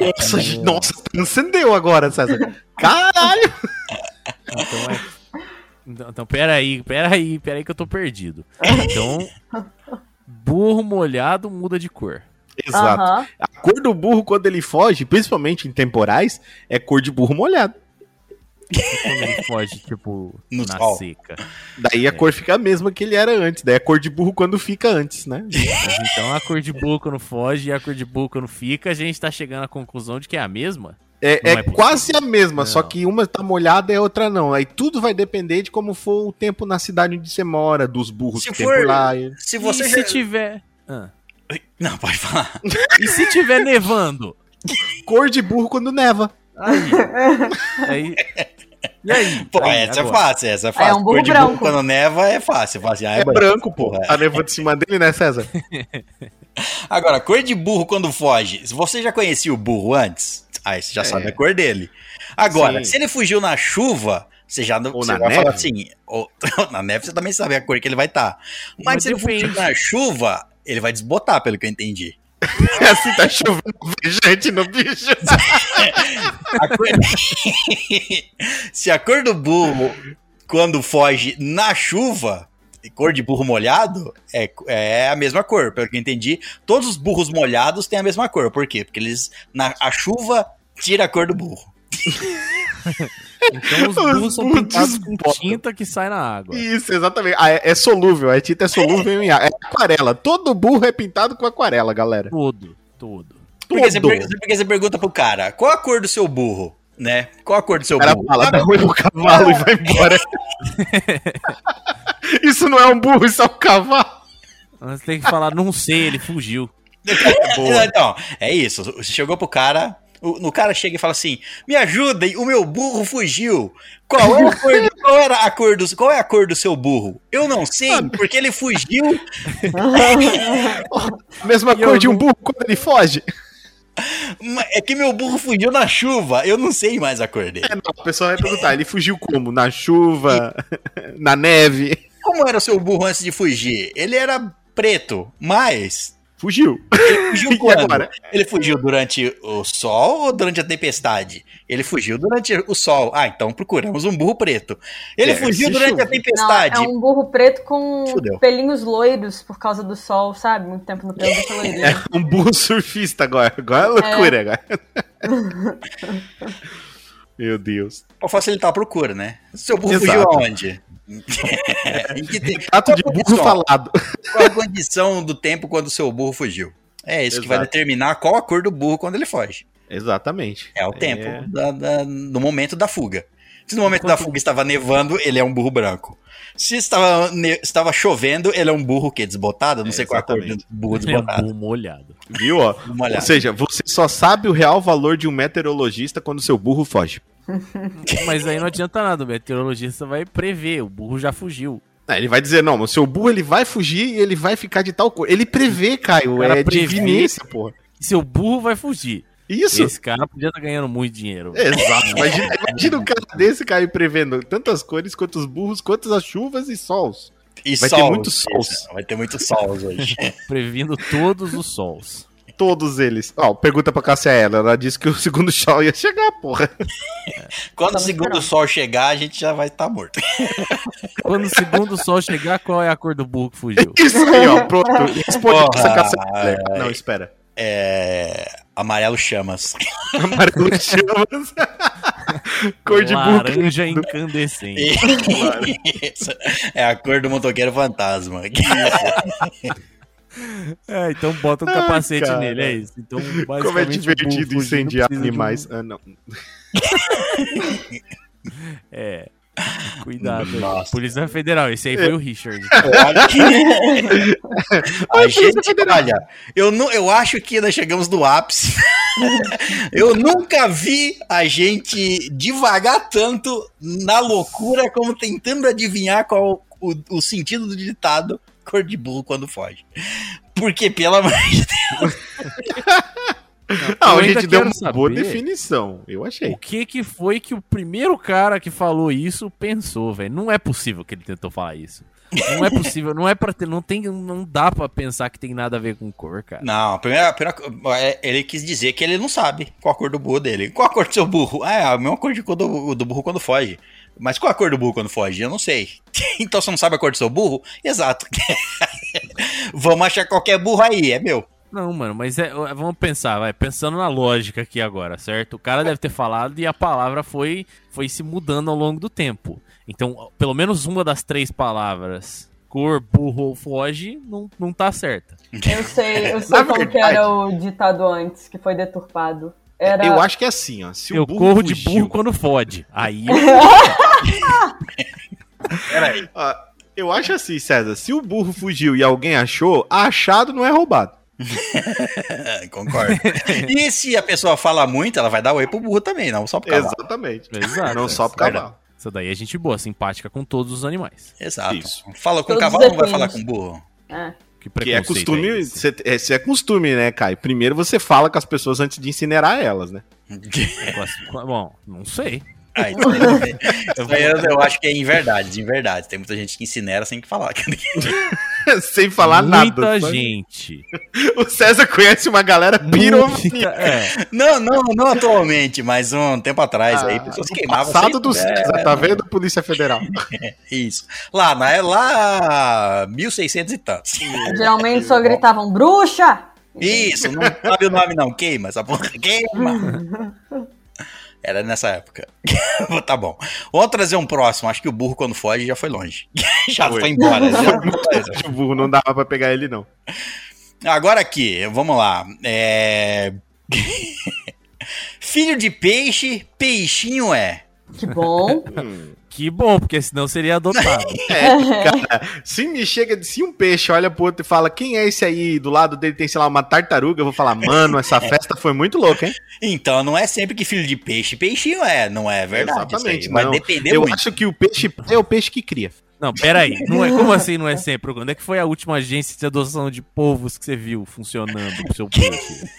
Speaker 4: Nossa, gente, nossa, transcendeu agora,
Speaker 3: [laughs]
Speaker 4: César. Caralho!
Speaker 3: Então é. Então, então peraí, peraí, peraí que eu tô perdido. Então, burro molhado muda de cor.
Speaker 4: Exato.
Speaker 5: Aham.
Speaker 4: A cor do burro, quando ele foge, principalmente em temporais, é cor de burro molhado.
Speaker 3: E quando ele foge, tipo,
Speaker 1: No
Speaker 3: na
Speaker 1: sol.
Speaker 3: seca. É.
Speaker 4: Daí a cor fica a mesma que ele era antes. Daí a cor de burro quando fica antes, né?
Speaker 3: Mas então a cor de burro quando foge e a cor de burro quando fica, a gente tá chegando à conclusão de que é a mesma?
Speaker 4: É,
Speaker 3: Não
Speaker 4: é
Speaker 3: é possível.
Speaker 4: quase a mesma, só
Speaker 3: Não.
Speaker 4: que uma tá molhada e a outra não. Aí tudo vai depender de como for o tempo na cidade onde você mora, dos burros
Speaker 1: Se
Speaker 4: que tem
Speaker 1: for-
Speaker 4: por lá. e-
Speaker 1: Se você
Speaker 3: e
Speaker 1: já...
Speaker 3: se tiver. Ah.
Speaker 1: Não, pode falar.
Speaker 3: E se tiver nevando?
Speaker 4: Cor de burro quando neva.
Speaker 3: Aí. E aí?
Speaker 1: [laughs] Pô,
Speaker 3: Aí,
Speaker 1: essa é
Speaker 3: agora?
Speaker 1: fácil, essa é fácil.
Speaker 5: um burro
Speaker 1: cor de
Speaker 5: branco.
Speaker 1: quando neva é fácil. Fala assim, ah, é
Speaker 4: É,
Speaker 1: branco.
Speaker 4: branco, pô.
Speaker 1: porra.
Speaker 4: Tá nevando em cima dele, né, César? [laughs]
Speaker 1: Agora, cor de burro quando foge. Se você já É. conhecia o burro antes, aí você já sabe a cor dele. Agora,
Speaker 4: Sim.
Speaker 1: se ele fugiu na chuva, Você já não,
Speaker 4: Ou
Speaker 1: você
Speaker 4: na
Speaker 1: vai falar
Speaker 4: neve.
Speaker 1: assim, ou, [laughs] na neve você também sabe a cor que ele vai estar. Mas,
Speaker 3: Mas
Speaker 1: se ele for
Speaker 3: depende.
Speaker 1: na chuva, ele vai desbotar, pelo que eu entendi.
Speaker 4: É assim, tá chovendo vejante no bicho.
Speaker 1: A cor- [laughs] se a cor do burro, quando foge na chuva, e cor de burro molhado, é, é a mesma cor, pelo que eu entendi. Todos os burros molhados têm a mesma cor. Por quê? Porque eles. Na, a chuva tira a cor do burro.
Speaker 3: Então
Speaker 4: Os
Speaker 3: os burros são
Speaker 4: burros
Speaker 3: pintados com
Speaker 4: desbotam.
Speaker 3: tinta que sai na
Speaker 4: [laughs]
Speaker 3: água.
Speaker 4: Isso, exatamente. Ah, é, é solúvel, a tinta é solúvel em água. É aquarela. Todo burro é pintado com aquarela, galera.
Speaker 3: Todo, todo.
Speaker 1: Porque você,
Speaker 4: Todo.
Speaker 1: per- porque você pergunta pro cara, qual a cor do seu burro? Né? Qual a cor do seu
Speaker 4: O cara
Speaker 1: burro?
Speaker 4: fala,
Speaker 1: Ah,
Speaker 4: dá ruim pro cavalo é." e vai embora. [laughs] isso não é um burro, isso é um cavalo.
Speaker 3: Mas tem que falar, não sei, ele fugiu.
Speaker 4: [laughs]
Speaker 1: Não, Então, é isso. Você chegou pro cara. O, o cara chega e fala assim: Me ajudem, o meu burro fugiu. Qual, é a cor,
Speaker 4: [laughs]
Speaker 1: do- qual era a cor do, qual é a cor do seu burro? Eu não sei, porque ele fugiu.
Speaker 4: Mesma
Speaker 3: E eu
Speaker 4: cor de um
Speaker 3: não-
Speaker 4: burro quando ele foge.
Speaker 1: ma- É que meu burro fugiu na chuva. Eu não sei mais a cor dele.
Speaker 4: É, não, o pessoal vai perguntar, ele fugiu como? Na chuva? [laughs] na neve?
Speaker 1: Como era o seu burro antes de fugir? Ele era preto, mas.
Speaker 4: Fugiu. [laughs]
Speaker 1: Ele
Speaker 4: E
Speaker 1: fugiu quando?
Speaker 4: agora?
Speaker 1: Ele fugiu durante o sol ou durante a tempestade? Ele fugiu durante o sol. Ah, então procuramos um burro preto. Ele
Speaker 4: É,
Speaker 1: fugiu
Speaker 4: se
Speaker 1: durante a
Speaker 4: chover.
Speaker 5: Não,
Speaker 1: tempestade.
Speaker 5: é um burro preto com
Speaker 1: Fudeu.
Speaker 5: pelinhos loiros por causa do sol, sabe? Muito tempo no pelo
Speaker 4: [laughs]
Speaker 5: do loirinho.
Speaker 4: Um burro surfista agora. Agora é loucura, agora. [laughs] Meu Deus.
Speaker 1: Pra facilitar a procura, né? Seu burro
Speaker 4: Exato.
Speaker 1: fugiu
Speaker 4: [laughs]
Speaker 1: aonde? em que tempo?
Speaker 4: Tato de
Speaker 1: Qual a
Speaker 4: burro
Speaker 1: condição?
Speaker 4: falado.
Speaker 1: Qual a condição do tempo quando o seu burro fugiu? É isso que vai
Speaker 4: Exato.
Speaker 1: determinar qual a cor do burro quando ele foge.
Speaker 4: Exatamente.
Speaker 1: É o tempo da- da- no momento da fuga. Se no momento da
Speaker 3: Enquanto-
Speaker 1: fuga estava nevando, ele é um burro branco. Se estava, ne- estava chovendo, ele é um burro o quê? Desbotado? Eu Não
Speaker 4: É,
Speaker 1: sei qual é a cor do
Speaker 4: exatamente.
Speaker 1: burro
Speaker 3: É
Speaker 1: desbotado.
Speaker 3: burro molhado.
Speaker 4: Viu, ó?
Speaker 1: Dá uma
Speaker 4: Ou
Speaker 1: olhada.
Speaker 4: seja, você só sabe o real valor de um meteorologista quando seu burro foge.
Speaker 3: Mas aí não adianta nada, o meteorologista vai prever, o burro já fugiu.
Speaker 4: É, ele vai dizer, não, mas seu burro ele vai fugir e ele vai ficar de tal coisa. Ele prevê, Caio.
Speaker 3: O cara
Speaker 4: é
Speaker 3: prevê.
Speaker 4: divinista, porra.
Speaker 3: Seu burro vai fugir.
Speaker 4: Isso. É.
Speaker 3: Esse cara podia estar ganhando muito dinheiro. velho. [laughs]
Speaker 4: Exato. Imagina, imagina um cara desse, Caio, prevendo tantas cores, quantos burros, quantas as chuvas e sols.
Speaker 1: E
Speaker 4: vai ter
Speaker 1: sol,
Speaker 4: muito sol.
Speaker 1: isso. Vai ter muito sol
Speaker 4: [laughs]
Speaker 1: hoje.
Speaker 3: Previndo todos os sols.
Speaker 4: Todos eles. Ó, pergunta pra Cássia ela. Ela disse que o segundo [laughs] sol ia chegar, porra.
Speaker 1: quando o
Speaker 5: Vamos
Speaker 1: segundo
Speaker 5: esperar.
Speaker 1: sol chegar, a gente já vai estar morto.
Speaker 3: Quando o segundo sol chegar, qual é a cor do burro que fugiu?
Speaker 4: Isso aí, ó. Pronto. Responde
Speaker 1: Porra.
Speaker 4: pra essa Cássia Eller. Não, espera.
Speaker 1: É. Amarelo chamas.
Speaker 4: Amarelo chamas. [laughs]
Speaker 3: [laughs]
Speaker 4: Cor de burro. É.
Speaker 3: Laranja incandescente.
Speaker 1: Isso. é a cor do motoqueiro fantasma.
Speaker 3: É, então bota um
Speaker 4: Ai,
Speaker 3: capacete
Speaker 4: cara.
Speaker 3: nele, é isso. Então,
Speaker 4: Como é
Speaker 3: basicamente, o burro
Speaker 4: divertido
Speaker 3: fugindo
Speaker 4: incendiar
Speaker 3: precisa de um-
Speaker 4: animais. Ah, não.
Speaker 3: É. Cuidado. aí.
Speaker 1: Nossa.
Speaker 3: Polícia Federal, esse aí foi o Richard.
Speaker 1: a gente, olha, eu, nu- eu acho que nós chegamos no ápice. eu nunca vi a gente devagar tanto na loucura como tentando adivinhar qual o, o sentido do ditado cor de burro quando foge. Porque, pelo amor de
Speaker 4: Ah, a
Speaker 3: Eu ainda
Speaker 4: gente deu
Speaker 3: quero
Speaker 4: uma boa
Speaker 3: saber
Speaker 4: definição, eu achei.
Speaker 3: O que que foi que o primeiro cara que falou isso pensou, velho? Não é possível que ele tentou falar isso. Não é possível, não é para ter, não tem, não dá pra pensar que tem nada a ver com cor, cara.
Speaker 1: Não, a primeira, a primeira co- é, ele quis dizer que ele não sabe qual a cor do burro dele. Qual a cor do seu burro? Ah, é a mesma cor de cor do, do burro quando foge. Mas qual a cor do burro quando foge? Eu não sei. [laughs] Então você não sabe a cor do seu burro? Exato. [laughs] Vamos achar qualquer burro aí, é meu.
Speaker 3: Não, mano, mas é, vamos pensar, vai, pensando na lógica aqui agora, certo? O cara deve ter falado e a palavra foi foi se mudando ao longo do tempo. Então, pelo menos uma das três palavras, cor, burro ou foge, não, não tá certa.
Speaker 5: Eu sei, eu sei
Speaker 4: É, Na
Speaker 5: como que
Speaker 4: verdade-
Speaker 5: era o ditado antes, que foi deturpado. Era
Speaker 4: Eu acho que é assim, ó. Se
Speaker 3: Eu
Speaker 4: o burro
Speaker 3: corro de
Speaker 4: fugiu-
Speaker 3: burro quando fode. Aí é
Speaker 1: Peraí.
Speaker 4: Ah, eu acho assim, César. Se o burro fugiu e alguém achou, achado não é roubado.
Speaker 1: Ah, Concordo. E se a pessoa fala muito, ela vai dar oi pro burro também, não só pro cavalo.
Speaker 4: Exatamente.
Speaker 3: Exato,
Speaker 4: não só
Speaker 3: é
Speaker 4: pro cavalo.
Speaker 3: Isso daí é gente boa, simpática com todos os animais.
Speaker 1: Exato.
Speaker 4: Isso.
Speaker 1: Fala com
Speaker 5: Todos
Speaker 1: cavalo, não vai falar
Speaker 5: dependem.
Speaker 1: com burro. [laughs]
Speaker 5: É.
Speaker 3: Que,
Speaker 4: Que é
Speaker 3: preconceito
Speaker 4: costume,
Speaker 3: é esse?
Speaker 4: cê- é, cê é costume, né, Caio? Primeiro você fala com as pessoas antes de incinerar elas, né?
Speaker 3: Eu gosto- Bom, não sei.
Speaker 1: Ah, isso aí- isso aí eu, eu acho que é em verdade, em verdade. Tem muita gente que incinera sem que falar.
Speaker 4: [laughs] Sem falar
Speaker 3: Muita
Speaker 4: nada. sabe?
Speaker 3: gente.
Speaker 4: O César conhece uma galera pirou.
Speaker 3: Muita- é.
Speaker 1: Não, não, não atualmente, mas um tempo atrás aí, pessoas queimavam.
Speaker 4: Ah, Passado
Speaker 1: sem-
Speaker 3: né?
Speaker 4: do César,
Speaker 3: É.
Speaker 4: tá vendo? Polícia
Speaker 3: [laughs]
Speaker 4: Federal.
Speaker 1: Isso. Lá, na, é lá, 1600 e tantos.
Speaker 5: Geralmente só gritavam bruxa!
Speaker 1: Isso, não sabe o nome não, queima essa porra, queima. Era nessa época. [laughs] tá bom. Vou trazer um próximo, acho que o burro quando foge já foi longe. [laughs] já foi,
Speaker 4: Foi.
Speaker 1: embora. já-
Speaker 4: O burro não dava pra pegar ele, não.
Speaker 1: Agora aqui, vamos lá. É... [laughs] Filho de peixe, peixinho é.
Speaker 5: Que bom.
Speaker 4: [laughs]
Speaker 3: Que bom, porque senão seria adotado.
Speaker 4: Se me chega, se um peixe olha pro outro e fala, quem é esse aí? Do lado dele tem, sei lá, uma tartaruga, eu vou falar, mano,
Speaker 3: [laughs]
Speaker 4: essa
Speaker 3: É.
Speaker 4: festa foi muito louca, hein?
Speaker 1: Então não é sempre que filho de peixe, peixinho é, não é verdade. isso aí.
Speaker 4: Exatamente,
Speaker 1: Vai
Speaker 4: não.
Speaker 1: depender
Speaker 4: Eu
Speaker 1: muito.
Speaker 4: acho que o peixe é o peixe que cria.
Speaker 3: Não, peraí. Não é, como assim não é sempre? Quando é que foi a última agência de adoção de povos que você viu funcionando pro seu peixe?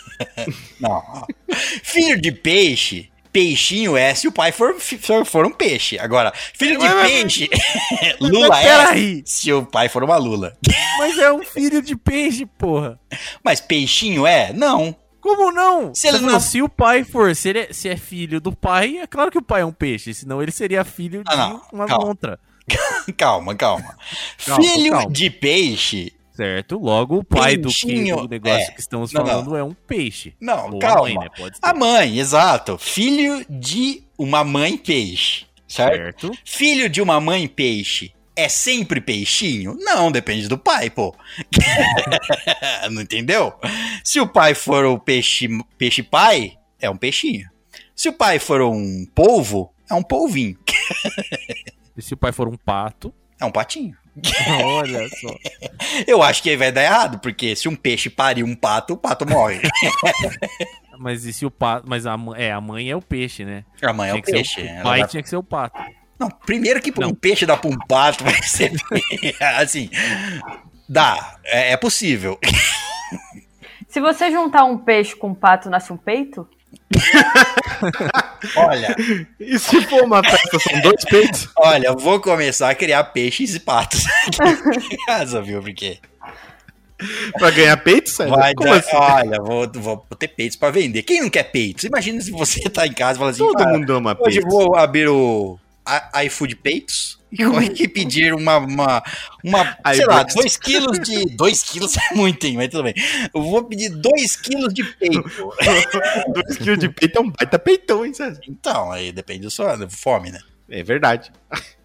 Speaker 1: Não. [laughs] Filho de peixe, peixinho é se o pai for, for, for um peixe. Agora, filho de
Speaker 4: Mas- mas-
Speaker 1: peixe, [laughs] lula
Speaker 3: Mas
Speaker 1: é
Speaker 3: peraí.
Speaker 1: se o pai for uma lula.
Speaker 3: Mas é um filho de peixe, porra.
Speaker 1: Mas peixinho é? Não.
Speaker 3: Como não?
Speaker 1: Se ele
Speaker 3: Você falou,
Speaker 1: não-
Speaker 3: se o pai for, se, ele é, se é filho do pai, é claro que o pai é um peixe, senão ele seria filho de
Speaker 1: Ah, não.
Speaker 3: uma
Speaker 1: Calma.
Speaker 3: lontra.
Speaker 1: Calma, calma.
Speaker 3: [laughs] Calma,
Speaker 1: filho
Speaker 3: calma.
Speaker 1: de peixe.
Speaker 3: Certo? Logo, o pai do, que,
Speaker 1: Peixinho,
Speaker 3: do negócio
Speaker 1: é.
Speaker 3: que estamos
Speaker 1: Não, não.
Speaker 3: falando é um peixe.
Speaker 1: Não,
Speaker 3: Ou
Speaker 1: calma.
Speaker 3: a mãe, né? Pode ser.
Speaker 1: A mãe, exato. Filho de uma mãe peixe, certo?
Speaker 3: Certo?
Speaker 1: Filho de uma mãe peixe é sempre peixinho? Não, depende do pai, pô. [laughs] Não entendeu? Se o pai for o peixe, peixe pai, é um peixinho. Se o pai for um polvo, é um polvinho.
Speaker 3: E se o pai for um pato,
Speaker 1: É um patinho.
Speaker 3: olha só.
Speaker 1: [laughs] Eu acho que aí vai dar errado, porque se um peixe parir um pato, o pato morre.
Speaker 3: Mas e se o pato. Mas a, mã- é, a mãe é o peixe, né?
Speaker 1: A mãe é
Speaker 3: Tinha
Speaker 1: o
Speaker 3: que ser
Speaker 1: peixe.
Speaker 3: O
Speaker 1: ela
Speaker 3: pai
Speaker 1: dá-
Speaker 3: tinha que ser o pato.
Speaker 1: Não, primeiro que
Speaker 3: Não.
Speaker 1: um peixe dá pra um pato vai ser. [laughs] assim. Dá, é, é possível.
Speaker 5: Se você juntar um peixe com um pato, nasce um peito?
Speaker 1: Olha,
Speaker 4: E se for uma festa, são dois peitos.
Speaker 1: olha, eu vou começar a criar peixes e patos aqui em casa, viu? Porque
Speaker 4: Pra ganhar peito, César?
Speaker 1: vai
Speaker 4: Como
Speaker 1: dar-
Speaker 4: assim?
Speaker 1: Olha, vou, vou ter peitos pra vender. Quem não quer peitos? Imagina se você [laughs] tá em casa e fala assim:
Speaker 4: Todo
Speaker 1: "Ah,
Speaker 4: mundo ama
Speaker 1: hoje
Speaker 4: peito.
Speaker 1: vou abrir o a- iFood Peitos e como é que pedir uma, uma, uma
Speaker 4: Aí
Speaker 1: sei lá,
Speaker 4: você-
Speaker 1: 2 quilos de. 2 quilos [laughs] é muito, hein? Mas tudo bem. Eu vou pedir 2 quilos de peito.
Speaker 4: [laughs] Dois quilos de peito é um baita peitão, hein, César?
Speaker 1: Então, aí depende do sono, fome, né? [laughs]
Speaker 4: É verdade.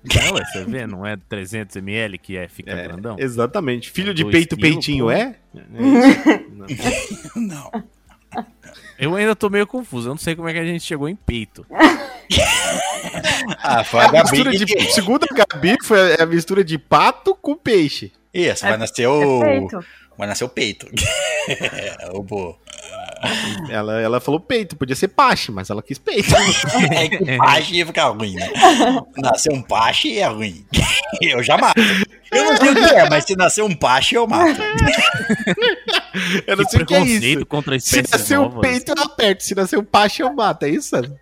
Speaker 3: Não, ué, você vê, não é 300ml que é, fica
Speaker 4: É,
Speaker 3: grandão?
Speaker 4: Exatamente. Filho de
Speaker 3: Dois
Speaker 4: peito,
Speaker 3: quilos,
Speaker 4: peitinho
Speaker 3: pô.
Speaker 4: é?
Speaker 1: [laughs]
Speaker 4: É isso. Não.
Speaker 1: Não.
Speaker 3: Eu ainda tô meio confuso, eu não sei como é que a gente chegou em peito.
Speaker 1: Ah, foi
Speaker 4: É
Speaker 1: a
Speaker 4: a
Speaker 1: Gabi.
Speaker 4: mistura
Speaker 1: que
Speaker 4: de,
Speaker 1: deu.
Speaker 4: segundo a Gabi, foi a, é a mistura de pato com peixe.
Speaker 1: Isso, vai nascer
Speaker 5: É
Speaker 4: Oh.
Speaker 1: o.
Speaker 5: Perfeito.
Speaker 1: Vai nascer o peito. [laughs] É, o bo...
Speaker 4: Ela, ela falou peito, podia ser pache, mas ela quis peito. [laughs]
Speaker 1: [laughs] É que o pache ia ficar ruim, né? Nascer um pache é ruim. [laughs] Eu já mato. Eu não sei o que é, mas se nascer um pache, eu mato.
Speaker 4: Eu não sei o que é isso.
Speaker 3: contra
Speaker 4: Se
Speaker 3: espécies
Speaker 4: nascer um
Speaker 3: novas.
Speaker 4: peito, eu aperto. Se nascer um pache, eu mato. É isso? Ana?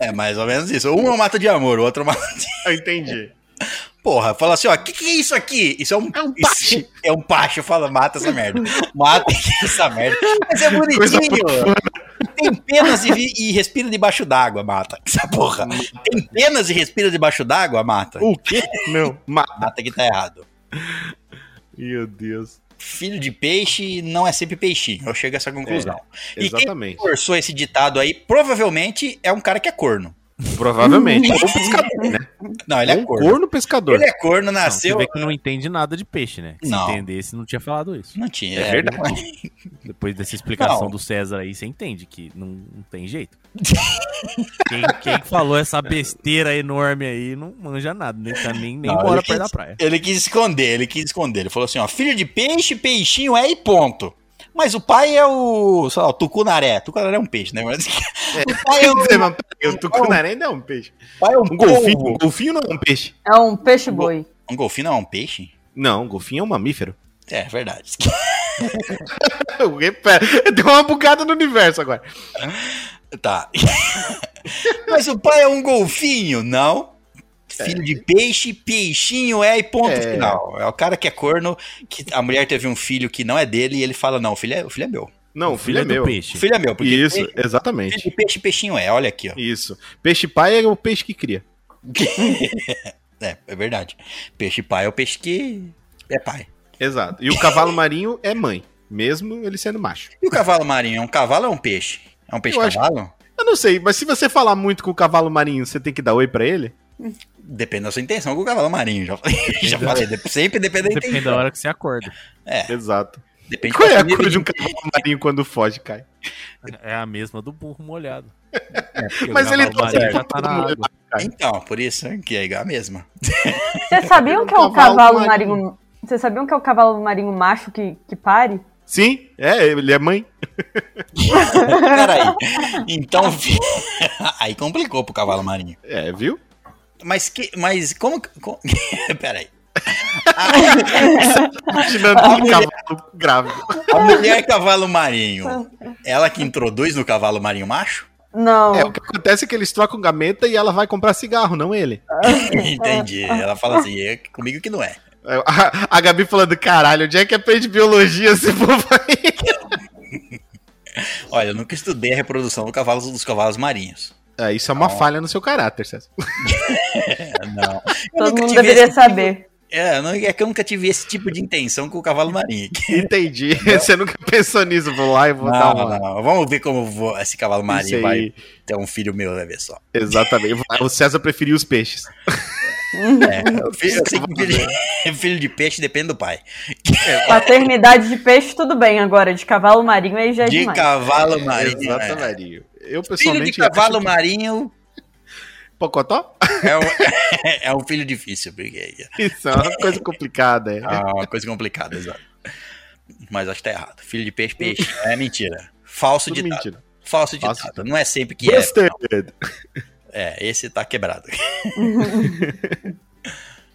Speaker 1: É mais ou menos isso. Um eu mato de amor, o outro eu mato de.
Speaker 4: Eu entendi.
Speaker 1: Porra, fala assim, ó, o que, que é isso aqui? Isso é um,
Speaker 4: É um
Speaker 1: isso
Speaker 4: pache.
Speaker 1: é um pache. Eu falo, mata essa merda. Mata essa merda. Mas é bonitinho. Tem penas e, vi- e respira debaixo d'água, mata. Essa porra. Tem penas e respira debaixo d'água, mata.
Speaker 4: O quê? Não. Mata.
Speaker 1: Mata que tá errado.
Speaker 4: Meu Deus.
Speaker 1: filho de peixe não é sempre peixinho. Eu chego a essa conclusão. e quem
Speaker 4: Exatamente.
Speaker 1: forçou esse ditado aí, provavelmente é um cara que é corno. [laughs]
Speaker 4: Provavelmente. Ou pescador, né?
Speaker 1: Não, ele é
Speaker 4: Ou
Speaker 1: corno.
Speaker 4: corno pescador.
Speaker 1: Ele é corno,
Speaker 3: Não, você
Speaker 1: nasceu.
Speaker 3: vê que não entende nada de peixe, né? Se
Speaker 1: Não.
Speaker 3: entendesse, não tinha falado isso.
Speaker 1: Não tinha.
Speaker 4: É
Speaker 1: [laughs]
Speaker 4: verdade.
Speaker 3: Depois dessa explicação
Speaker 1: Não.
Speaker 3: do César aí, você entende que não, não tem jeito. quem, quem falou essa besteira enorme aí não manja nada, nem, tá nem, nem
Speaker 1: Não,
Speaker 3: mora
Speaker 1: ele
Speaker 3: perto da
Speaker 1: quis-
Speaker 3: praia.
Speaker 1: Ele quis esconder, ele quis esconder. Ele falou assim: ó, filho de peixe, peixinho é e ponto. Mas o pai é o, sei lá, o tucunaré. Tucunaré é um peixe, né? Mas [laughs] o pai é um,
Speaker 4: Mas, mas, peraí, O tucunaré ainda é um peixe.
Speaker 1: pai é um,
Speaker 4: Um golfinho. Um
Speaker 1: polvo.
Speaker 4: golfinho não é um peixe.
Speaker 5: É um peixe boi.
Speaker 1: Um golfinho não é um peixe?
Speaker 4: Não, um golfinho é um [laughs] mamífero.
Speaker 1: É, é verdade.
Speaker 4: [laughs] Pera, Deu uma bugada no universo agora.
Speaker 1: Tá. [laughs] Mas o pai é um golfinho? Não. Filho de peixe, peixinho é e ponto
Speaker 4: É.
Speaker 1: final. É o cara que é corno, que a mulher teve um filho que não é dele e ele fala: Não, o filho é, o filho é meu.
Speaker 4: Não, o filho é
Speaker 3: do
Speaker 4: meu.
Speaker 1: O
Speaker 3: Peixe.
Speaker 1: filho é meu. Porque
Speaker 4: Isso,
Speaker 1: Peixe, filho
Speaker 4: exatamente.
Speaker 1: de peixe, peixinho é. Olha aqui, ó.
Speaker 4: Isso. Peixe pai é o peixe que cria.
Speaker 1: É, é verdade. Peixe pai é o peixe que é pai.
Speaker 4: Exato. E o cavalo marinho é mãe, mesmo ele sendo macho.
Speaker 1: E o cavalo marinho? É um cavalo ou é um peixe? É um
Speaker 4: Eu acho-
Speaker 1: peixe-cavalo?
Speaker 4: Eu não sei, mas se você falar muito com o cavalo marinho, você tem que dar oi pra ele?
Speaker 1: Depende da sua intenção com o cavalo marinho. Já, já falei, [laughs] de- sempre depende da
Speaker 3: Depende da
Speaker 1: intenção.
Speaker 3: hora que você acorda.
Speaker 4: Exato.
Speaker 1: Depende
Speaker 4: Qual é a
Speaker 1: nível
Speaker 4: cor
Speaker 1: de-
Speaker 4: de um cavalo marinho quando foge, cai?
Speaker 3: É a mesma do burro molhado.
Speaker 4: Mas ele
Speaker 3: tá
Speaker 4: tá
Speaker 3: já
Speaker 4: sempre
Speaker 3: tá na
Speaker 4: todo
Speaker 3: água.
Speaker 1: Então, por isso né, que é igual a mesma.
Speaker 4: [laughs]
Speaker 5: Vocês sabiam que é o
Speaker 4: Um Cavalo
Speaker 5: cavalo marinho. Vocês sabiam que é o cavalo marinho macho que, que pare?
Speaker 4: Sim, é, ele é mãe.
Speaker 1: Peraí.
Speaker 4: [laughs]
Speaker 1: Então, [laughs] vi- aí complicou pro cavalo marinho.
Speaker 4: É, viu?
Speaker 1: Mas que, mas como, que- co- [laughs] Peraí. [laughs]
Speaker 4: Imaginando um cavalo grávido.
Speaker 1: A mulher cavalo marinho, ela que introduz no cavalo marinho macho? [laughs]
Speaker 5: Não.
Speaker 4: É, o que acontece é que eles trocam gameta e ela vai comprar cigarro, não ele.
Speaker 1: Entendi. Ela fala assim, é comigo que não é.
Speaker 4: A, a Gabi falando, caralho, onde é que aprende biologia esse povo aí?
Speaker 1: Olha, eu nunca estudei a reprodução do cavalo, dos cavalos marinhos.
Speaker 4: É, isso é uma falha no seu caráter, César.
Speaker 1: É, Não. Eu
Speaker 5: Todo
Speaker 1: nunca
Speaker 5: mundo
Speaker 1: tive
Speaker 5: deveria
Speaker 1: esse
Speaker 5: saber.
Speaker 1: Tipo, é, não- é que eu nunca tive esse tipo de intenção com o cavalo marinho.
Speaker 4: Entendi. [laughs] Você nunca pensou nisso, vou lá e vou dar
Speaker 1: Não,
Speaker 4: uma...
Speaker 1: não, não. Vamos ver como vou- esse cavalo
Speaker 4: Tá Isso
Speaker 1: marinho
Speaker 4: aí.
Speaker 1: vai ter um filho meu, vai ver
Speaker 4: [laughs]
Speaker 1: só.
Speaker 4: Exatamente. O César preferiu os peixes.
Speaker 1: É, eu fi- eu sei que filho, [laughs] filho de peixe depende do pai.
Speaker 5: Paternidade de peixe, tudo bem agora. De cavalo marinho aí já é
Speaker 1: De
Speaker 5: demais.
Speaker 1: cavalo marinho. é.
Speaker 4: Exato, Marinho. Eu
Speaker 1: Filho
Speaker 4: pessoalmente.
Speaker 1: de cavalo
Speaker 4: acho que-
Speaker 1: marinho
Speaker 4: Pocotó?
Speaker 1: é um, [laughs] é um filho difícil, porque
Speaker 4: Isso é uma coisa complicada. É.
Speaker 1: é uma coisa complicada, exato. Mas acho que tá errado. Filho de peixe, peixe.
Speaker 4: [laughs]
Speaker 1: É mentira. Falso
Speaker 4: Tudo
Speaker 1: ditado.
Speaker 4: mentira.
Speaker 1: Falso
Speaker 4: Falso
Speaker 1: ditado. Não é sempre que é.
Speaker 4: Busted.
Speaker 1: É, esse tá
Speaker 4: [laughs]
Speaker 1: quebrado.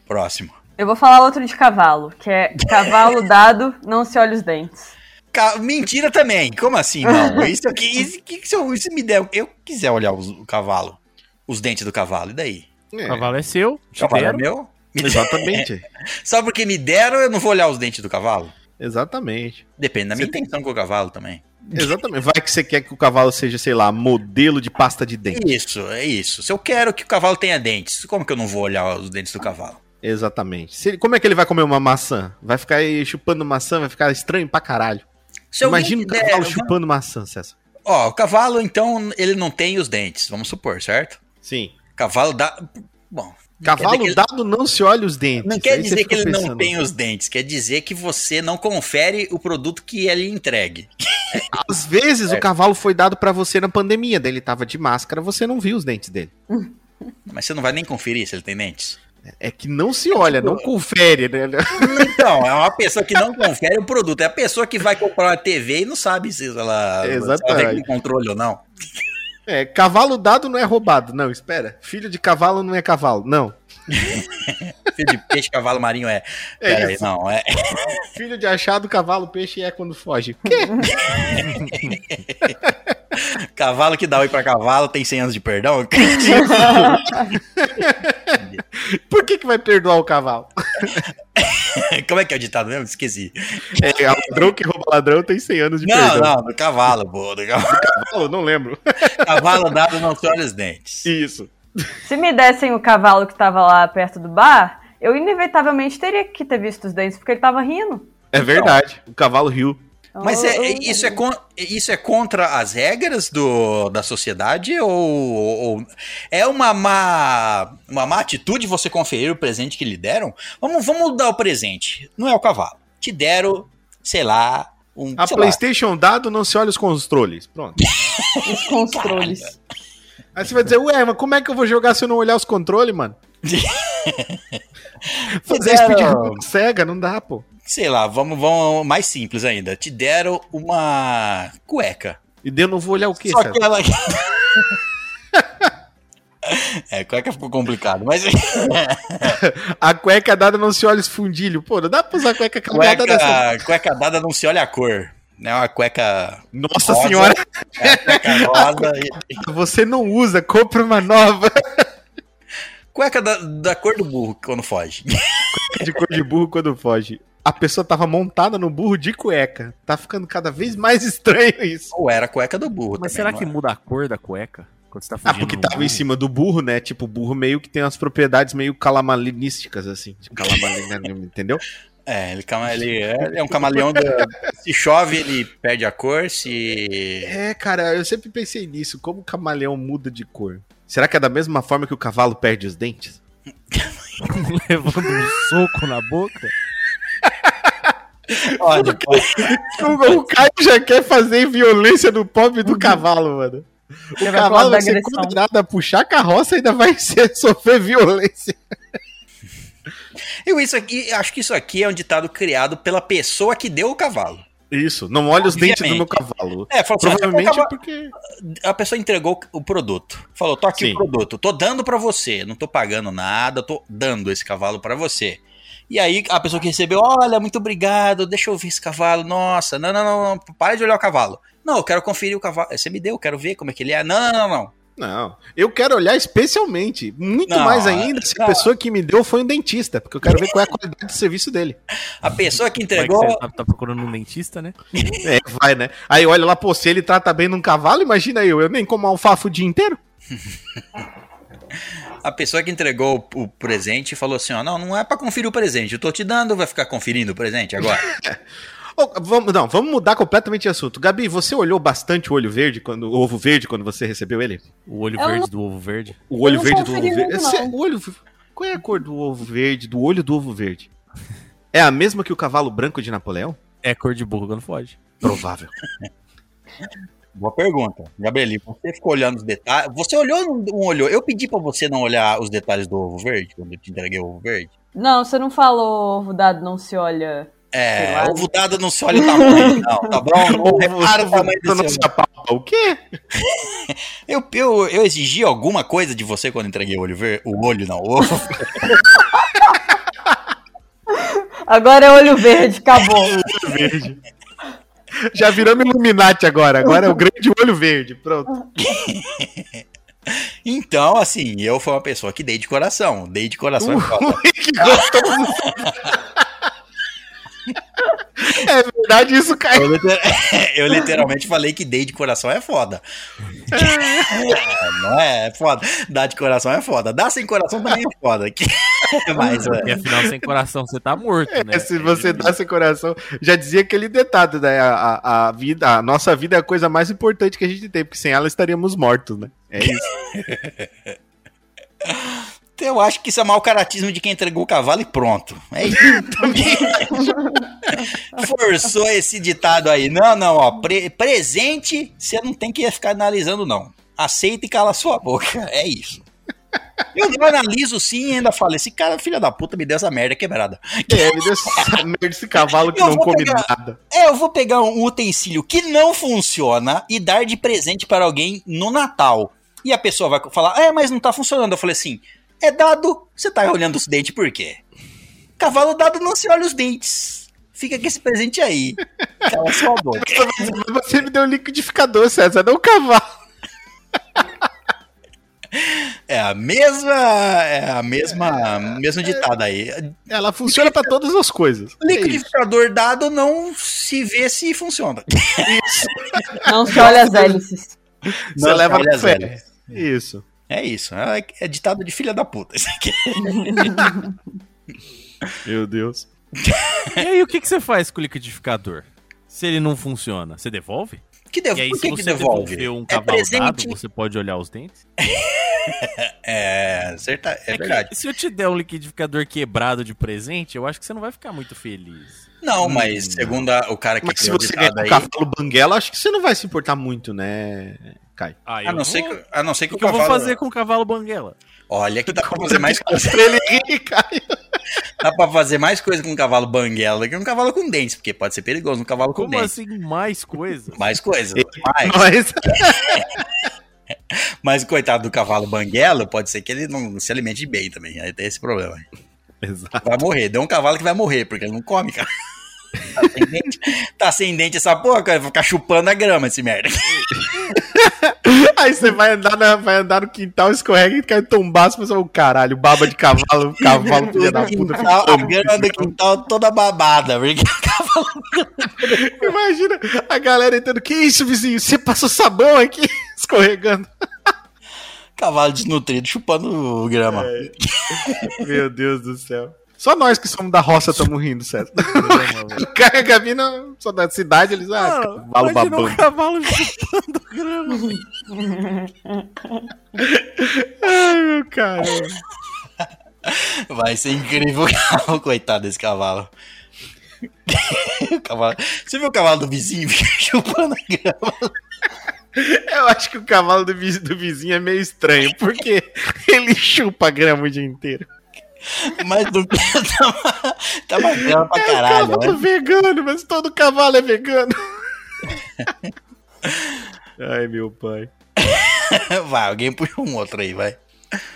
Speaker 1: Próximo.
Speaker 5: Eu vou falar outro de cavalo, que é cavalo dado, não se olha os dentes.
Speaker 1: Ca- Mentira também. Como assim,
Speaker 4: [laughs]
Speaker 1: não? Isso aqui, isso, que que se eu, se me der, eu quiser olhar os- o cavalo, os dentes do cavalo, e daí?
Speaker 4: É,
Speaker 3: O cavalo é seu,
Speaker 1: O
Speaker 3: te
Speaker 1: cavalo é
Speaker 3: deram.
Speaker 1: meu? Me deram.
Speaker 4: Exatamente.
Speaker 1: Só porque me deram, eu não vou olhar os dentes do cavalo?
Speaker 4: Exatamente.
Speaker 1: Depende da minha
Speaker 4: Sim.
Speaker 1: intenção com o cavalo também.
Speaker 4: Exatamente. Vai que você quer que o cavalo seja, sei lá, modelo de pasta de dente.
Speaker 1: Isso, é isso. Se eu quero que o cavalo tenha dentes, como que eu não vou olhar os dentes do cavalo?
Speaker 4: Exatamente. Se ele- como é que ele vai comer uma maçã? Vai ficar aí chupando maçã, vai ficar estranho pra caralho.
Speaker 1: Se alguém
Speaker 4: Imagina um
Speaker 1: me der-
Speaker 4: cavalo chupando maçã, César.
Speaker 1: Ó, o cavalo, então, ele não tem os dentes, vamos supor, certo?
Speaker 4: Sim.
Speaker 1: Cavalo dá... Bom,
Speaker 4: Cavalo
Speaker 1: que ele-
Speaker 4: dado não se olha os dentes.
Speaker 1: Não quer
Speaker 4: Aí você
Speaker 1: dizer que
Speaker 4: fica
Speaker 1: ele não
Speaker 4: pensando,
Speaker 1: tem os dentes, quer dizer que você não confere o produto que ele entregue.
Speaker 4: Às vezes
Speaker 1: É.
Speaker 4: o cavalo foi dado pra você na pandemia, daí ele tava de máscara, você não viu os dentes dele.
Speaker 1: Mas você não vai nem conferir se ele tem dentes.
Speaker 4: É que não se olha, não
Speaker 1: Tipo-
Speaker 4: confere, né? [laughs]
Speaker 1: Então, é uma pessoa que não confere o produto. É a pessoa que vai comprar uma TV e não sabe se ela, se ela
Speaker 4: Exatamente.
Speaker 1: vem com controle ou não.
Speaker 4: É, cavalo dado não é roubado. Não, espera. Filho de cavalo não é cavalo. Não.
Speaker 1: Filho de peixe, cavalo marinho é.
Speaker 4: É
Speaker 1: Peraí, não, é. [laughs]
Speaker 4: Filho de achado, cavalo, peixe é quando foge. Quê?
Speaker 1: Cavalo que dá oi pra cavalo tem 100 anos de perdão. [laughs]
Speaker 4: Por que, que vai perdoar o cavalo?
Speaker 1: Como é que é o ditado mesmo? Esqueci.
Speaker 4: [laughs] É, ladrão que rouba ladrão tem 100 anos de
Speaker 1: Não,
Speaker 4: perdão.
Speaker 1: não, do cavalo, pô. Do
Speaker 4: [laughs]
Speaker 1: cavalo,
Speaker 4: Não, não lembro.
Speaker 1: cavalo dado não se olha os dentes.
Speaker 4: Isso.
Speaker 5: Se me dessem o cavalo que tava lá perto do bar, eu inevitavelmente teria que ter visto os dentes, porque ele tava rindo.
Speaker 4: É verdade. O cavalo riu.
Speaker 5: Então,
Speaker 1: Mas é,
Speaker 5: eu- eu-
Speaker 1: isso, é con- isso é contra as regras do, da sociedade ou, ou- é uma má, uma má atitude você conferir o presente que lhe deram? Vamos, vamos dar o presente. Não é o cavalo. Te deram, sei lá, um.
Speaker 4: A
Speaker 1: sei lá.
Speaker 4: PlayStation dado não se olha os controles. Pronto.
Speaker 5: Os controles.
Speaker 4: Aí você vai dizer, ué, mas como é que eu vou jogar se eu não olhar os controles,
Speaker 1: [laughs]
Speaker 4: mano? Fazer speedrun com cega não dá, pô.
Speaker 1: Sei lá, vamos, vamos mais simples ainda. Te deram uma cueca.
Speaker 4: E daí eu não vou olhar o quê,
Speaker 1: Só
Speaker 4: César?
Speaker 1: que ela. [laughs] é, cueca ficou complicado, mas.
Speaker 4: [laughs]
Speaker 1: [laughs]
Speaker 4: A cueca dada não se olha os fundilhos. Pô, não dá pra usar cueca cagada dessa.
Speaker 1: cueca, cueca dada não se olha a cor. É uma cueca
Speaker 4: Nossa
Speaker 1: rosa.
Speaker 4: senhora!
Speaker 1: Cueca rosa. e-
Speaker 4: Você não usa, compra uma nova.
Speaker 1: Cueca da, da cor do burro quando foge.
Speaker 4: De cor de burro quando foge. A pessoa tava montada no burro de cueca. Tá ficando cada vez mais estranho isso.
Speaker 1: Ou era a cueca do burro.
Speaker 3: Mas
Speaker 1: também,
Speaker 3: será
Speaker 1: não é?
Speaker 3: que
Speaker 1: era?
Speaker 3: muda a cor da cueca? Quando você tá
Speaker 4: Ah,
Speaker 3: fugindo
Speaker 4: porque
Speaker 3: no
Speaker 4: tava
Speaker 3: burro?
Speaker 4: em cima do burro, né? Tipo, o burro meio que tem umas propriedades meio calamalinísticas, assim. De calamalina- entendeu?
Speaker 1: É, ele, cama- ele é, ele é um camaleão. da- se chove, ele perde a cor. Se.
Speaker 4: É, cara, eu sempre pensei nisso. Como o camaleão muda de cor? Será que é da mesma forma que o cavalo perde os dentes?
Speaker 3: [laughs] levando um soco na boca.
Speaker 1: Olha,
Speaker 4: O Caio já quer fazer violência no pobre do cavalo, mano. O
Speaker 5: Ele vai pro
Speaker 1: é
Speaker 4: cavalo
Speaker 5: lado da
Speaker 4: vai ser
Speaker 5: agressão.
Speaker 4: condenado a puxar a carroça e ainda vai [laughs] ser, sofrer violência.
Speaker 1: eu isso aqui, acho que isso aqui é um ditado criado pela pessoa que deu o cavalo.
Speaker 4: Isso, não olha os dentes do meu
Speaker 1: Obviamente.
Speaker 4: cavalo.
Speaker 1: É, falou assim,
Speaker 4: Provavelmente
Speaker 1: "Acabou-
Speaker 4: porque.
Speaker 1: a pessoa entregou o produto. Falou, tô aqui
Speaker 4: Sim.
Speaker 1: o produto, tô dando pra você, não tô pagando nada, tô dando esse cavalo pra você. E aí a pessoa que recebeu, olha, muito obrigado, deixa eu ver esse cavalo, nossa, não, não, não, não, para de olhar o cavalo. Não, eu quero conferir o cavalo, você me deu, eu quero ver como é que ele é. Não, não, não, não.
Speaker 4: Não, eu quero olhar especialmente, muito
Speaker 1: Não,
Speaker 4: mais ainda, se a
Speaker 1: não.
Speaker 4: pessoa que me deu foi um dentista, porque eu quero ver qual é a qualidade do serviço dele.
Speaker 1: A pessoa que
Speaker 3: Vai que
Speaker 1: entregou,
Speaker 3: você tá, tá procurando um dentista, né?
Speaker 4: É, vai, né? Aí olha lá, pô, se ele trata bem num cavalo, imagina eu, eu nem como alfafa o dia inteiro.
Speaker 1: a pessoa que entregou o o presente falou assim, ó, não, não é pra conferir o presente, eu tô te dando, vai ficar conferindo o presente agora.
Speaker 4: Ô, vamos, não, vamos mudar completamente de assunto. Gabi, você olhou bastante o olho verde, quando, o ovo verde, quando você recebeu ele?
Speaker 3: O olho
Speaker 5: Eu
Speaker 3: verde
Speaker 5: não-
Speaker 3: do ovo verde.
Speaker 4: O olho
Speaker 5: não
Speaker 4: verde do ovo
Speaker 5: conferi
Speaker 4: verde.
Speaker 5: muito,
Speaker 4: Esse-
Speaker 5: não.
Speaker 4: o olho, qual é a cor do ovo verde, do olho do ovo verde? É a mesma que o cavalo branco de Napoleão?
Speaker 3: É cor de burro quando foge.
Speaker 4: Provável.
Speaker 1: Boa pergunta. Gabrieli, você ficou olhando os detalhes. Você olhou ou não olhou? Eu pedi pra você não olhar os detalhes do ovo verde, quando eu te entreguei o ovo verde.
Speaker 5: Não, você não falou, ovo dado não se olha. Sei
Speaker 1: É,
Speaker 5: lá.
Speaker 1: ovo dado não se olha o tamanho, não, tá bom? Não
Speaker 4: É
Speaker 1: repara o tamanho do
Speaker 4: Você tá assim, não
Speaker 1: seu-
Speaker 4: se apalpa. O quê?
Speaker 1: Eu, eu, eu exigi alguma coisa de você quando entreguei o olho verde. O olho, não, o ovo.
Speaker 5: Agora é olho verde, acabou.
Speaker 4: verde. [laughs] Já viramos Illuminati agora. Agora é o grande olho verde. Pronto.
Speaker 1: Então, assim, eu fui uma pessoa que dei de coração. Dei de coração. é foda.
Speaker 4: [laughs] que gostoso. É verdade isso, cara.
Speaker 1: Eu, liter- [laughs] eu literalmente falei que dei de coração é foda. É, não é, é foda. Dar de coração é foda. Dar sem coração também é foda. [laughs] Que- Mas, é.
Speaker 3: Porque afinal, sem coração, você tá morto, né?
Speaker 4: É, se você dá seu coração. Já dizia aquele detalhe, né? A, a- a vida, a nossa vida é a coisa mais importante que a gente tem, porque sem ela estaríamos mortos, né? É isso.
Speaker 1: Eu acho que isso é mau caratismo de quem entregou o cavalo e pronto. É isso. [laughs] Forçou esse ditado aí. Não, não, ó. pre- presente, você não tem que ficar analisando, não. Aceita e cala sua boca. É isso. Eu não analiso sim e ainda falo, esse cara, filha da puta, me deu essa merda quebrada.
Speaker 4: É, me deu essa merda desse cavalo que
Speaker 1: Eu
Speaker 4: não
Speaker 1: vou
Speaker 4: come
Speaker 1: pegar-
Speaker 4: nada.
Speaker 1: É, eu vou pegar um utensílio que não funciona e dar de presente para alguém no Natal. E a pessoa vai falar, é, mas não tá funcionando. Eu falei assim, é dado, você tá olhando os dentes por quê? Cavalo dado não se olha os dentes. Fica com esse presente aí. Cala sua boca.
Speaker 4: Você me deu um liquidificador, César, não um cavalo.
Speaker 1: É a mesma, é a mesma, mesmo ditado aí.
Speaker 4: Ela funciona pra todas as [laughs] coisas. É isso.
Speaker 1: Liquidificador dado não se vê se funciona.
Speaker 5: Não se olha as hélices.
Speaker 4: Você
Speaker 1: Não,
Speaker 4: leva
Speaker 1: olha
Speaker 4: na
Speaker 1: as
Speaker 4: fé. Isso.
Speaker 1: É isso, é, é ditado de filha da puta. Isso aqui.
Speaker 4: Meu Deus.
Speaker 3: E aí, o que, que você faz com o liquidificador? Se ele não funciona, você devolve?
Speaker 1: Que dev...
Speaker 3: E aí,
Speaker 1: Por
Speaker 3: se
Speaker 1: que, que
Speaker 3: você
Speaker 1: devolve?
Speaker 3: devolver um
Speaker 1: é
Speaker 3: cavalo
Speaker 1: presente.
Speaker 3: dado, você pode olhar os dentes?
Speaker 1: É, certa... é
Speaker 3: que
Speaker 1: verdade.
Speaker 3: se eu te der um liquidificador quebrado de presente, eu acho que você não vai ficar muito feliz.
Speaker 1: Não, mas segundo a- o cara que
Speaker 4: Mas se
Speaker 1: criou o
Speaker 4: você ganhar
Speaker 1: ditado
Speaker 4: um cavalo banguela, acho que você não vai se importar muito, né, Kai?
Speaker 3: Ah,
Speaker 1: a não, ser
Speaker 3: vou-
Speaker 1: que, a não ser que
Speaker 3: O
Speaker 1: o
Speaker 3: que eu vou
Speaker 1: cavalo-
Speaker 3: fazer com o cavalo banguela?
Speaker 1: Olha que dá pra fazer mais coisa.
Speaker 4: Pra ele rir, Kai.
Speaker 1: Dá pra fazer mais coisa com um cavalo banguela do que um cavalo com dentes, porque pode ser perigoso um cavalo com
Speaker 3: Como
Speaker 1: dentes.
Speaker 3: assim
Speaker 1: [laughs]
Speaker 3: mais coisas?
Speaker 1: Mais coisas. Mas,
Speaker 4: [laughs] Mas
Speaker 1: mas coitado do cavalo banguela, pode ser que ele não se alimente bem também. Aí tem esse problema.
Speaker 4: Exato.
Speaker 1: Vai morrer. Deu um cavalo que vai morrer, porque ele não come, cara. Tá sem dente, tá sem dente essa porca, vai ficar chupando a grama esse merda.
Speaker 4: Aí você vai andar, na- vai andar no quintal, escorrega e cai um tombaço, mas o caralho, baba de [laughs] cavalo, cavalo, filha da puta.
Speaker 1: Quintal, [laughs] a grama do quintal toda babada. Porque...
Speaker 4: Imagina a galera entrando, que isso, vizinho? Você passou sabão aqui, [laughs] escorregando.
Speaker 1: Cavalo desnutrido chupando grama.
Speaker 4: É. Meu Deus do céu. Só nós que somos da roça estamos rindo, [laughs] César. Cara, a Gabi não, só da cidade, eles. Ah, cavalo
Speaker 3: imagina um
Speaker 4: babando.
Speaker 3: [laughs] cavalo chupando grama.
Speaker 4: Ai, meu cara.
Speaker 1: Vai ser incrível [laughs] o coitado desse cavalo. [laughs] O cavalo- Você viu o cavalo do vizinho [laughs] Fica chupando a grama?
Speaker 4: Eu acho que o cavalo do viz- do vizinho, é meio estranho, porque [laughs] ele chupa a grama o dia inteiro.
Speaker 1: Mas do [laughs] tá uma, tá uma grama pra
Speaker 4: é
Speaker 1: caralho,
Speaker 4: o cavalo
Speaker 1: né?
Speaker 4: vegano, mas todo cavalo é vegano. [laughs] Ai, meu pai.
Speaker 1: né? Vai, alguém puxa um outro aí, vai.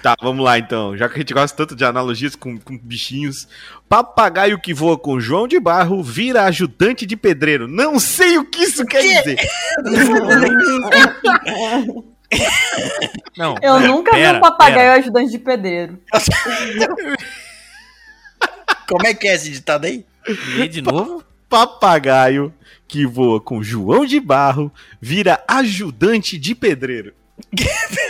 Speaker 4: Tá, vamos lá então. Já que a gente gosta tanto de analogias com, com bichinhos. Papagaio que voa com João de Barro vira ajudante de pedreiro. Não sei o que isso quer dizer.
Speaker 3: Não,
Speaker 5: Eu nunca vi
Speaker 3: pera,
Speaker 5: um papagaio ajudante de pedreiro.
Speaker 1: Como é que é esse ditado aí?
Speaker 3: pera. Lê de novo?
Speaker 4: Papagaio que voa com João de Barro vira ajudante de pedreiro.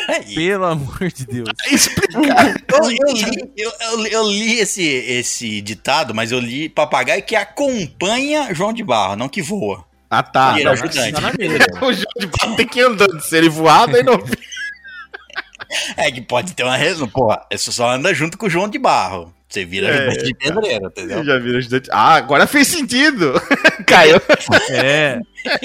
Speaker 1: Peraí.
Speaker 3: Pelo amor de Deus.
Speaker 4: Explicar.
Speaker 1: É Eu, eu li,
Speaker 4: então,
Speaker 1: eu, eu- eu li esse, esse ditado, mas eu li papagaio que acompanha João de Barro, não que voa.
Speaker 4: Ah, tá.
Speaker 1: Vira
Speaker 4: Não,
Speaker 1: ajudante.
Speaker 3: Tá na mesa.
Speaker 4: O João de Barro tem que ir andando. Se ele voar, daí não
Speaker 1: É que pode ter uma razão. Porra, você só anda junto com o João de Barro. Você vira
Speaker 4: É,
Speaker 1: ajudante de pedreiro, entendeu?
Speaker 4: Já vira ajudante. Ah, agora fez sentido. Caiu.
Speaker 3: É.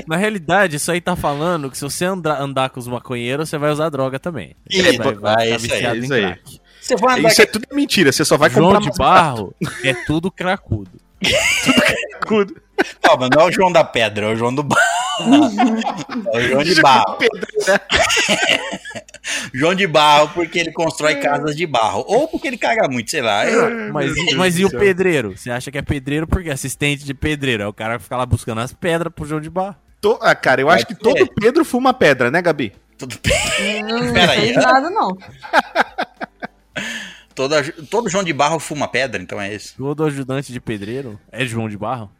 Speaker 3: Na realidade, isso aí tá falando que se você andar, andar com os maconheiros, você vai usar droga também.
Speaker 1: Ih,
Speaker 3: Você
Speaker 1: vai, é
Speaker 3: ficar
Speaker 1: isso aí,
Speaker 3: viciado
Speaker 4: é
Speaker 3: em
Speaker 4: isso aí.
Speaker 3: crack.
Speaker 1: Você vai andar
Speaker 4: Isso é tudo mentira. Você só vai
Speaker 3: João
Speaker 4: comprar
Speaker 3: de
Speaker 4: mais
Speaker 3: Barro é tudo cracudo.
Speaker 4: escudo.
Speaker 1: Não, mas não é o João da Pedra, é o João do
Speaker 4: [laughs]
Speaker 1: Barro. É o João de Barro. João de Barro porque ele constrói casas de barro. Ou porque ele caga muito, sei lá. Eu-
Speaker 3: Mas,
Speaker 4: Meu Deus
Speaker 3: mas
Speaker 4: do
Speaker 3: e o
Speaker 4: céu.
Speaker 3: pedreiro? Você acha que é pedreiro porque é assistente de pedreiro? É o cara que fica lá buscando as pedras pro João de Barro.
Speaker 4: To- Ah, cara, eu acho que
Speaker 1: Pode ser.
Speaker 4: todo Pedro fuma pedra, né, Gabi?
Speaker 1: Tudo bem.
Speaker 5: Não
Speaker 1: Pera aí.
Speaker 5: fez nada, não.
Speaker 1: Toda- todo João de Barro fuma pedra, então é isso.
Speaker 3: Todo ajudante de pedreiro é João de Barro?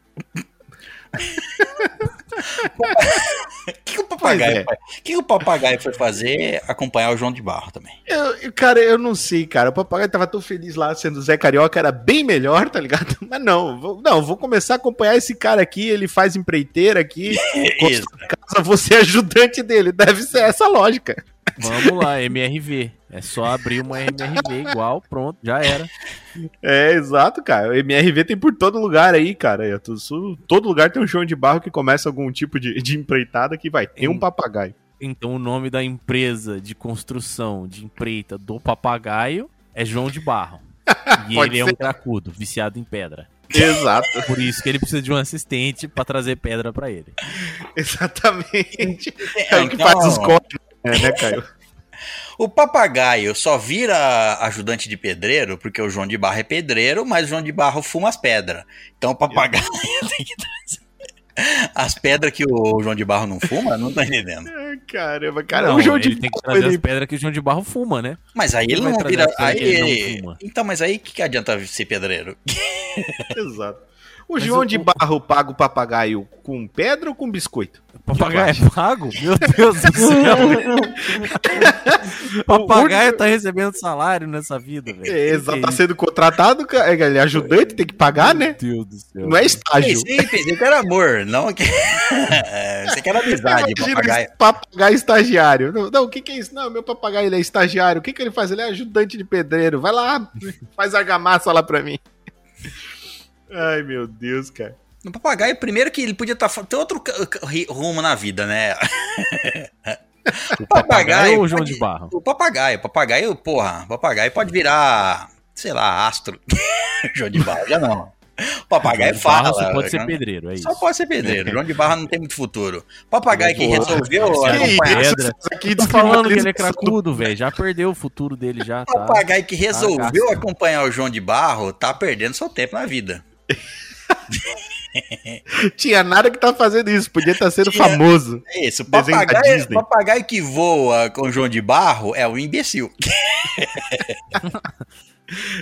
Speaker 1: O que, que o papagaio
Speaker 4: Pois é.
Speaker 1: foi- o que que o papagaio foi fazer acompanhar o João de Barro também?
Speaker 4: Eu, eu- cara, eu não sei, cara. O papagaio tava tão feliz lá sendo Zé Carioca, era bem melhor, tá ligado? [laughs] Mas não, vou, não, vou começar a acompanhar esse cara aqui, ele faz empreiteira aqui,
Speaker 1: [laughs] Isso.
Speaker 4: casa, você é ajudante dele. Deve ser essa a lógica.
Speaker 3: Vamos lá, [laughs] MRV. É só abrir uma MRV igual, pronto, já era.
Speaker 4: É, exato, cara. O MRV tem por todo lugar aí, cara. Eu tô- su- todo lugar tem um chão de barro que começa algum tipo de, de empreitada que vai ter um
Speaker 3: Hum.
Speaker 4: papagaio. [laughs]
Speaker 3: Então o nome da empresa de construção de empreita do papagaio é João
Speaker 4: [laughs]
Speaker 3: de Barro. E
Speaker 4: Pode
Speaker 3: ele é
Speaker 4: ser.
Speaker 3: um cracudo, viciado em pedra.
Speaker 4: Exato,
Speaker 3: Por isso que ele precisa de um assistente pra trazer pedra pra ele.
Speaker 4: [laughs] exatamente. É, o que
Speaker 1: Então,
Speaker 4: faz os cortes, né, né, Caio?
Speaker 1: O papagaio só vira ajudante de pedreiro porque o João de Barro é pedreiro, mas o João de Barro fuma as pedras. Então o papagaio [laughs] tem que trazer. As pedras que o João de Barro não fuma, não tá entendendo.
Speaker 4: [laughs] Ai, Caramba, cara,
Speaker 3: Não,
Speaker 4: o João
Speaker 3: ele
Speaker 4: de
Speaker 3: tem que
Speaker 4: Barro,
Speaker 3: trazer
Speaker 4: ele-
Speaker 3: as pedras que o João de Barro fuma, né?
Speaker 1: Mas aí ele
Speaker 3: Vai
Speaker 1: não
Speaker 3: trazer
Speaker 1: vira.
Speaker 3: as
Speaker 1: Aí
Speaker 3: pedras que ele não fuma.
Speaker 1: Então, mas aí o que, que adianta ser pedreiro?
Speaker 4: Exato. O
Speaker 3: Mas
Speaker 4: João
Speaker 3: o-
Speaker 4: de
Speaker 3: o-
Speaker 4: Barro paga o papagaio com pedra ou com biscoito?
Speaker 3: Papagaio é pago? Meu Deus
Speaker 4: [laughs]
Speaker 3: do céu! Papagaio tá recebendo salário nessa vida, velho.
Speaker 4: É, exato,
Speaker 3: Que
Speaker 4: tá
Speaker 3: isso?
Speaker 4: sendo contratado, ca- ele é ajudante, tem que pagar,
Speaker 3: Meu
Speaker 4: né?
Speaker 3: Deus do céu.
Speaker 4: Não é
Speaker 1: Ei,
Speaker 4: estágio.
Speaker 1: sim, pensei que era amor, não que. [laughs] É, Você
Speaker 3: [laughs]
Speaker 1: quer amizade,
Speaker 4: Ah, Imagina
Speaker 1: papagaio.
Speaker 4: esse papagaio estagiário. Não, não, o que, que é isso? Não, meu papagaio ele é estagiário. O que, que ele faz? Ele é ajudante de pedreiro. Vai lá, [laughs] faz argamassa lá pra mim. [laughs] Ai, meu Deus, cara.
Speaker 1: No papagaio, primeiro que ele podia estar. ter outro ca- ca- ri- rumo na vida,
Speaker 3: [laughs]
Speaker 1: né? o
Speaker 3: Papagaio ou João
Speaker 1: pode-
Speaker 3: de Barro?
Speaker 1: O papagaio, papagaio, porra, papagaio pode virar, sei lá,
Speaker 3: [laughs]
Speaker 1: astro. João de Barro já não. O
Speaker 4: é
Speaker 1: papagaio
Speaker 3: João de
Speaker 1: fala.
Speaker 3: Barro Só pode ser
Speaker 1: né?
Speaker 3: pedreiro, é isso.
Speaker 1: Só pode ser pedreiro. João de Barro não tem muito futuro. Papagaio
Speaker 3: é
Speaker 1: que resolveu acompanhar.
Speaker 3: isso?
Speaker 4: Isso aqui
Speaker 3: Tô falando que ele
Speaker 4: desvaloriza-
Speaker 3: é cracudo, velho. Já perdeu o futuro dele já, tá?
Speaker 1: Papagaio que
Speaker 3: Ah,
Speaker 1: resolveu acompanhar o João de Barro tá perdendo seu tempo na vida.
Speaker 4: Tinha nada que tá fazendo isso, podia estar sendo
Speaker 1: Tinha-
Speaker 4: famoso.
Speaker 1: É isso,
Speaker 4: Desenho da
Speaker 1: papagaio,
Speaker 4: Disney.
Speaker 1: papagaio que voa com João de Barro é um imbecil.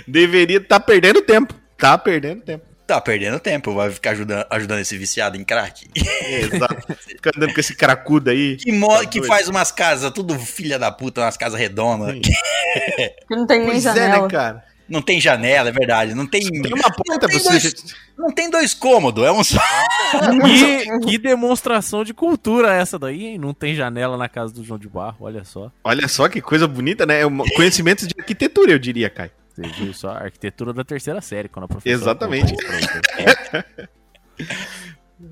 Speaker 4: Deveria estar perdendo tempo. Tá perdendo tempo.
Speaker 1: Tá perdendo tempo, vai ficar ajudando, ajudando esse viciado em crack.
Speaker 4: Exato. Fica andando com esse cracudo aí.
Speaker 1: Que, mo-
Speaker 4: Tá
Speaker 1: que
Speaker 4: doido.
Speaker 1: faz umas casas, tudo filha da puta, umas casas redondas.
Speaker 4: Sim.
Speaker 5: Que não tem nem
Speaker 4: Pois é,
Speaker 5: janela.
Speaker 4: né, cara?
Speaker 1: Não tem janela, é verdade. Não tem.
Speaker 4: Tem uma porta
Speaker 1: Não tem
Speaker 4: pra você. Tá.
Speaker 1: Não tem dois cômodos, é um só.
Speaker 3: Que, que demonstração de cultura é essa daí, hein? Não tem janela na casa do João de Barro, olha só.
Speaker 4: Olha só que coisa bonita, né? É um Conhecimento de arquitetura, eu diria, Kai.
Speaker 3: Você viu só a arquitetura da terceira série, quando a professora...
Speaker 4: Exatamente.
Speaker 3: contou pra você.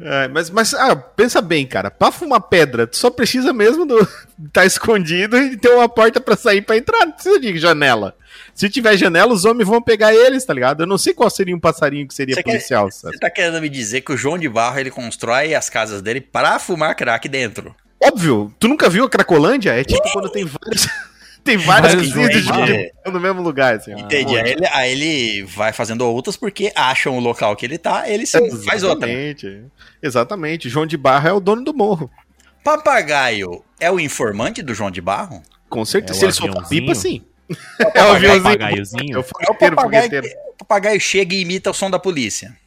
Speaker 4: É, mas, mas ah, pensa bem, cara. Pra fumar pedra, tu só precisa mesmo do [laughs] tá escondido e ter uma porta pra sair pra entrar. Não precisa de janela. Se tiver janela, os homens vão pegar eles, tá ligado? Eu não sei qual seria um passarinho que seria
Speaker 1: Você quer-
Speaker 4: policial, sabe?
Speaker 1: Você tá querendo me dizer que o João de Barro ele constrói as casas dele pra fumar crack dentro.
Speaker 4: Óbvio, tu nunca viu a Cracolândia? É tipo quando tem vários. [laughs] tem vários
Speaker 3: Vários
Speaker 4: vídeos de
Speaker 1: doentes,
Speaker 4: futebol no mesmo lugar, assim. ó.
Speaker 1: Entendi. Aí ele, aí ele vai fazendo outras porque acham o local que ele tá, ele se faz outra.
Speaker 4: Exatamente. Exatamente. João de Barro é o dono do morro.
Speaker 1: Papagaio é o informante do João de Barro?
Speaker 4: Com
Speaker 3: É
Speaker 4: certeza.
Speaker 3: o
Speaker 4: Se ele soltar
Speaker 3: aviãozinho?
Speaker 4: pipa, sim. [laughs] É o aviãozinho. É
Speaker 3: Papagaiozinho.
Speaker 4: o
Speaker 1: É o
Speaker 4: fogueteiro,
Speaker 1: papagaio,
Speaker 4: fogueteiro. [laughs]
Speaker 1: que, o papagaio chega e imita o som da polícia.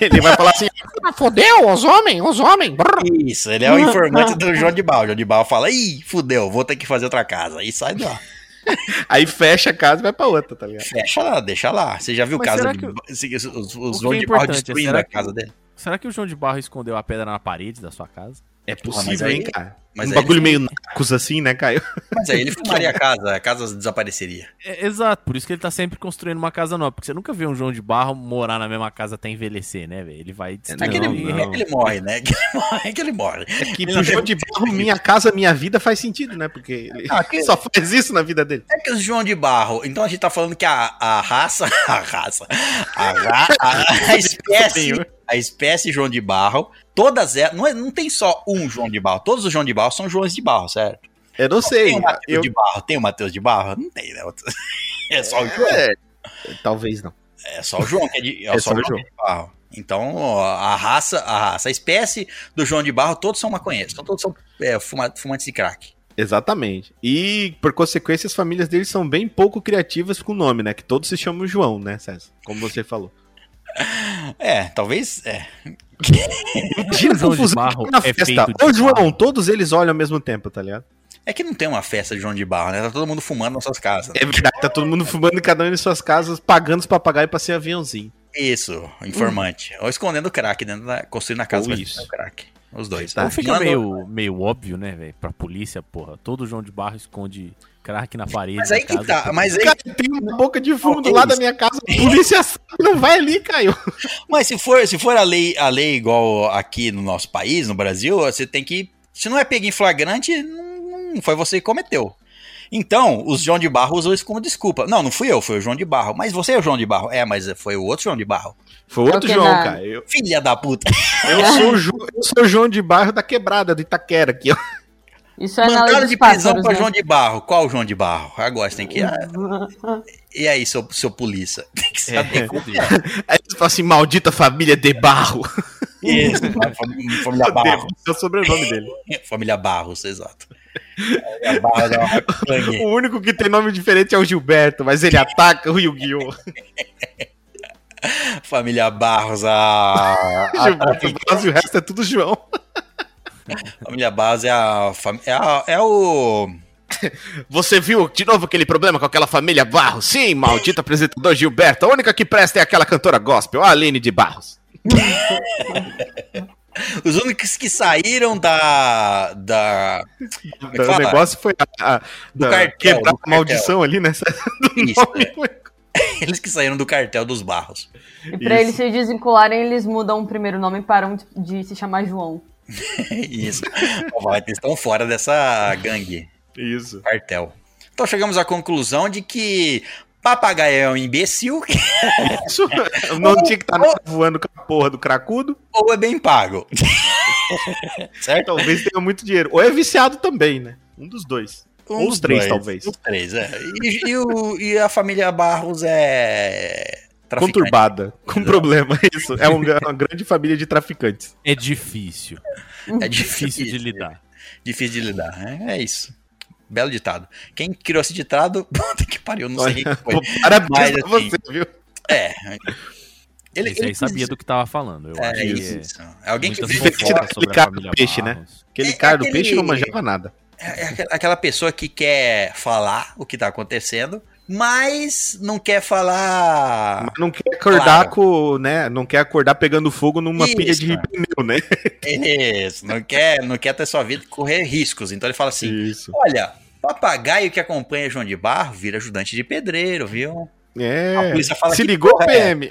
Speaker 4: Ele vai falar assim: ah, fodeu, os homens, os homens. brrr."
Speaker 1: Isso, ele é o informante
Speaker 3: [laughs]
Speaker 1: do João de Barro. O João de Barro fala, ih, fudeu, vou ter que fazer outra casa. E sai lá.
Speaker 4: Aí fecha a casa e vai pra outra, tá ligado?
Speaker 1: Fecha lá, deixa lá. Você já viu
Speaker 3: Mas
Speaker 1: casa
Speaker 3: será
Speaker 1: de...
Speaker 3: que o-
Speaker 1: se- os, os- os
Speaker 3: que
Speaker 1: João
Speaker 3: é
Speaker 1: de Barro
Speaker 3: importante?
Speaker 1: destruindo
Speaker 3: Será
Speaker 1: a
Speaker 3: que-
Speaker 1: casa dele?
Speaker 3: Será que o João de Barro escondeu a pedra na parede da sua casa?
Speaker 4: É
Speaker 1: mas
Speaker 4: possível,
Speaker 1: aí-
Speaker 4: hein, cara?
Speaker 1: mas
Speaker 4: um
Speaker 1: aí
Speaker 4: bagulho
Speaker 1: ele-
Speaker 4: meio nacos assim, né, Caio?
Speaker 1: Mas
Speaker 3: [laughs]
Speaker 1: aí ele fumaria a casa, a casa desapareceria.
Speaker 3: É, exato, por isso que ele tá sempre construindo uma casa nova, porque você nunca vê um João de Barro morar na mesma casa até envelhecer, né, velho? Ele vai
Speaker 1: É que, ele,
Speaker 4: Não, não.
Speaker 1: é que ele morre, né? [laughs] É que ele morre, é que ele morre.
Speaker 4: É que [laughs]
Speaker 1: Ele
Speaker 4: pro
Speaker 1: não tem-
Speaker 4: João de Barro, minha casa, minha vida faz sentido, né? Porque ele
Speaker 1: Ah, que-
Speaker 4: [laughs] só faz isso na vida dele.
Speaker 1: É que os João de Barro. Então a gente tá falando que a, a raça. [laughs] A raça. A, ra, a,
Speaker 3: [laughs]
Speaker 1: a espécie. A espécie João de Barro. Todas elas. Não, é- não tem só um João de Barro. Todos os João de Barro são Joões de Barro, certo?
Speaker 4: Eu não é sei.
Speaker 1: Tem o Matheus
Speaker 4: né? Eu...
Speaker 1: de Barro. Tem o Matheus de Barro? Não tem, né? [laughs] É só o João.
Speaker 4: É, talvez não.
Speaker 1: É só o João que é de, é
Speaker 4: [laughs] É
Speaker 1: só o João que é de Barro. Então ó, a raça, a raça, a espécie do João de Barro, todos são maconheiros. Então todos são é, fuma- fumantes de crack.
Speaker 4: Exatamente. E, por consequência, as famílias deles são bem pouco criativas com o nome, né? Que todos se chamam João, né, César? Como você falou.
Speaker 1: É, talvez. É.
Speaker 4: Imagina a
Speaker 3: É, João de
Speaker 4: confusão
Speaker 3: Barro
Speaker 4: na
Speaker 3: é
Speaker 4: festa.
Speaker 3: feito de
Speaker 4: Ô, João, todos eles olham ao mesmo tempo, tá ligado?
Speaker 1: É que não tem uma festa de João de Barro, né? Tá todo mundo fumando nas suas casas.
Speaker 4: É verdade, tá todo mundo fumando cada um em suas casas, pagando os papagaios pra ser aviãozinho.
Speaker 1: Isso, informante. Ou escondendo o crack dentro da. Construindo a casa
Speaker 4: Ou
Speaker 1: pra
Speaker 4: isso.
Speaker 1: esconder o crack. Os dois.
Speaker 4: Tá.
Speaker 1: Ou
Speaker 3: Então fica
Speaker 1: fumando-
Speaker 3: meio, meio óbvio, né, velho? Pra polícia, porra. Todo João de Barro esconde crack na parede.
Speaker 1: Mas aí
Speaker 3: da
Speaker 1: que
Speaker 3: casa.
Speaker 1: tá. Mas, aí,
Speaker 4: Cara, tem uma boca de fumo
Speaker 1: Não,
Speaker 4: do
Speaker 1: que
Speaker 4: lado da
Speaker 1: isso.
Speaker 4: minha casa, a polícia sabe, não vai ali, caiu.
Speaker 1: mas se for, se for a, lei, a lei igual aqui no nosso país, no Brasil, você tem que. Se não é pego em flagrante, não, não foi você que cometeu. Então, os João de Barro usam isso como desculpa. Não, não fui eu, foi o João de Barro. Mas você é o João de Barro. É, mas foi o outro João de Barro.
Speaker 4: Foi outro
Speaker 5: É o que
Speaker 4: João,
Speaker 5: dá.
Speaker 4: cara. Eu,
Speaker 1: Filha da puta.
Speaker 4: eu sou o Ju- eu sou o João de Barro da Quebrada, do Itaquera aqui, ó.
Speaker 5: Isso é na lei
Speaker 1: Mandado
Speaker 5: dos
Speaker 1: de prisão
Speaker 5: pássaros,
Speaker 1: pra
Speaker 5: né?
Speaker 1: João de Barro. Qual João de Barro? Agora você tem que. ah, E aí, seu, seu polícia? [laughs] Tem que saber
Speaker 3: É,
Speaker 1: como
Speaker 3: fudeu.
Speaker 4: [laughs] Aí eles falam assim, maldita família de [laughs] Barro.
Speaker 1: é isso. né? Fam- Família
Speaker 4: Meu Deus,
Speaker 1: Barro.
Speaker 4: é o sobrenome dele.
Speaker 1: Família Barros, exato. Família Barros é uma gangue.
Speaker 4: O único que tem nome diferente é o Gilberto, mas ele ataca o [laughs] Yu-Gi-Oh!
Speaker 1: Família Barros, a. a- [laughs]
Speaker 4: Gilberto Barros e o resto é tudo João.
Speaker 1: família Barros é a. fam- É, a- é o.
Speaker 4: Você viu de novo aquele problema com aquela família Barros? Sim, maldito apresentador Gilberto. A única que presta é aquela cantora gospel, a Aline de Barros.
Speaker 1: Os únicos que saíram da. da
Speaker 4: [laughs]
Speaker 1: que
Speaker 4: o
Speaker 1: fala?
Speaker 4: negócio foi a, a- da-
Speaker 1: cartel,
Speaker 4: quebrar
Speaker 1: do
Speaker 4: a maldição ali, né? Do
Speaker 1: Isso,
Speaker 4: nome.
Speaker 1: eles que saíram do cartel dos Barros.
Speaker 5: E pra
Speaker 4: Isso.
Speaker 5: eles se desvincularem, eles mudam o primeiro nome e param de- de se chamar João.
Speaker 1: É Isso. Vai, Eles estão fora dessa gangue.
Speaker 4: Isso. [laughs]
Speaker 1: cartel. Então chegamos à conclusão de que papagaio é um imbecil [laughs]
Speaker 4: Isso. Não tinha que estar voando com a porra do cracudo.
Speaker 1: ou é bem
Speaker 4: [laughs]
Speaker 1: pago. certo?
Speaker 4: Talvez tenha muito dinheiro. Ou é viciado também, né? Um dos dois. Ou os três, talvez.
Speaker 1: Os três, é. E, e o- e a família Barros é. traficante.
Speaker 4: Conturbada, com problema, [laughs] isso. É um- uma grande família de traficantes.
Speaker 3: É difícil.
Speaker 1: É
Speaker 3: Difícil de lidar.
Speaker 1: Difícil de lidar. É, é isso. Belo ditado. Quem criou esse ditado, [laughs] puta que pariu, não sei quem que foi.
Speaker 4: Pô, parabéns
Speaker 1: Mas,
Speaker 4: pra
Speaker 1: assim,
Speaker 4: você, viu?
Speaker 1: É. Ele,
Speaker 3: Esse aí
Speaker 1: ele-
Speaker 3: sabia do que tava falando. Eu acho
Speaker 1: É
Speaker 3: que
Speaker 1: isso.
Speaker 3: é
Speaker 1: isso. É Alguém que
Speaker 3: muitas
Speaker 1: vive
Speaker 3: fofocas
Speaker 1: fora.
Speaker 4: fofoca.
Speaker 3: sobre a
Speaker 4: Aquele
Speaker 3: família
Speaker 4: peixe, né?
Speaker 3: Barros.
Speaker 4: Aquele
Speaker 1: é
Speaker 4: cara do
Speaker 1: aquele-
Speaker 4: peixe não manjava nada.
Speaker 1: É é aqu- aquela pessoa que quer falar o que tá acontecendo, mas não quer falar.
Speaker 4: Mas não quer acordar
Speaker 1: Tá. Claro.
Speaker 4: com, né? Não quer acordar pegando fogo numa
Speaker 1: Isso, é.
Speaker 4: pilha de
Speaker 1: cara.
Speaker 4: pneu, né?
Speaker 1: Isso, não quer, não quer ter sua vida correr riscos. Então ele fala assim:
Speaker 4: [laughs] Isso.
Speaker 1: Olha, papagaio que acompanha João de Barro vira ajudante de pedreiro, viu? A
Speaker 4: É.
Speaker 1: polícia
Speaker 4: [laughs]
Speaker 1: fala
Speaker 4: Se
Speaker 1: Ah, que
Speaker 4: ligou,
Speaker 1: porra é
Speaker 4: PM.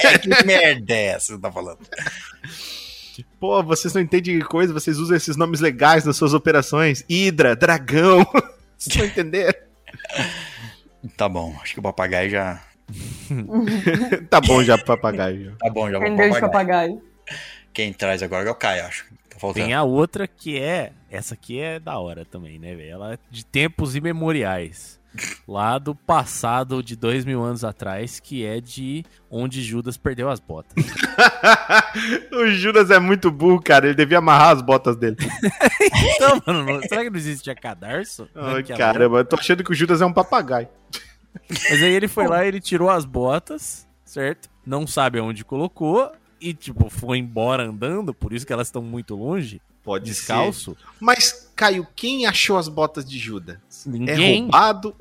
Speaker 1: É, que merda é essa que você tá falando?
Speaker 4: Pô, vocês não entendem de coisa, vocês usam esses nomes legais nas suas operações. Hidra, dragão. [laughs] Vocês não entenderam?
Speaker 1: Tá bom, acho que o papagaio já.
Speaker 4: tá bom já, papagaio.
Speaker 1: Tá bom, já vou
Speaker 5: Quem deu de
Speaker 1: papagaio.
Speaker 5: papagaio.
Speaker 1: Quem traz agora é o Caio, acho. Tá faltando.
Speaker 3: Tem a outra que é. Essa aqui é da hora também, né, velho? Ela é de tempos imemoriais. Lá do passado de dois mil anos atrás, que é de onde Judas perdeu as botas.
Speaker 4: o Judas é muito burro, cara. Ele devia amarrar as botas dele.
Speaker 3: Então, mano, não- será que não existe a cadarço? Né,
Speaker 4: Ai,
Speaker 3: Que é a
Speaker 4: caramba, eu tô achando que o Judas é um papagaio.
Speaker 3: Mas aí ele foi lá, ele tirou as botas, certo? Não sabe aonde colocou e, tipo, foi embora andando, por isso que elas estão muito longe,
Speaker 4: Pode
Speaker 3: descalço.
Speaker 4: Mas, Caio, quem achou as botas de Judas? É
Speaker 3: Ninguém.
Speaker 4: roubado?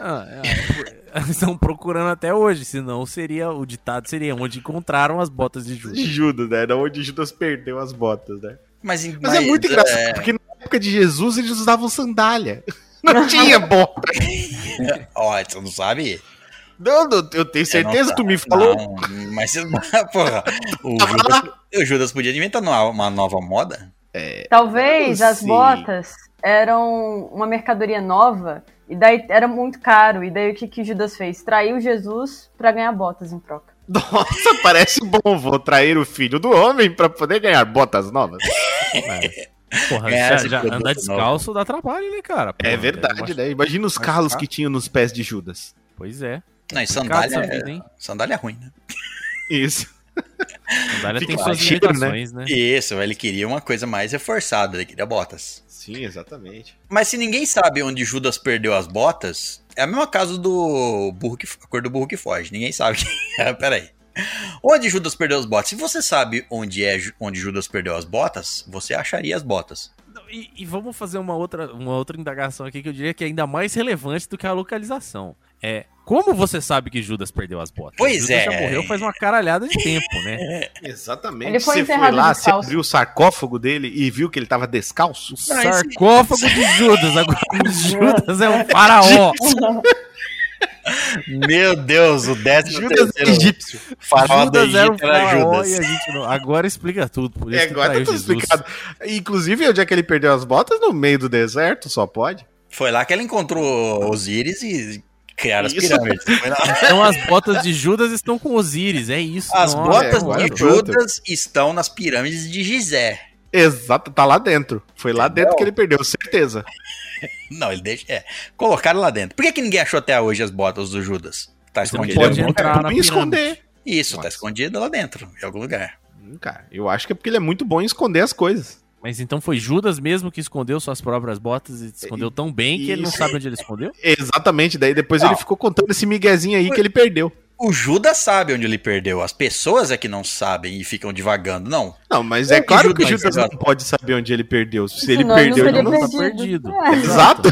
Speaker 3: Ah, [laughs] é, por- estão procurando até hoje, senão seria, o ditado seria onde encontraram as botas de Judas.
Speaker 4: De Judas, né? Da onde Judas perdeu as botas, né?
Speaker 1: Mas,
Speaker 4: Mas, é muito engraçado, porque na época de Jesus eles usavam sandália. [laughs] Não tinha bota.
Speaker 1: é, Ó, você não sabe?
Speaker 4: Não, não, eu tenho certeza que tu me falou.
Speaker 1: É, tá. Não, [laughs] mas você- porra, o
Speaker 4: Tava
Speaker 1: Judas, o Judas podia inventar uma, uma nova moda.
Speaker 5: Talvez
Speaker 4: Eu
Speaker 5: as
Speaker 4: sei.
Speaker 5: botas eram uma mercadoria nova e daí era muito caro. E daí o que, que Judas fez? Traiu Jesus pra ganhar botas em troca.
Speaker 4: Nossa, parece bom. Vou trair o filho do homem pra poder ganhar botas novas.
Speaker 3: Porra,
Speaker 1: Ganhar
Speaker 3: já,
Speaker 1: esse
Speaker 3: já
Speaker 1: produto
Speaker 3: andar descalço dá trabalho, né, cara? Porra,
Speaker 4: É
Speaker 3: deve
Speaker 4: verdade,
Speaker 3: machucar.
Speaker 4: né? Imagina os
Speaker 3: Mas
Speaker 4: carros
Speaker 3: tá.
Speaker 4: que tinham nos pés de Judas.
Speaker 3: Pois é.
Speaker 1: Não, e
Speaker 3: Complicado
Speaker 1: sandália,
Speaker 3: essa vida, hein?
Speaker 1: sandália é ruim, né?
Speaker 4: Isso.
Speaker 3: Sandália tem
Speaker 4: Fica
Speaker 3: suas
Speaker 4: cheiro, né?
Speaker 3: limitações, né?
Speaker 1: Isso, ele queria uma coisa mais reforçada, ele queria botas.
Speaker 4: Sim, exatamente.
Speaker 1: Mas se ninguém sabe onde Judas perdeu as botas, é a mesma caso do burro que a cor do burro que foge. Ninguém sabe. [laughs] Ah, Peraí. Onde Judas perdeu as botas? Se você sabe onde é Ju- onde Judas perdeu as botas, você acharia as botas.
Speaker 3: Não, E, e vamos fazer uma outra, uma outra indagação aqui que eu diria que é ainda mais relevante do que a localização. É como você sabe que Judas perdeu as botas?
Speaker 1: Pois
Speaker 3: Judas
Speaker 1: é.
Speaker 3: já morreu faz uma caralhada de tempo,
Speaker 4: [laughs]
Speaker 3: né?
Speaker 4: Exatamente.
Speaker 5: Ele foi
Speaker 4: você foi
Speaker 5: enterrado
Speaker 4: lá, você
Speaker 5: descalço.
Speaker 4: abriu o sarcófago dele e viu que ele tava descalço?
Speaker 3: O
Speaker 1: Não, esse-
Speaker 3: sarcófago de
Speaker 4: [laughs]
Speaker 3: Judas. Agora Judas é um faraó.
Speaker 1: Meu Deus, o décimo
Speaker 4: Judas é egípcio.
Speaker 1: farol do
Speaker 3: Judas era um
Speaker 1: Egito era
Speaker 3: faraó e a
Speaker 1: Judas.
Speaker 3: gente não... Agora explica tudo, por isso
Speaker 4: É,
Speaker 3: que
Speaker 4: agora tá
Speaker 3: traiu
Speaker 4: tudo
Speaker 3: Jesus.
Speaker 4: explicado. Inclusive, onde é que ele perdeu as botas? No meio do deserto, só pode.
Speaker 1: Foi lá que ela encontrou Osíris e criaram as
Speaker 4: Isso.
Speaker 1: pirâmides. Foi lá.
Speaker 3: Então as botas de Judas estão com Osíris, é isso.
Speaker 1: As
Speaker 3: Nossa,
Speaker 1: botas
Speaker 3: agora é
Speaker 1: de
Speaker 4: pronto.
Speaker 1: Judas estão nas pirâmides de Gizé.
Speaker 4: Exato, tá lá dentro. Foi lá
Speaker 1: Entendeu?
Speaker 4: dentro que ele perdeu, certeza.
Speaker 1: Não, ele deixa. É, colocaram lá dentro. Por que, que ninguém achou até hoje as botas do Judas? Tá
Speaker 3: Você não
Speaker 1: escondido.
Speaker 3: pode
Speaker 1: em algum
Speaker 3: entrar
Speaker 4: Não
Speaker 3: na
Speaker 4: podia esconder.
Speaker 3: pirâmide.
Speaker 1: Isso, tá
Speaker 4: Nossa.
Speaker 1: escondido lá dentro, em algum lugar.
Speaker 4: Hum, Cara, eu acho que é porque ele é muito bom em esconder as coisas.
Speaker 3: Mas então foi Judas mesmo que escondeu suas próprias botas e escondeu tão bem que ele não
Speaker 4: Isso.
Speaker 3: sabe onde ele escondeu?
Speaker 4: Exatamente, daí depois
Speaker 1: Não.
Speaker 4: ele ficou contando esse miguezinho aí que ele perdeu.
Speaker 1: O Judas sabe onde ele perdeu, as pessoas é que não sabem e ficam divagando, não.
Speaker 4: Não, mas é claro que o
Speaker 1: Judas,
Speaker 4: Judas não
Speaker 1: exato.
Speaker 4: pode saber onde ele perdeu. Se ele
Speaker 5: Senão ele não
Speaker 4: perdeu, ele
Speaker 5: teria
Speaker 4: não...
Speaker 3: tá
Speaker 5: perdido.
Speaker 3: perdido.
Speaker 4: [laughs] Exato.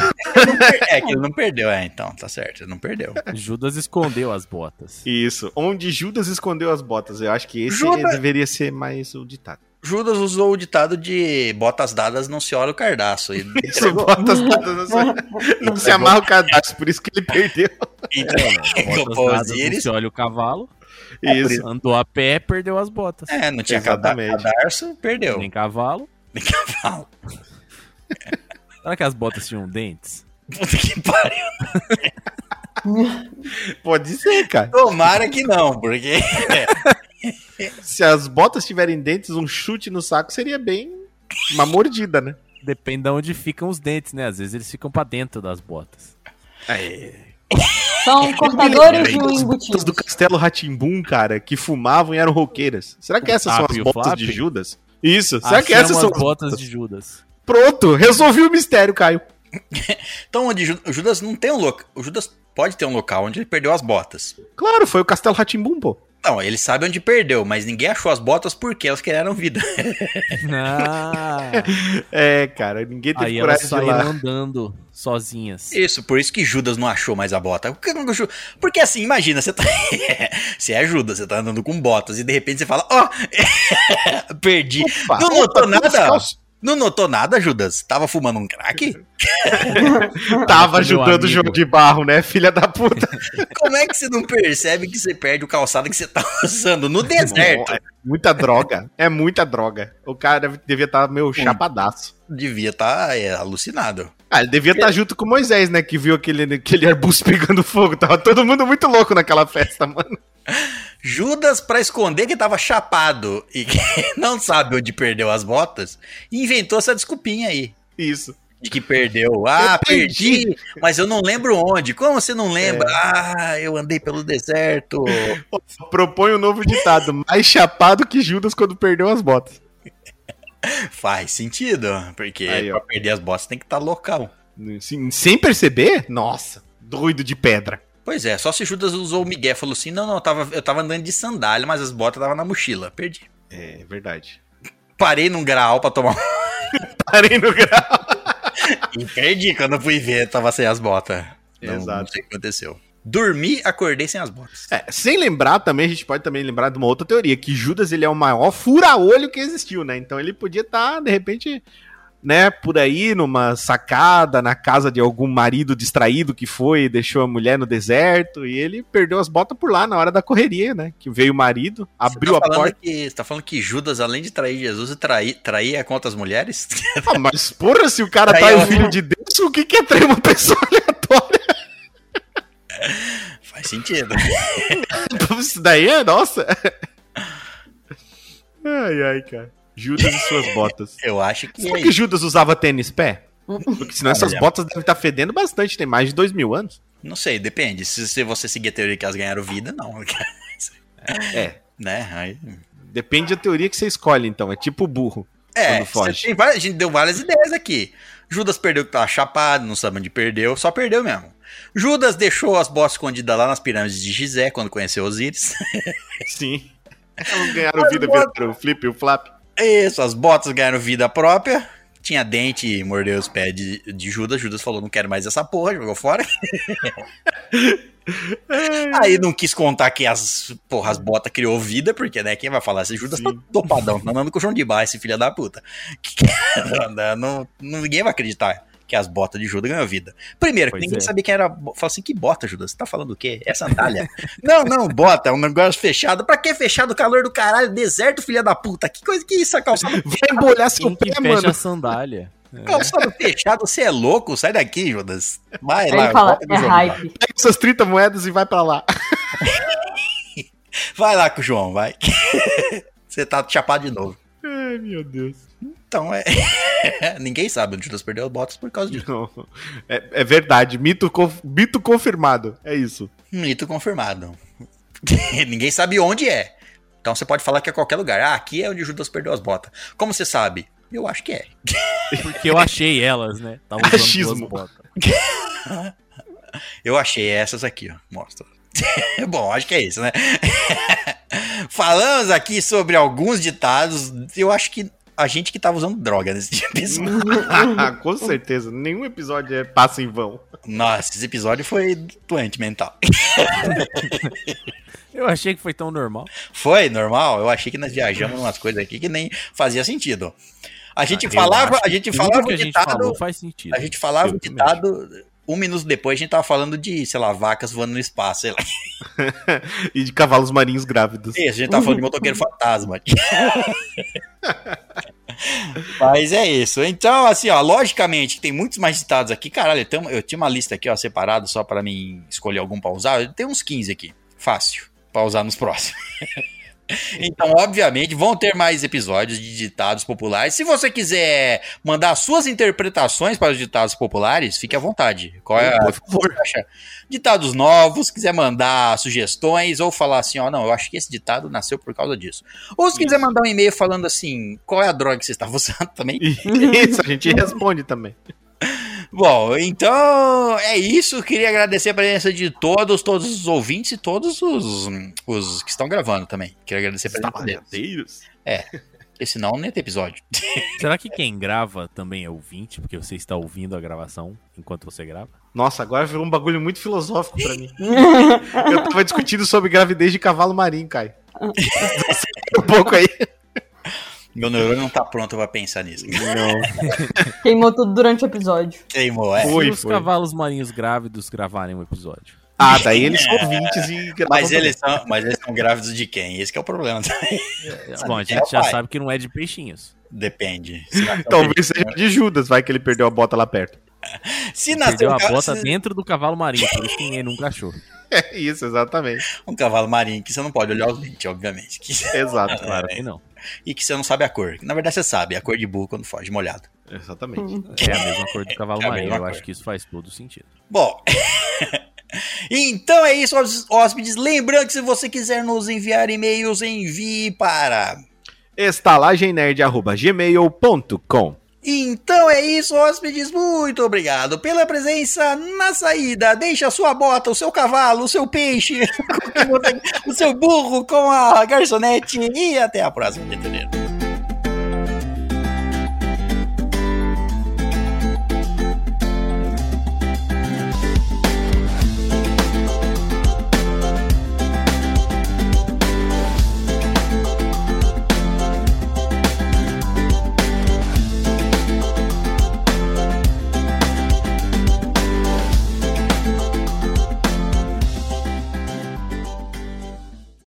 Speaker 1: É que ele não perdeu, é, então, tá certo, ele não perdeu.
Speaker 3: Judas escondeu as
Speaker 1: [laughs]
Speaker 3: botas.
Speaker 4: Isso, onde Judas escondeu as botas. Eu acho que esse
Speaker 1: Judas-
Speaker 4: deveria ser mais o ditado.
Speaker 1: Judas usou o ditado de botas dadas não se olha o cardaço.
Speaker 3: [laughs]
Speaker 1: E
Speaker 4: Isso, botas todas não se- [laughs] não se amarra o cadastro, por isso que ele perdeu.
Speaker 3: É,
Speaker 1: entregou
Speaker 3: Botas
Speaker 1: pra
Speaker 3: dadas, não
Speaker 1: Osíris.
Speaker 3: se olha o cavalo,
Speaker 4: Isso.
Speaker 3: andou a pé, perdeu as botas.
Speaker 1: É, não tinha cada-
Speaker 4: Exatamente.
Speaker 1: cadarço, perdeu.
Speaker 3: Nem cavalo.
Speaker 1: Nem cavalo.
Speaker 3: [laughs] Será que as botas tinham dentes?
Speaker 1: [laughs] Puta que pariu.
Speaker 4: Pode ser, cara.
Speaker 1: Tomara que não, porque. [laughs]
Speaker 4: Se as botas tiverem dentes, um chute no saco seria bem uma mordida, né?
Speaker 3: Depende de onde ficam os dentes, né? Às vezes eles ficam pra dentro das botas.
Speaker 5: São cortadores de um
Speaker 4: Os
Speaker 5: embutido.
Speaker 4: botas do Castelo Ratimbum, cara, que fumavam e eram roqueiras. Será que essas são
Speaker 3: Flap
Speaker 4: as
Speaker 3: e o
Speaker 4: botas
Speaker 3: Flap?
Speaker 4: de Judas? Isso, será que
Speaker 3: Achamos
Speaker 4: essas são
Speaker 3: as botas de Judas?
Speaker 4: Pronto, resolvi o mistério, Caio.
Speaker 1: Então, onde Ju- o Judas não tem um local. O Judas pode ter um local onde ele perdeu as botas.
Speaker 4: Claro, foi o Castelo Ratimbum, pô.
Speaker 1: Não, ele sabe onde perdeu, mas ninguém achou as botas porque elas criaram vida.
Speaker 3: Ah,
Speaker 4: É, cara, ninguém teve
Speaker 3: aí
Speaker 4: coragem
Speaker 3: elas
Speaker 4: de ir
Speaker 3: saíram
Speaker 4: lá.
Speaker 3: andando sozinhas.
Speaker 1: Isso, por isso que Judas não achou mais a bota. Por que não achou? Porque assim, imagina, você tá. [laughs] você é Judas, você tá andando com botas e de repente você fala, ó, [laughs] perdi.
Speaker 4: Opa,
Speaker 1: não notou
Speaker 4: tá
Speaker 1: nada?
Speaker 4: descalço.
Speaker 1: Não notou nada, Judas? Tava fumando um crack?
Speaker 4: [laughs] Tava
Speaker 3: Meu
Speaker 4: ajudando o
Speaker 3: amigo.
Speaker 4: jogo de barro, né, filha da puta?
Speaker 1: Como é que você não percebe que você perde o calçado que você tá [laughs] usando no deserto?
Speaker 4: É muita droga, é muita droga. O cara deve- devia estar meio chapadaço.
Speaker 1: Devia estar alucinado.
Speaker 4: Ah, ele devia estar junto com o Moisés, né, que viu aquele, aquele arbusto pegando fogo. Tava todo mundo muito louco naquela festa, mano.
Speaker 1: Judas, pra esconder que tava chapado e [laughs] que não sabe onde perdeu as botas, inventou essa desculpinha aí.
Speaker 4: Isso.
Speaker 1: De que perdeu. Ah,
Speaker 4: perdi. É.
Speaker 1: perdi. mas eu não lembro onde. Como você não lembra? Ah, eu andei pelo deserto.
Speaker 4: Propõe um novo ditado, mais chapado que Judas quando perdeu as botas.
Speaker 1: Faz sentido, porque
Speaker 4: Aí, ó.
Speaker 1: pra perder as botas tem que tá estar local.
Speaker 4: Sim, sem perceber? Nossa, doido de pedra.
Speaker 1: Pois é, só se Judas usou o Miguel falou assim: não, não, eu tava, eu tava andando de sandália, mas as botas estavam na mochila. Perdi.
Speaker 4: É, verdade.
Speaker 1: Parei num graal pra tomar
Speaker 4: Parei no grau.
Speaker 1: E [laughs] perdi quando eu fui ver, tava sem as botas. Não,
Speaker 4: Exato.
Speaker 1: não sei o que aconteceu. Dormi, acordei sem as botas.
Speaker 4: É, sem lembrar também, a gente pode também lembrar de uma outra teoria, que Judas ele é o maior fura-olho que existiu, né? Então ele podia estar, de repente, né, por aí numa sacada, na casa de algum marido distraído que foi e deixou a mulher no deserto, e ele perdeu as botas por lá na hora da correria, né? Que veio o marido, abriu
Speaker 1: Você tá
Speaker 4: a
Speaker 1: falando
Speaker 4: porta.
Speaker 1: Que, você tá falando que Judas, além de trair Jesus, trair, traía contra as mulheres? [laughs]
Speaker 4: Ah, mas porra, se o cara
Speaker 1: Aí
Speaker 4: trai o
Speaker 1: eu-
Speaker 4: filho de Deus, o que que é trair uma pessoa aleatória? [laughs]
Speaker 1: Faz sentido.
Speaker 4: Isso daí é, nossa. [laughs] Ai, ai, cara. Judas e suas botas.
Speaker 1: Eu acho que.
Speaker 4: Será
Speaker 1: é
Speaker 4: que
Speaker 1: isso.
Speaker 4: Judas usava tênis pé? Porque senão essas
Speaker 1: Olha.
Speaker 4: botas devem estar fedendo bastante, tem mais de dois mil anos.
Speaker 1: Não sei, depende. Se, se você seguir a teoria que elas ganharam vida, não. [laughs]
Speaker 4: É.
Speaker 1: né? Aí-
Speaker 4: Depende da teoria que você escolhe, então. É tipo burro.
Speaker 1: É,
Speaker 4: Quando foge.
Speaker 1: você tem várias- a gente deu várias ideias aqui. Judas perdeu que tava chapado, não sabe onde perdeu, só perdeu mesmo. Judas deixou as botas escondidas lá nas pirâmides de Gizé quando conheceu Osíris.
Speaker 4: [laughs] Sim. Elas ganharam vida, viraram o flip e o flap.
Speaker 1: Isso, as botas ganharam vida própria. Tinha dente e mordeu os pés de, de Judas. Judas falou: não quero mais essa porra, jogou fora. Aí não quis contar que as porra, as botas criou vida, porque né, quem vai falar? Esse Judas tá
Speaker 4: Sim.
Speaker 1: topadão, tá andando com o chão de baixo, esse filho da puta. Que, [laughs] que, não, não- ninguém vai acreditar que as botas de Judas ganham vida. Primeiro, que
Speaker 3: Pois
Speaker 1: ninguém
Speaker 3: é.
Speaker 1: sabia quem era. bo- Fala assim, que bota, Judas? Você tá falando o quê? É sandália? [laughs] não, não, bota, é um negócio fechado. Pra que fechado? Calor do caralho, deserto, filha da puta. Que coisa que isso? É A
Speaker 3: [laughs]
Speaker 1: calçada
Speaker 4: Vai embolhar seu
Speaker 3: Quem que
Speaker 4: pé,
Speaker 3: fecha
Speaker 4: é, mano.
Speaker 3: a sandália?
Speaker 1: Calçado fechado, você é louco? Sai daqui, Judas. Vai
Speaker 5: Aí
Speaker 1: lá.
Speaker 5: ele fala,
Speaker 1: volta com
Speaker 5: é
Speaker 1: o João.
Speaker 5: hype.
Speaker 4: Pega essas 30 moedas e vai pra lá.
Speaker 1: Vai lá com o João, vai. [laughs] você tá chapado de novo.
Speaker 4: [laughs] Ai, meu Deus.
Speaker 1: Então é. [laughs] Ninguém sabe onde o Judas perdeu as botas por causa disso.
Speaker 4: Não. É, é verdade. Mito, conf- mito confirmado. É
Speaker 1: [laughs]
Speaker 4: isso. [laughs]
Speaker 1: Mito confirmado. [laughs] Ninguém sabe onde é. Então você pode falar que é qualquer lugar. Ah, aqui é onde o Judas perdeu as botas. Como você sabe? Eu acho que é.
Speaker 3: Porque eu achei elas, né? Tava usando
Speaker 4: Achismo.
Speaker 3: duas botas.
Speaker 1: Eu achei essas aqui, ó. Mostra. [laughs] Bom, acho que é isso, né? [laughs] Falamos aqui sobre alguns ditados. Eu acho que a gente que tava usando droga nesse [laughs] episódio.
Speaker 4: Com certeza. Nenhum episódio é passa em vão.
Speaker 1: Nossa, esse episódio foi doente mental.
Speaker 3: Eu achei que foi tão normal.
Speaker 1: Foi normal? Eu achei que nós viajamos umas coisas aqui que nem fazia sentido. A gente
Speaker 3: Ah, Eu
Speaker 1: falava,
Speaker 3: acho
Speaker 1: a gente
Speaker 3: que
Speaker 1: falava
Speaker 3: tudo que
Speaker 1: o
Speaker 3: a gente
Speaker 1: ditado,
Speaker 3: falou faz sentido.
Speaker 1: a gente falava o
Speaker 3: Eu também
Speaker 1: ditado, um minuto depois a gente tava falando de, sei lá, vacas voando no espaço, sei lá.
Speaker 4: E de cavalos marinhos grávidos.
Speaker 1: Isso, a gente tá falando de motoqueiro fantasma. Mas é isso. Então, assim, ó, logicamente tem muitos mais ditados aqui. Caralho, eu, tenho- eu tinha uma lista aqui, ó, separada só pra mim escolher algum pra usar. Eu tenho uns 15 aqui. Fácil. Pra usar nos próximos. Então, obviamente, vão ter mais episódios de ditados populares. Se você quiser mandar suas interpretações para os ditados populares, fique à vontade. Qual é a... [laughs] Ditados novos, quiser mandar sugestões ou falar assim, ó, não, eu acho que esse ditado nasceu por causa disso. Ou se quiser mandar um e-mail falando assim, qual é a droga que você estava [laughs] usando também.
Speaker 4: [laughs] Isso, a gente responde também.
Speaker 1: Bom, então é isso. Queria agradecer a presença de todos, todos os ouvintes e todos os, os que estão gravando também. Queria agradecer a
Speaker 4: tá
Speaker 1: presença deles.
Speaker 4: Estadeiros.
Speaker 1: É, porque senão não ia ter episódio.
Speaker 3: Será que quem grava também é ouvinte? Porque você está ouvindo a gravação enquanto você grava?
Speaker 4: Nossa, agora virou um bagulho muito filosófico
Speaker 1: [laughs]
Speaker 4: pra mim. Eu tava discutindo sobre gravidez de cavalo marinho, [laughs] Caio. um pouco aí.
Speaker 1: Meu neurônio não tá pronto pra pensar nisso.
Speaker 5: Queimou tudo durante o episódio.
Speaker 1: Queimou, é.
Speaker 4: Foi,
Speaker 3: [laughs] Se os
Speaker 4: foi.
Speaker 3: cavalos marinhos grávidos gravarem um episódio.
Speaker 4: Ah, daí eles são ouvintes e gravam
Speaker 1: É. Mas
Speaker 4: também.
Speaker 1: eles são, mas eles são grávidos de quem? Esse que é o problema.
Speaker 3: Bom, a
Speaker 1: é o
Speaker 3: gente já
Speaker 1: pai.
Speaker 3: sabe que não é de peixinhos.
Speaker 1: [laughs] Depende. Se um nasceu
Speaker 4: Talvez seja
Speaker 1: né?
Speaker 4: de Judas, vai que ele perdeu a bota lá perto. [laughs]
Speaker 1: Se nasceu
Speaker 3: Perdeu
Speaker 1: um
Speaker 3: a
Speaker 1: ca-
Speaker 3: bota
Speaker 1: se-
Speaker 3: dentro do cavalo marinho, por isso que ninguém
Speaker 1: [laughs]
Speaker 3: nunca achou.
Speaker 4: É isso, exatamente.
Speaker 1: um cavalo marinho, que você não pode olhar os dentes, obviamente. Que-
Speaker 4: Exato,
Speaker 3: Claro que assim, não.
Speaker 1: e que você não sabe a cor. Na verdade, você sabe, é a cor de burro quando foge molhado.
Speaker 4: Exatamente.
Speaker 3: É a mesma cor do cavalo
Speaker 1: É a
Speaker 3: marinho.
Speaker 1: mesma
Speaker 3: Eu
Speaker 1: cor.
Speaker 3: acho que isso faz todo sentido.
Speaker 1: Bom. [laughs] Então é isso, hóspedes- hóspedes. Lembrando que se você quiser nos enviar e-mails, envie para.
Speaker 4: Estalagemnerd.gmail.com
Speaker 1: Então é isso, hóspedes. Muito obrigado pela presença na saída. Deixa a sua bota, o seu cavalo, o seu peixe, [laughs] o que você- o seu burro com a garçonete. E até a próxima, entendeu?